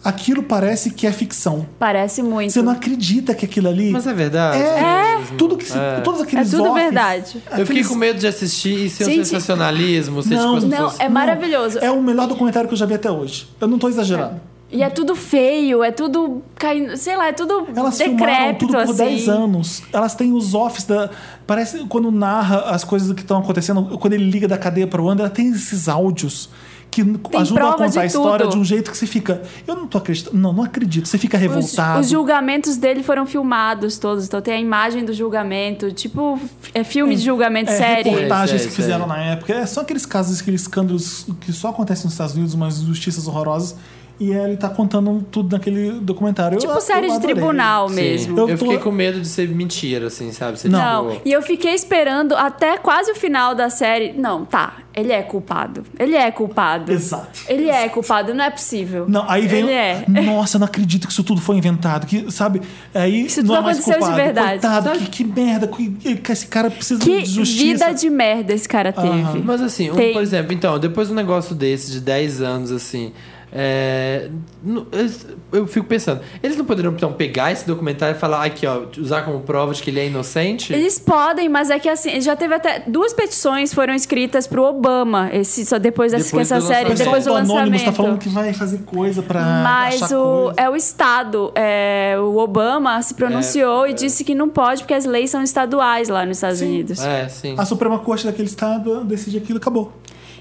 aquilo parece que é ficção. Parece muito. Você não Então. acredita que aquilo ali. Mas é verdade. É, tudo que se, É. todos É aqueles tudo offs- verdade. Eu fiquei aqueles- com medo de assistir e ser um Gente, sensacionalismo, ser não. tipo as Não, pessoas... Não, é maravilhoso. É o melhor documentário que eu já vi até hoje. Eu não tô exagerando. E é tudo feio, é tudo caindo, sei lá, é tudo Elas filmaram decrépito tudo por assim. 10 anos. Elas têm os offs da. Parece quando narra as coisas que estão acontecendo, quando ele liga da cadeia pro Wander, ela tem esses áudios que ajudam a prova de contar a história tudo. de um jeito que você fica. Eu não tô acreditando. Não, não acredito. Você fica Os, revoltado. os julgamentos dele foram filmados todos, então tem a imagem do julgamento, tipo é filme de julgamento, É, série. reportagens Sei, que sei, fizeram sei. na época. É só aqueles casos, aqueles escândalos que só acontecem nos Estados Unidos, umas injustiças horrorosas. E ele tá contando tudo naquele documentário. Eu- Tipo eu série de adorei. tribunal Sim. mesmo. Eu, Eu tô- fiquei com medo de ser mentira, assim, sabe? Ser Não, tipo- e eu fiquei esperando até quase o final da série. Não, tá, ele é culpado. Ele é culpado. Exato. Ele é culpado, não é possível. Não, aí vem. Ele é. Nossa, eu não acredito que isso tudo foi inventado. Que, sabe? Aí Isso não tudo é mais aconteceu de culpado. verdade. Coitado, que, que merda. Que, que esse cara precisa Que de justiça. vida de merda esse cara teve. Aham. Mas assim, um, Tem. por exemplo, então, depois de um negócio desse de 10 anos, assim. é, nu- eles- eu fico pensando, eles não poderiam então pegar esse documentário e falar aqui, ó, usar como prova de que ele é inocente? Eles podem, mas é que assim, já teve até duas petições foram escritas pro Obama, esse só depois dessa Depois que essa do O série, lançamento. depois do pessoal do Anônimos lançamento. tá falando que vai fazer coisa pra. mas achar o, coisa. é o Estado. é, o Obama se pronunciou É, e disse que não pode, porque as leis são estaduais lá nos Estados Unidos. É, sim. A Suprema Corte daquele estado decide aquilo e acabou.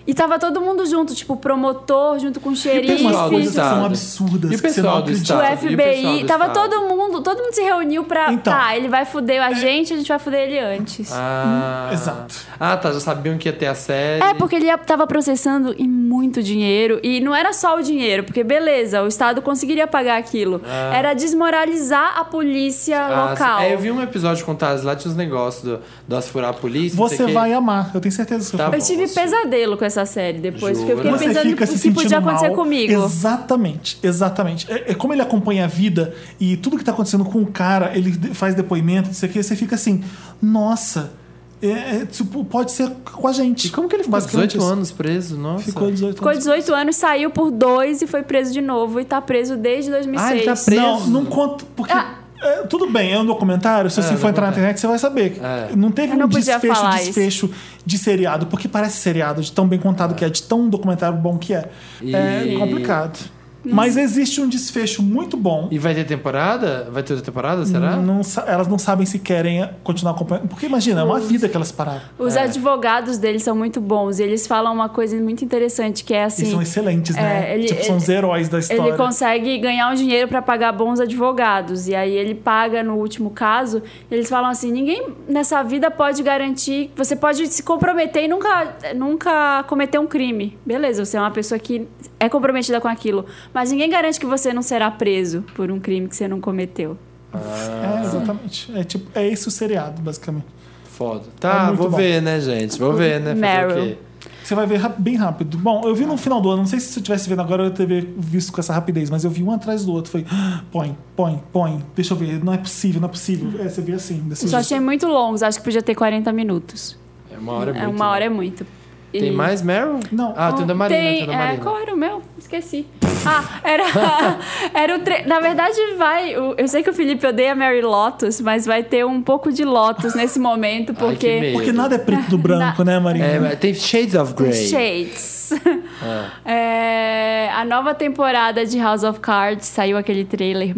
E tava todo mundo junto, tipo, o promotor junto com o xerife. pessoal Umas do coisas que Estado? são absurdas. E o que você não pessoal do acredita. Estado? O E o pessoal do FBI, tava Estado? todo mundo, todo mundo se reuniu pra. Então. tá, ele vai fuder a gente, a gente vai fuder ele antes. Ah, Exato. Ah, tá, já sabiam que ia ter a série. É, porque ele ia- tava processando e muito dinheiro. E não era só o dinheiro, porque beleza, o Estado conseguiria pagar aquilo. Era desmoralizar a polícia É. Ah, local. sim. É, eu vi um episódio com o Taz lá, tinha uns negócios do, do Asfurar a Polícia. não sei Você o quê. vai amar, eu tenho certeza que você Tá vai. Eu tive Nossa. pesadelo com essa série depois, Jura? porque eu Você fiquei pensando se, podia acontecer comigo. Exatamente, exatamente. É, é como ele acompanha a vida e tudo que tá acontecendo com o cara, ele de- faz depoimento, não sei o que, você fica assim, nossa, é, é, tipo, pode ser com a gente. E como que ele ficou Basicamente 18 isso. anos preso? Nossa. Ficou 18 Ficou anos. 18 anos, saiu por dois e foi preso de novo. E tá preso desde 2006. Ah, ele tá preso. Não, não conto, porque. Ah. é, tudo bem, é um documentário. Se É, você for entrar na documentário. internet, você vai saber. É. Não teve Eu não um podia desfecho, falar desfecho de seriado, porque parece seriado, de tão bem contado que é, de tão documentário bom que é. E- É complicado. Hum. Mas existe um desfecho muito bom. E vai ter temporada? Vai ter outra temporada, será? Não sa- elas não sabem se querem eh, continuar acompanhando. Porque imagina, é uma vida que elas pararam. Os É. advogados deles são muito bons. E eles falam uma coisa muito interessante, que é assim... E são excelentes, né? É, ele- tipo, são os heróis da história. Ele consegue ganhar um dinheiro pra pagar bons advogados. E aí ele paga no último caso. e eles falam assim: ninguém nessa vida pode garantir. Você pode se comprometer e nunca, nunca cometer um crime. Beleza, você é uma pessoa que é comprometida com aquilo. Mas ninguém garante que você não será preso por um crime que você não cometeu. Ah, É, exatamente. É, tipo, é esse o seriado, basicamente. Foda. Tá, É muito vou bom. ver, né, gente? Vou ver, né? Fazer o Meryl. quê? Você vai ver ra- bem rápido. Bom, eu vi no final do ano, não sei se eu tivesse vendo agora, eu teria visto com essa rapidez, mas eu vi um atrás do outro. Falei, "Ah, põe, põe, põe, deixa eu ver, não é possível, não é possível. É, você vê assim, desse Só jeito. achei muito longos, acho que podia ter 40 minutos. É uma hora é é, muito. uma hora né? é muito. Tem E- mais Meryl? Não. Ah, tem o da Marina. Tem, tem o da é, Marina. qual era o meu? Esqueci. Ah, era, era o tre... Na verdade, vai. o- Eu sei que o Felipe odeia Mary Lotus, mas vai ter um pouco de Lotus nesse momento, Ai, que porque. é medo. Porque nada é preto do branco, né, Marina? É, mas tem Shades of Grey. Shades. Ah. É, a nova temporada de House of Cards saiu aquele trailer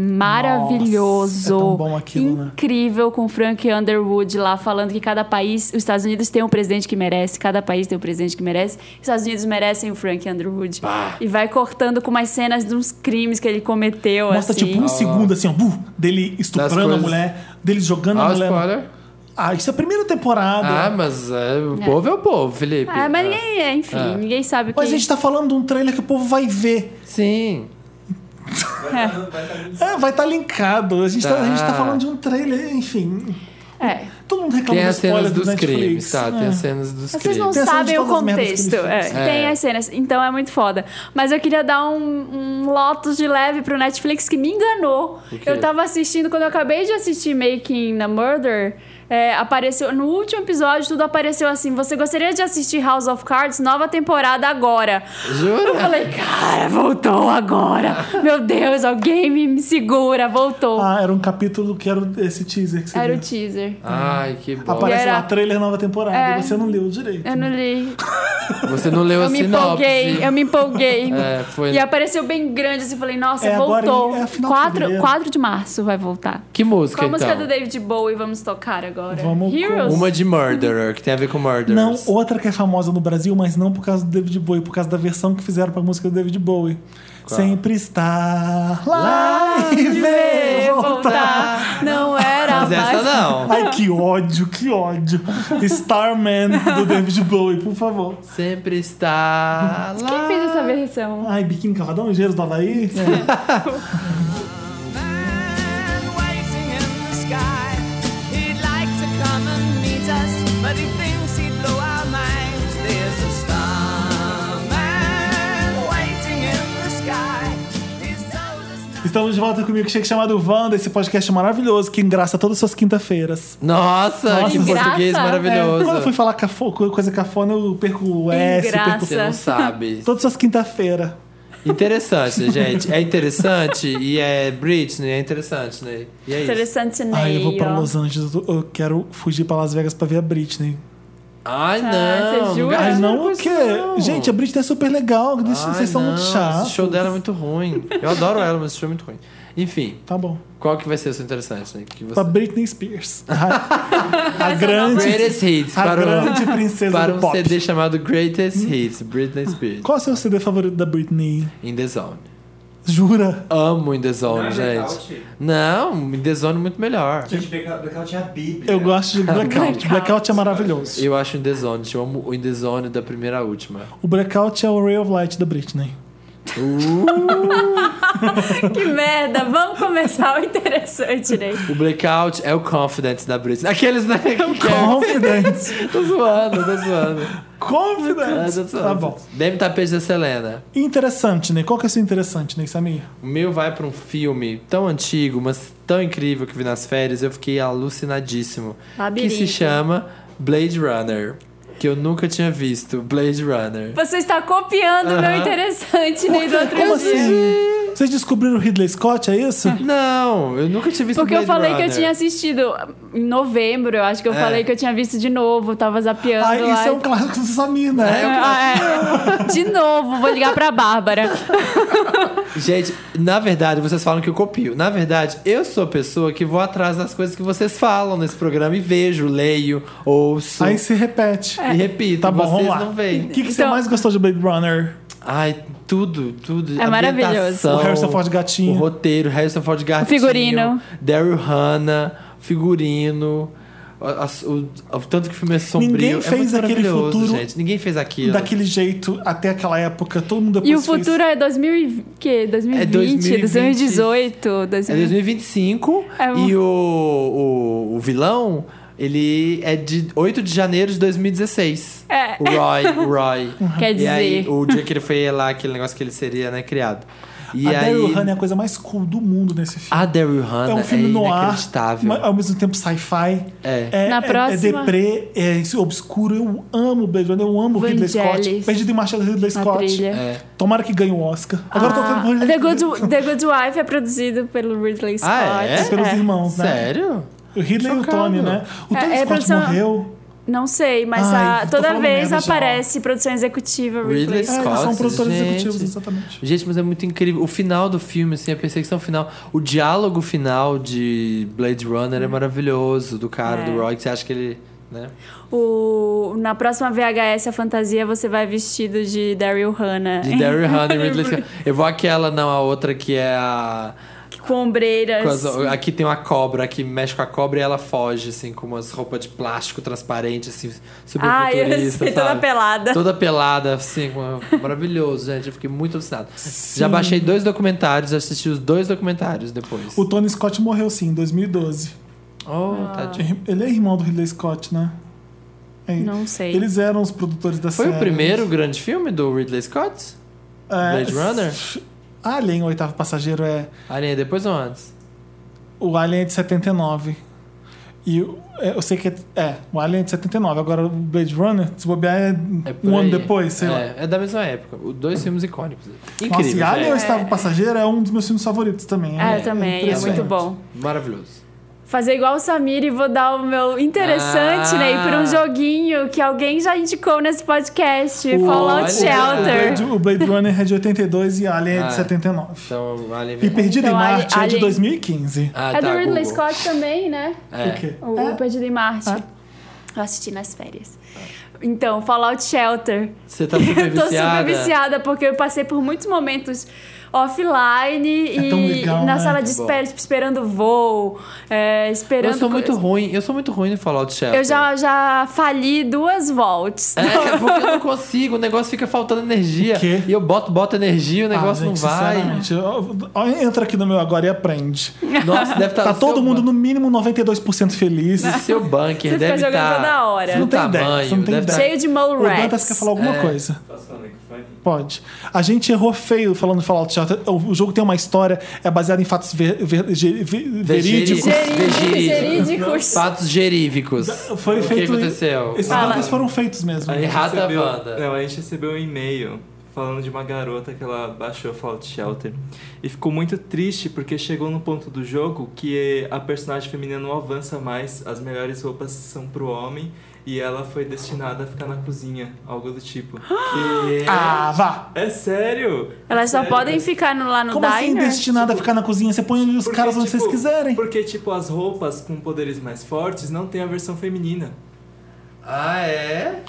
maravilhoso. Nossa, é tão é bom aquilo, né? incrível com Frank Underwood lá falando que cada país, os Estados Unidos tem um presidente que merece, cada país tem um presidente que merece. Os Estados Unidos merecem o Frank Underwood. E vai cortando com umas cenas dos crimes que ele cometeu Mostra assim. tipo um segundo assim, ó, buf, dele estuprando Das a coisas- mulher, dele jogando Ah, a mulher. spoiler. Ah, isso é a primeira temporada. Ah, mas é, o povo é o povo, Felipe. Ah, mas ninguém, é, enfim, É. ninguém sabe o que Mas a gente tá falando de um trailer que o povo vai ver. Ah, Sim. É, vai estar linkado. A gente tá, a gente tá Tá. falando de um trailer, enfim. é. Todo mundo reclama Tem do as spoiler cenas do dos Netflix. crimes, tá? Tem É. as cenas dos Ah. Vocês não crimes. Tem a cena de sabem o todas as merdas que contexto. ele fez. é. É. Tem as cenas. Então é muito foda. Mas eu queria dar um, um lotus de leve pro Netflix que me enganou. quê? Eu tava assistindo, quando eu acabei de assistir Making the Murder, é, apareceu. No último episódio, tudo apareceu assim. Você gostaria de assistir House of Cards, nova temporada agora. Eu Jura? falei, cara, voltou agora. Meu Deus, alguém me, me segura, voltou. Ah, era um capítulo que era esse teaser que você Era o viu. teaser. Ai, que bom. Aparece Era- lá, trailer nova temporada. É. Você não leu direito. Eu não li. Você não leu Eu a me sinopse. empolguei, eu me empolguei. É, foi- E apareceu bem grande, assim, falei, nossa, É, agora voltou. em- é final de 4, fevereiro. de março vai voltar. Que música, Qual a música então? do David Bowie vamos tocar agora? Vamos com- Heroes? Uma de Murderer, que tem a ver com Murderers. Não, outra que é famosa no Brasil, mas não por causa do David Bowie, por causa da versão que fizeram pra música do David Bowie. Sempre está lá e vem Vê voltar. voltar. Não era Mas é- essa mais. não. Ai, que ódio, que ódio. Starman do David Bowie, por favor. Sempre está lá. Quem fez essa versão? Ai, biquinho cavadão, engenheiro um do Havaí. É. man waiting in the sky. He'd like to come and meet us, but he thinks he'd blow our minds. There's a star man waiting in the sky. He's told us not Estamos de volta comigo, chega chamado Wanda, esse podcast maravilhoso que engraça todas as suas quintas-feiras. Nossa, Nossa, que português graça. É, né? quando eu fui maravilhoso. falar cafo, coisa cafona, eu perco o S, Engraça. perco Você não sabe. todas as quinta-feiras. Interessante, gente. É interessante e é Britney, é interessante, né? E é isso. Interessante Ah, eu vou Ney, pra ó. Los Angeles, eu- eu quero fugir pra Las Vegas pra ver a Britney. Ai, Ah, não. você jura? Ai, gasta não, com o isso, quê? não. Gente, a Britney é super legal, deixa- Ai, vocês são muito Ah, não, chatos. Esse show dela é muito ruim. Eu adoro ela, mas esse show é muito ruim. Enfim, Tá bom. qual que vai ser o seu interessante, né? Que Pra você... Britney Spears. é A, a grande, Greatest Hits a é para, o- grande princesa para do um pop. CD chamado Greatest Hits, Britney Spears. Qual é o seu CD favorito da Britney? In the Zone. Jura? Amo In the Não Zone, é Tá gente. blackout? Não, In the Zone é muito melhor. Gente, blackout blackout é a Bíblia. Eu gosto de Blackout. Blackout. Blackout é maravilhoso. Eu acho In the Zone, eu amo o In the Zone da primeira à última. O Blackout é o Ray of Light da Britney. Uh, Que merda, vamos começar o interessante, Ney. O Blackout é o Confidence da Britney. Aqueles, né? É que- Confident. Tô zoando, tô zoando. Ah, tô Confident. zoando. Tá bom. Deve tapete da Selena. Interessante, né? Qual que é o seu interessante, né, Samir? O meu vai pra um filme tão antigo, mas tão incrível que vi nas férias, eu fiquei alucinadíssimo. Labirinto. Que se chama Blade Runner. Que eu nunca tinha visto. Blade Runner. Você está copiando o meu Aham. interessante, Ney, do outro Como dia. assim? Vocês descobriram o Ridley Scott, é isso? Não, eu nunca tinha visto Porque eu Blade falei que eu Runner. tinha assistido em novembro, eu acho que eu É. falei que eu tinha visto de novo, tava zapeando Ah, lá. isso é um clássico do Samir, né? Ah, é. De novo, vou ligar pra Bárbara. Gente, na verdade, vocês falam que eu copio. Na verdade, eu sou a pessoa que vou atrás das coisas que vocês falam nesse programa e vejo, leio, ouço Aí se repete. e repito. Tá bom, vocês vamos lá. não O veem. que, que você É. Então- mais gostou de Blade Runner? Ai, tudo, tudo. É maravilhoso. Ambientação, O Harrison Ford Gatinho. O roteiro, Harrison Ford Gatinho. figurino. Daryl Hannah, figurino. a- a- o, o tanto que o filme é sombrio. Ninguém é fez muito aquele maravilhoso, futuro gente. Ninguém fez aquilo. Daquele jeito, até aquela época, todo mundo E depois o futuro é 2000 e... que? É 2020, 2018, 2000... É 2025 É um- e o, o, o vilão, ele é de 8 de janeiro de 2016. É. O Roy, o Roy. Quer e aí, dizer. o dia que ele foi lá, aquele negócio que ele seria, né, criado. E A aí, Daryl Hannah é a coisa mais cool do mundo nesse filme. A Daryl Hannah é um filme no ar, inacreditável. mas ao mesmo tempo sci-fi. É. Na É próxima- deprê, é obscuro. Eu amo Blade Runner, eu amo Ridley Scott. Vangelis. Perdido em Marcha do Ridley Na Scott. trilha. É. Tomara que ganhe o Oscar. É, Agora eu tô Ah, tendo Ridley The, Good, The Good Wife é produzido pelo Ridley Scott. Ah, é? pelos irmãos, né? Sério? O Ridley e o Chocado. Tony, né? O É, Tony é Scott produção- morreu. Não sei, mas Ai, a- tô toda falando vez merda já. aparece produção executiva Ridley Ripley. É, eles são Scott, produtores gente. executivos, exatamente. Gente, mas é muito incrível. O final do filme, assim, a perseguição final, o diálogo final de Blade Runner é maravilhoso, do cara, Hum. É. do Roy, que você acha que ele. Né? O, na próxima VHS, a fantasia, você vai vestido de Daryl Hannah. De Daryl Hannah e Ridley Scott. Eu vou aquela, não, a outra que é a. Com ombreiras. com as- aqui tem uma cobra, aqui mexe com a cobra e ela foge, assim, com umas roupas de plástico transparente, assim, super Ah, eu futurista. sei, toda sabe? pelada. Toda pelada, assim, com- maravilhoso, gente. Eu fiquei muito obstinado. Já baixei dois documentários, assisti os dois documentários depois. O Tony Scott morreu sim, em 2012. Oh, tadinho. Ele é irmão do Ridley Scott, né? É. Não sei. Eles eram os produtores da Foi série. o primeiro grande filme do Ridley Scott? É, Blade Runner? Alien, o oitavo passageiro, é. Alien, é depois ou antes? O Alien é de 79. E o- é, eu sei que é, é, o Alien é de 79. Agora o Blade Runner, se bobear, é, É por um aí. ano depois, sei é, lá. É da mesma época. Os dois filmes icônicos. né? Incrível. Nossa, e Alien, gente. o oitavo passageiro, é um dos meus filmes favoritos também. Ah, eu também, é, muito impressionante. bom. Maravilhoso. Fazer igual o Samir e vou dar o meu interessante, Ah. né? Ir pra um joguinho que alguém já indicou nesse podcast. Fallout Ah, tá, olha. O Blade, Shelter. o Blade Runner é de 82 e Alien é Ah, é. de 79. Então, Alien E Perdido Então, em Marte Alien- é de Alien- 2015. Ah, É do tá, Ridley Google. Scott também, né? É. O quê? O, o Perdido em Marte. Eu assisti nas férias. Então, Fallout Shelter. Você tá super eu tô super viciada? viciada, porque eu passei por muitos momentos offline É e, tão legal, e na né? sala de É bom. espera, tipo, esperando voo, é, esperando. Eu sou muito coisa. ruim, eu sou muito ruim no Fallout Shelter. Eu já, já fali duas voltas. É, porque eu não consigo, o negócio fica faltando energia. O quê? E eu boto, boto energia, o negócio Ah, não gente, vai. sinceramente, eu- ó, entra aqui no meu agora e aprende. Nossa, deve estar Tá todo mundo no mínimo 92% feliz. no seu bunker, Você fica deve jogando tá toda hora. No Não tem ideia, tamanho, você não tem deve tá- ideia. Cheio de É, O Dantas quer mole falar alguma É. coisa. Passou no microfone. Pode. A gente errou feio falando de Fallout Shelter. O o jogo tem uma história, é baseado em fatos ver- ver- ge- ver- verídicos. Gerídicos. Fatos geríficos. Foi o feito. que aconteceu? Esses Fala. dados foram feitos mesmo. Aí, Errada a gente recebeu- Wanda. Não, a gente recebeu um e-mail falando de uma garota que ela baixou Fallout Shelter e ficou muito triste porque chegou no ponto do jogo que a personagem feminina não avança mais, as melhores roupas são pro homem e ela foi destinada a ficar na cozinha, algo do tipo. Que- Ah, vá! É sério? Elas só Sério, podem cara. ficar no- lá no Como assim diner. destinada a ficar na cozinha? Você põe ali os Porque, caras onde tipo, vocês quiserem. Porque, tipo, as roupas com poderes mais fortes não tem a versão feminina. Ah, é?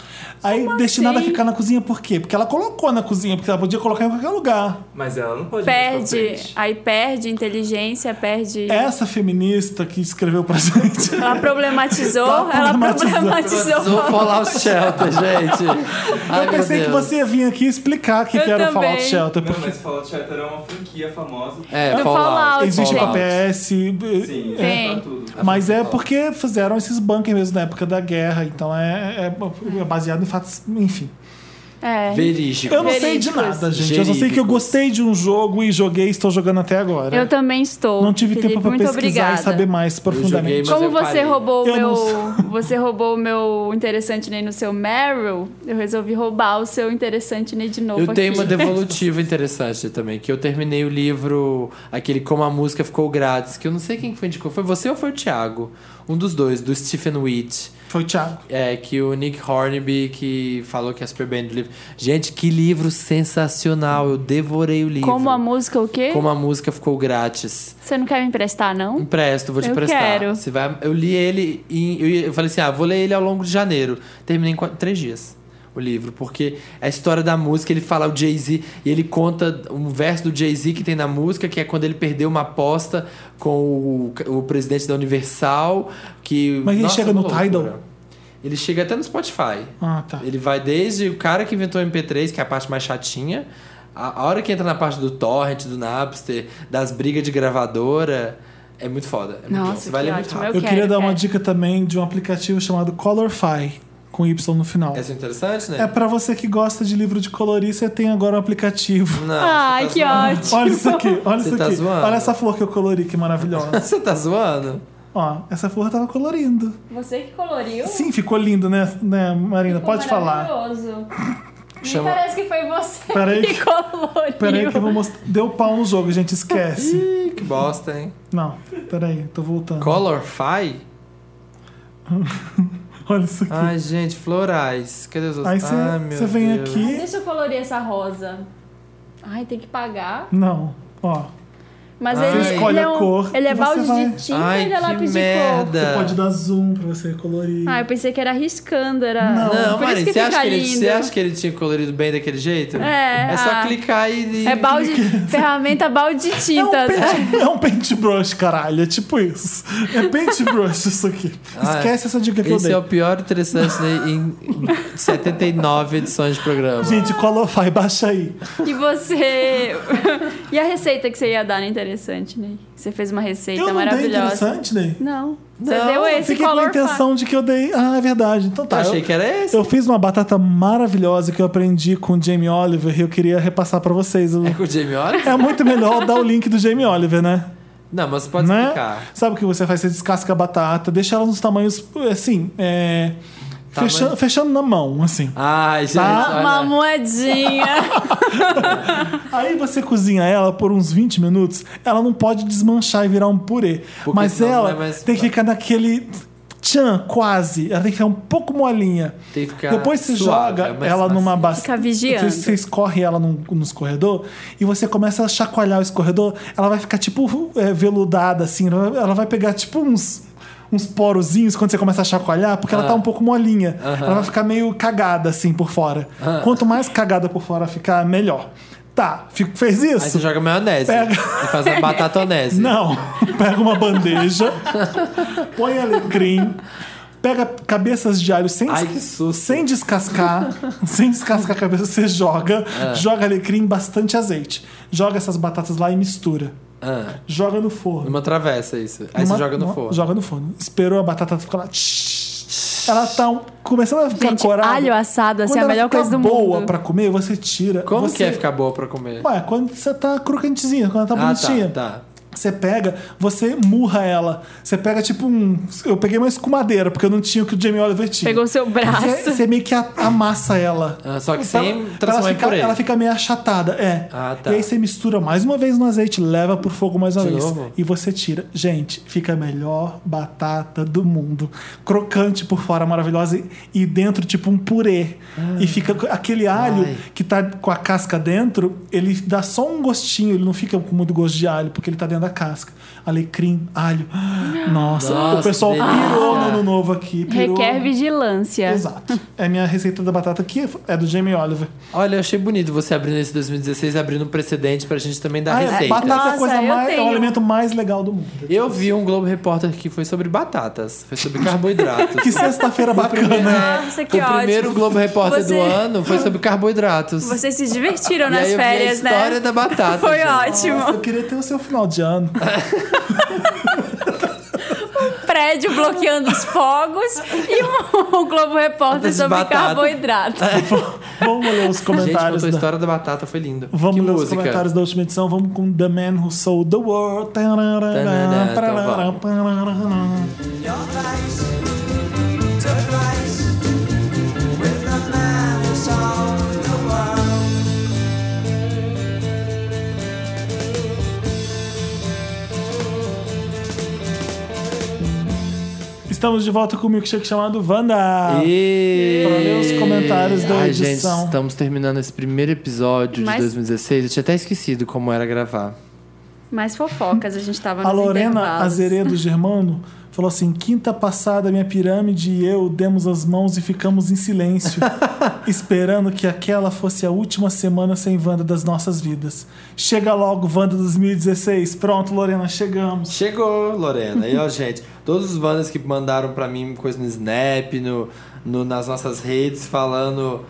Aí, destinada a assim? ficar na cozinha por quê? Porque ela colocou na cozinha, porque ela podia colocar em qualquer lugar. Mas ela não pode ir mais pra Perde, frente. aí perde inteligência, perde. Essa feminista que escreveu pra gente. Ela problematizou, Tá ela problematizando. problematizou. Vou falar o Shelter, gente. Ai, Eu meu pensei que Deus. você ia vir aqui explicar o que, Eu que era o também. Fallout Shelter. Não, Porque mas Fallout Shelter é uma franquia famosa. É, Não, Fallout. Fallout, existe pra Fallout. PS. Sim, é, Tem. é pra tudo. Mas é porque fizeram esses bunkers mesmo na época da guerra, então é, é- é baseado em fatos. Enfim. É. Verídico. Eu não sei de Verídicos. nada, gente. Eu só sei que eu Verídicos. gostei de um jogo e joguei e estou jogando até agora. né? Eu também estou. não tive Felipe, tempo pra muito pesquisar obrigada. e saber mais joguei, profundamente. mas- Como eu você parei. roubou o Eu meu. não Você roubou o meu interessante nem no seu Meryl, eu resolvi roubar o seu interessante nem de novo. Eu tenho aqui. uma devolutiva interessante também, que eu terminei o livro, aquele Como a Música Ficou Grátis, que eu não sei quem foi indicou. Foi você ou foi o Thiago? Um dos dois, do Stephen Witt. Foi o Thiago. É, que o Nick Hornby que falou que é super bem do livro. Gente, que livro sensacional! Eu devorei o livro. Como a música, o quê? Como a música ficou grátis. Você não quer me emprestar, não? Empresto, vou te Eu emprestar. quero. Você vai, eu li ele em, eu, ia- eu falei assim: ah, vou ler ele ao longo de janeiro. Terminei em quatro- três dias o livro, porque é a história da música, ele fala o Jay-Z e ele conta um verso do Jay-Z que tem na música, que é quando ele perdeu uma aposta com o, o presidente da Universal. Que, Mas ele chega uma no Tidal? Ele chega até no Spotify. Ah, tá. Ele vai desde o cara que inventou o MP3, que é a parte mais chatinha, a, a hora que entra na parte do torrent, do Napster, das brigas de gravadora, é muito foda. É muito Nossa, bom. Você vai que ler muito ótimo. rápido. Eu, quero, queria dar uma quero. dica também de um aplicativo chamado Colorfy, com Y no final. Essa é interessante, né? É pra você que gosta de livro de colorir, você tem agora um aplicativo. Não, Ai, você que tá zoando. ótimo. Olha isso aqui, olha Você isso tá aqui. zoando? Olha essa flor que eu colori, que maravilhosa. Você tá zoando? Ó, essa flor tava colorindo. Você que coloriu. Sim, ficou lindo, né, né Marina? Pode falar. Chama- parece que foi você Peraí. que coloriu. Peraí que eu vou mostrar. Deu pau no jogo, gente, esquece. Ih, que bosta, hein? Não, peraí, tô voltando. Colorfy? Olha isso aqui. Ai, gente, florais. Cadê os outros? Aí você- Ai, meu você vem Deus. aqui. Deixa eu colorir essa rosa. Ai, tem que pagar. Não. Ó, Mas Ai. ele, Você Ah. escolhe ele é a um- cor Ele é e você balde vai. de tinta Ai, ou ele é que lápis de cor? merda. você pode dar zoom pra você colorir. Ah, eu pensei que era riscando, era. Não. Não, Por Mari, isso que você acha fica que, ele, lindo. você acha que ele tinha colorido bem daquele jeito? É, É só ah. clicar e. e- É balde, ferramenta balde de tinta. É um, pente, é um paintbrush, caralho. É tipo isso. É paintbrush isso aqui. Ah, Esquece essa dica que eu Esse dei. é o pior interessante né, em 79 edições de programa. Gente, Colofy, baixa aí. E você. e a receita que você ia dar, né? Interessante, né? Você fez uma receita eu não dei maravilhosa. interessante, Ney. Ah, não. Você Não, deu esse Fiquei com a color intenção de que eu dei. Ah, é verdade. Então tá. eu achei eu- que era esse. Eu fiz uma batata maravilhosa que eu aprendi com o Jamie Oliver e eu queria repassar pra vocês. Eu- É com o Jamie Oliver? É muito melhor dar o link do Jamie Oliver, né? Não, mas pode né? explicar. Sabe o que você faz? Você descasca a batata, deixa ela nos tamanhos, assim, é, Tamanho- fecha- fechando na mão, assim. Ai, gente, Tá. olha. Ah, Uma moedinha. Aí você cozinha ela por uns 20 minutos, ela não pode desmanchar e virar um purê. Porque Mas senão não ela é mais- tem que ficar naquele tchan, quase. Ela tem que ficar um pouco molinha. Tem que ficar Depois você suave, é joga mais ela numa macio. bacia. Fica vigiando. Você escorre ela num, num escorredor e você começa a chacoalhar o escorredor, ela vai ficar tipo é, veludada, assim. Ela vai- ela vai pegar tipo uns. Uns porozinhos quando você começa a chacoalhar, porque ela tá um pouco molinha. Ela vai ficar meio cagada assim por fora. Quanto mais cagada por fora ficar, melhor. Tá, fico- fez isso? Aí você joga maionese Pega. e faz a batatonese. Não, pega uma bandeja, põe alecrim, pega cabeças de alho sem, Ai, que susto. sem descascar, sem descascar a cabeça, você joga, É. joga alecrim, bastante azeite. Joga essas batatas lá e mistura. Ah, Joga no forno. numa travessa isso. Aí Numa- você joga no numa- forno. Joga no forno. Esperou a batata ficar lá. tsh, Ela tá um- começando a ficar Gente, corada. alho assado, assim, Quando é a ela melhor ficar coisa do boa mundo. pra comer, você tira. Como você... que é ficar boa pra comer? Ué, quando você tá crocantezinha, quando ela tá ah, bonitinha. tá, tá. Você pega, você murra ela. Você pega tipo um. Eu peguei uma escumadeira, porque eu não tinha o que o Jamie Oliver tinha. Pegou seu Você, braço. você meio que a- amassa ela. Ah, só que Pra- sem pra ela, transformar em ficar, purê. ela fica meio achatada, é. Ah, tá. E aí você mistura mais uma vez no azeite, leva pro fogo mais uma De vez. novo? E você tira. Gente, fica a melhor batata do mundo. Crocante por fora, maravilhosa. e- E dentro, tipo um purê. E fica co- aquele alho Ah. Ai. que tá com a casca dentro, ele dá só um gostinho, ele não fica com muito gosto de alho, porque ele tá dentro da casca. Alecrim, alho. Ah. Nossa, o Nossa, pessoal que delícia. pirou no ano novo aqui. pirou. Requer vigilância. Exato. É a minha receita da batata que é do Jamie Oliver. Olha, eu achei bonito você abrindo esse 2016, abrindo um precedente pra gente também dar Ah, é, receita. batata é, a coisa Nossa, eu mais, é o tenho. alimento mais legal do mundo. Eu vi um Globo Repórter que foi sobre batatas, foi sobre carboidratos. Que sexta-feira bacana. Nossa, que É, né? o primeiro ótimo. Globo Repórter Você- do ano foi sobre carboidratos. Vocês se divertiram e nas aí eu férias, vi a história né? da batata. Foi gente. ótimo. Nossa, eu queria ter o seu final de ano. Prédio bloqueando os fogos e um, um Globo Repórter Tantas sobre batatas. carboidrato. Vamos ler os Gente, comentários. contou a da... história da batata, foi lindo. Vamos que ler os música. comentários da última edição. Vamos com The Man Who Sold the World. Tanana, então Your vice to vice with the man who solved the world. Estamos de volta com o milkshake chamado Wanda. E... Pra ler os comentários da Ai, edição. gente, estamos terminando esse primeiro episódio Mas- de 2016. Eu tinha até esquecido como era gravar. Mais fofocas, a gente tava A nos Lorena intervalos. Azeredo Germano falou assim: quinta passada, minha pirâmide e eu demos as mãos e ficamos em silêncio, esperando que aquela fosse a última semana sem Wanda das nossas vidas. Chega logo, Wanda 2016. Pronto, Lorena, chegamos. Chegou, Lorena. E ó, gente, todos os bandas que mandaram pra mim coisa no Snap, no, no- nas nossas redes, falando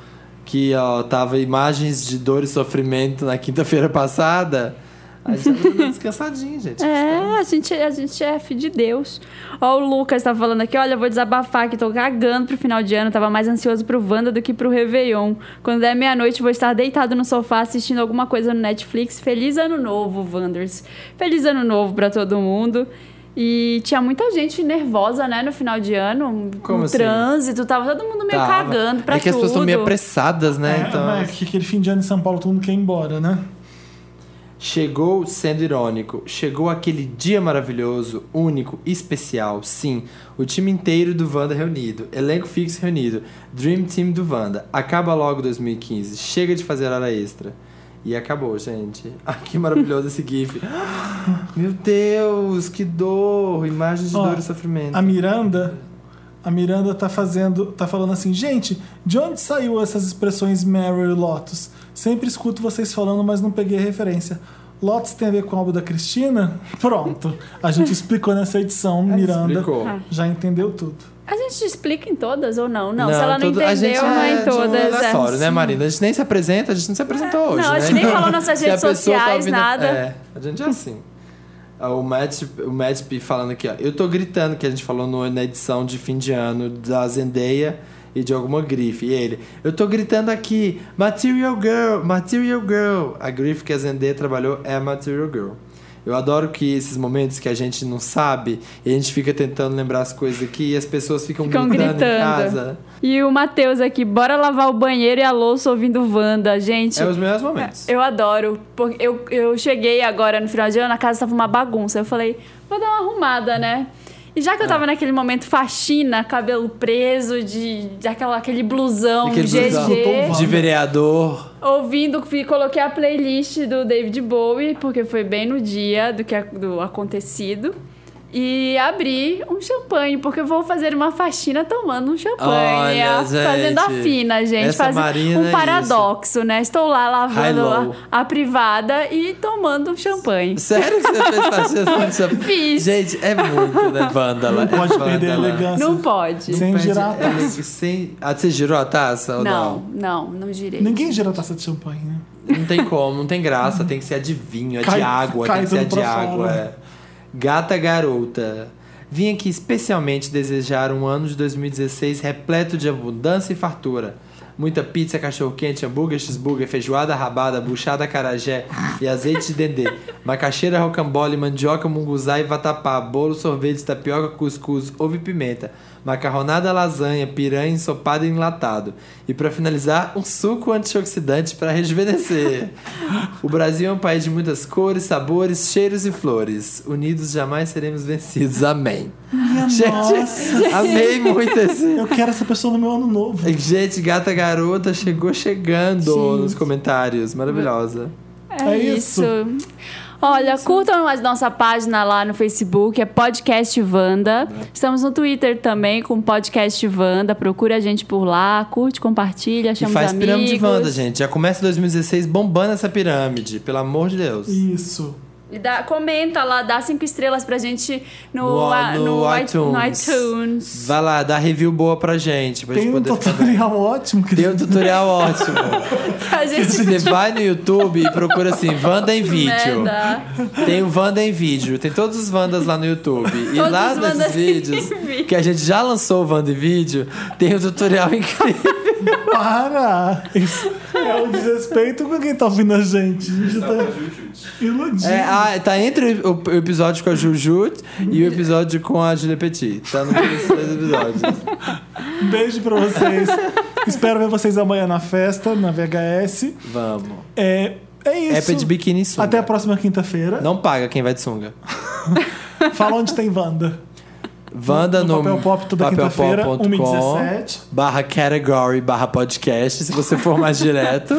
que ó, tava imagens de dor e sofrimento na quinta-feira passada. A gente tá descansadinho, gente. É, a gente, a gente é filho de Deus. Ó, o Lucas tá falando aqui, olha, eu vou desabafar que tô cagando pro final de ano, tava mais ansioso pro Wanda do que pro Réveillon. Quando der meia-noite, vou estar deitado no sofá assistindo alguma coisa no Netflix. Feliz ano novo, Wanders. Feliz ano novo pra todo mundo. E tinha muita gente nervosa, né, no final de ano. Como no assim? trânsito, tava todo mundo meio Tava. cagando pra É que as tudo. pessoas estão meio apressadas, né? É, então, mas que aquele fim de ano em São Paulo todo mundo quer ir embora, né? Chegou sendo irônico, chegou aquele dia maravilhoso, único, especial, sim, o time inteiro do Wanda reunido, elenco fixo reunido, Dream Team do Wanda, acaba logo 2015, chega de fazer hora extra. E acabou, gente. Ah, que maravilhoso esse GIF. Meu Deus, que dor! Imagens de Ó, dor e sofrimento. A Miranda. A Miranda tá fazendo. tá falando assim, gente, de onde saiu essas expressões Mary e Lotus? Sempre escuto vocês falando, mas não peguei a referência. Lotus tem a ver com o álbum da Cristina? Pronto. A gente explicou nessa edição, Miranda. Explicou. Ah. Já entendeu tudo. A gente explica em todas ou não? Não, se ela não tudo- entendeu, a gente não é é em de um todas. é. aleatório, né, Marina? A gente nem se apresenta, a gente não se apresentou hoje. não, a né? gente nem falou nossas Se a redes pessoa tá sociais, nada. É, a gente é assim. Ah, O Matt, o Matt P falando aqui, ó. Eu tô gritando que a gente falou no- na edição de fim de ano da Zendaya e de alguma grife. E ele, eu tô gritando aqui, Material Girl, Material Girl. A grife que a Zendaya trabalhou é a Material Girl. Eu adoro que esses momentos que a gente não sabe e a gente fica tentando lembrar as coisas aqui e as pessoas ficam, Ficam gritando, em gritando. casa. E o Matheus aqui, bora lavar o banheiro e a louça ouvindo Wanda, gente. É os melhores momentos. Eu adoro. Porque eu, eu cheguei agora no final de ano, a casa tava uma bagunça. Eu falei, vou dar uma arrumada, né? E É. já que eu tava naquele momento faxina, cabelo preso, de, de aquela- aquele blusão, Aquele GG, blusão De vereador. ouvindo, fui- coloquei a playlist do David Bowie, porque foi bem no dia do que a- do acontecido. E abri um champanhe, porque eu vou fazer uma faxina tomando um champanhe. Olha, a- fazendo a gente. fina, gente. Essa fazendo Marina é um paradoxo, né? Estou lá lavando High low. a, a privada e tomando um champanhe. Sério que você fez faxina no champanhe? Fiz. Gente, é muito, né? Vândala. é Pode perder a vândala. elegância. Não pode. Sem Perde- girar a taça. é, sem- Ah, você girou a taça ou Não, não? não, não girei. Ninguém gira taça de champanhe, né? Não, tem como, não tem graça. Tem que ser a de vinho, a de Cai- água, cai tem que ser a tudo de pra água. fora. é. Gata garota. Vim aqui especialmente desejar um ano de 2016 repleto de abundância e fartura. Muita pizza, cachorro-quente, hambúrguer, cheeseburger, feijoada, rabada, buchada, carajé e azeite de dendê. Macaxeira, rocambole, mandioca, munguzá e vatapá. Bolo, sorvete, tapioca, cuscuz, ovo e pimenta. Macarronada, lasanha, piranha, ensopada e enlatado. E pra finalizar, um suco antioxidante pra rejuvenescer. O Brasil é um país de muitas cores, sabores, cheiros e flores. Unidos jamais seremos vencidos. Amém. nossa. amei muito esse. Eu quero essa pessoa no meu ano novo. Gente, gata garota chegou chegando Gente. nos comentários. Maravilhosa. É, É isso. isso. É Olha, curtam a nossa página lá no Facebook, é Podcast Vanda. Estamos no Twitter também com Podcast Vanda. Procura a gente por lá, curte, compartilha, E chama faz os amigos. pirâmide Wanda, gente. Já começa 2016 bombando essa pirâmide, pelo amor de Deus. Isso. E dá- comenta lá, dá cinco estrelas pra gente no, No- a- no no i- iTunes. no iTunes. Vai lá, dá review boa pra gente. Pra Tem gente um poder tutorial ótimo que Tem um tutorial ótimo. A gente Você vai no YouTube e procura assim, Wanda em vídeo. merda. Tem o Wanda em vídeo, tem todos os Wandas lá no YouTube. E Todos lá os nesses Wandas em vídeos, vídeo. que a gente já lançou o Wanda em vídeo, tem um tutorial incrível. Para! Isso é um desrespeito com quem tá ouvindo a gente. A gente tá Jujutsu. iludido. É, ah, tá entre o o episódio com a Juju e o episódio com a Julia Petit. Tá no meio desses dois episódios. Um beijo pra vocês. Espero ver vocês amanhã na festa, na VHS. Vamos. É, é isso. É pra de biquíni e sunga. Até a próxima quinta-feira. Não paga quem vai de sunga. Fala onde tem Wanda. Wanda no, No Papel Pop toda quinta-feira, papelpop.com 1h17. barra category barra podcast, se você for mais direto.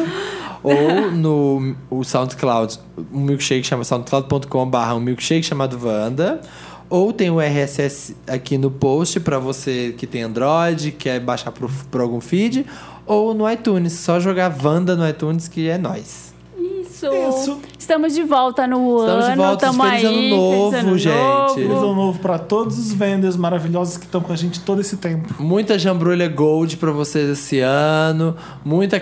Ou no o SoundCloud, um milkshake chama soundcloud.com barra um milkshake chamado Wanda. Ou tem o RSS aqui no post pra você que tem Android, quer baixar pro, pro algum feed. Ou no iTunes, só jogar Wanda no iTunes que é nós. Isso. Isso. Estamos de volta no Estamos de ano. volta, tamo feliz ano aí, novo, feliz ano gente. novo. Feliz Feliz ano novo pra todos os vendors maravilhosos que estão com a gente todo esse tempo. Muita jambrulha gold pra vocês esse ano, muita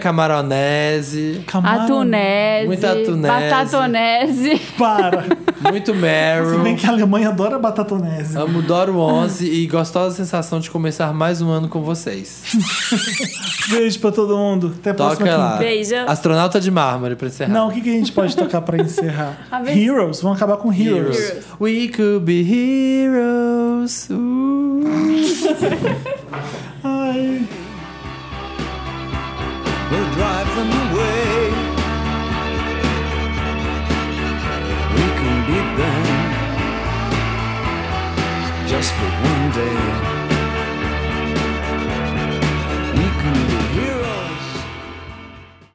camaronese, Atunese, um- Muita atunese. batatonese. Para! muito Se Meryl. bem que a Alemanha adora batatonese. Amo Doro 11 e gostosa sensação de começar mais um ano com vocês. Beijo pra todo mundo. Até a próxima Toca quinta. lá. Beijo. Astronauta de mármore pra encerrar. Não, o que, que a gente pode tocar pra encerrar? A vez- Heroes, vamos acabar com Heroes. Heroes. We could be heroes. Uh. Ooh. Ai. We'll drive them away. down.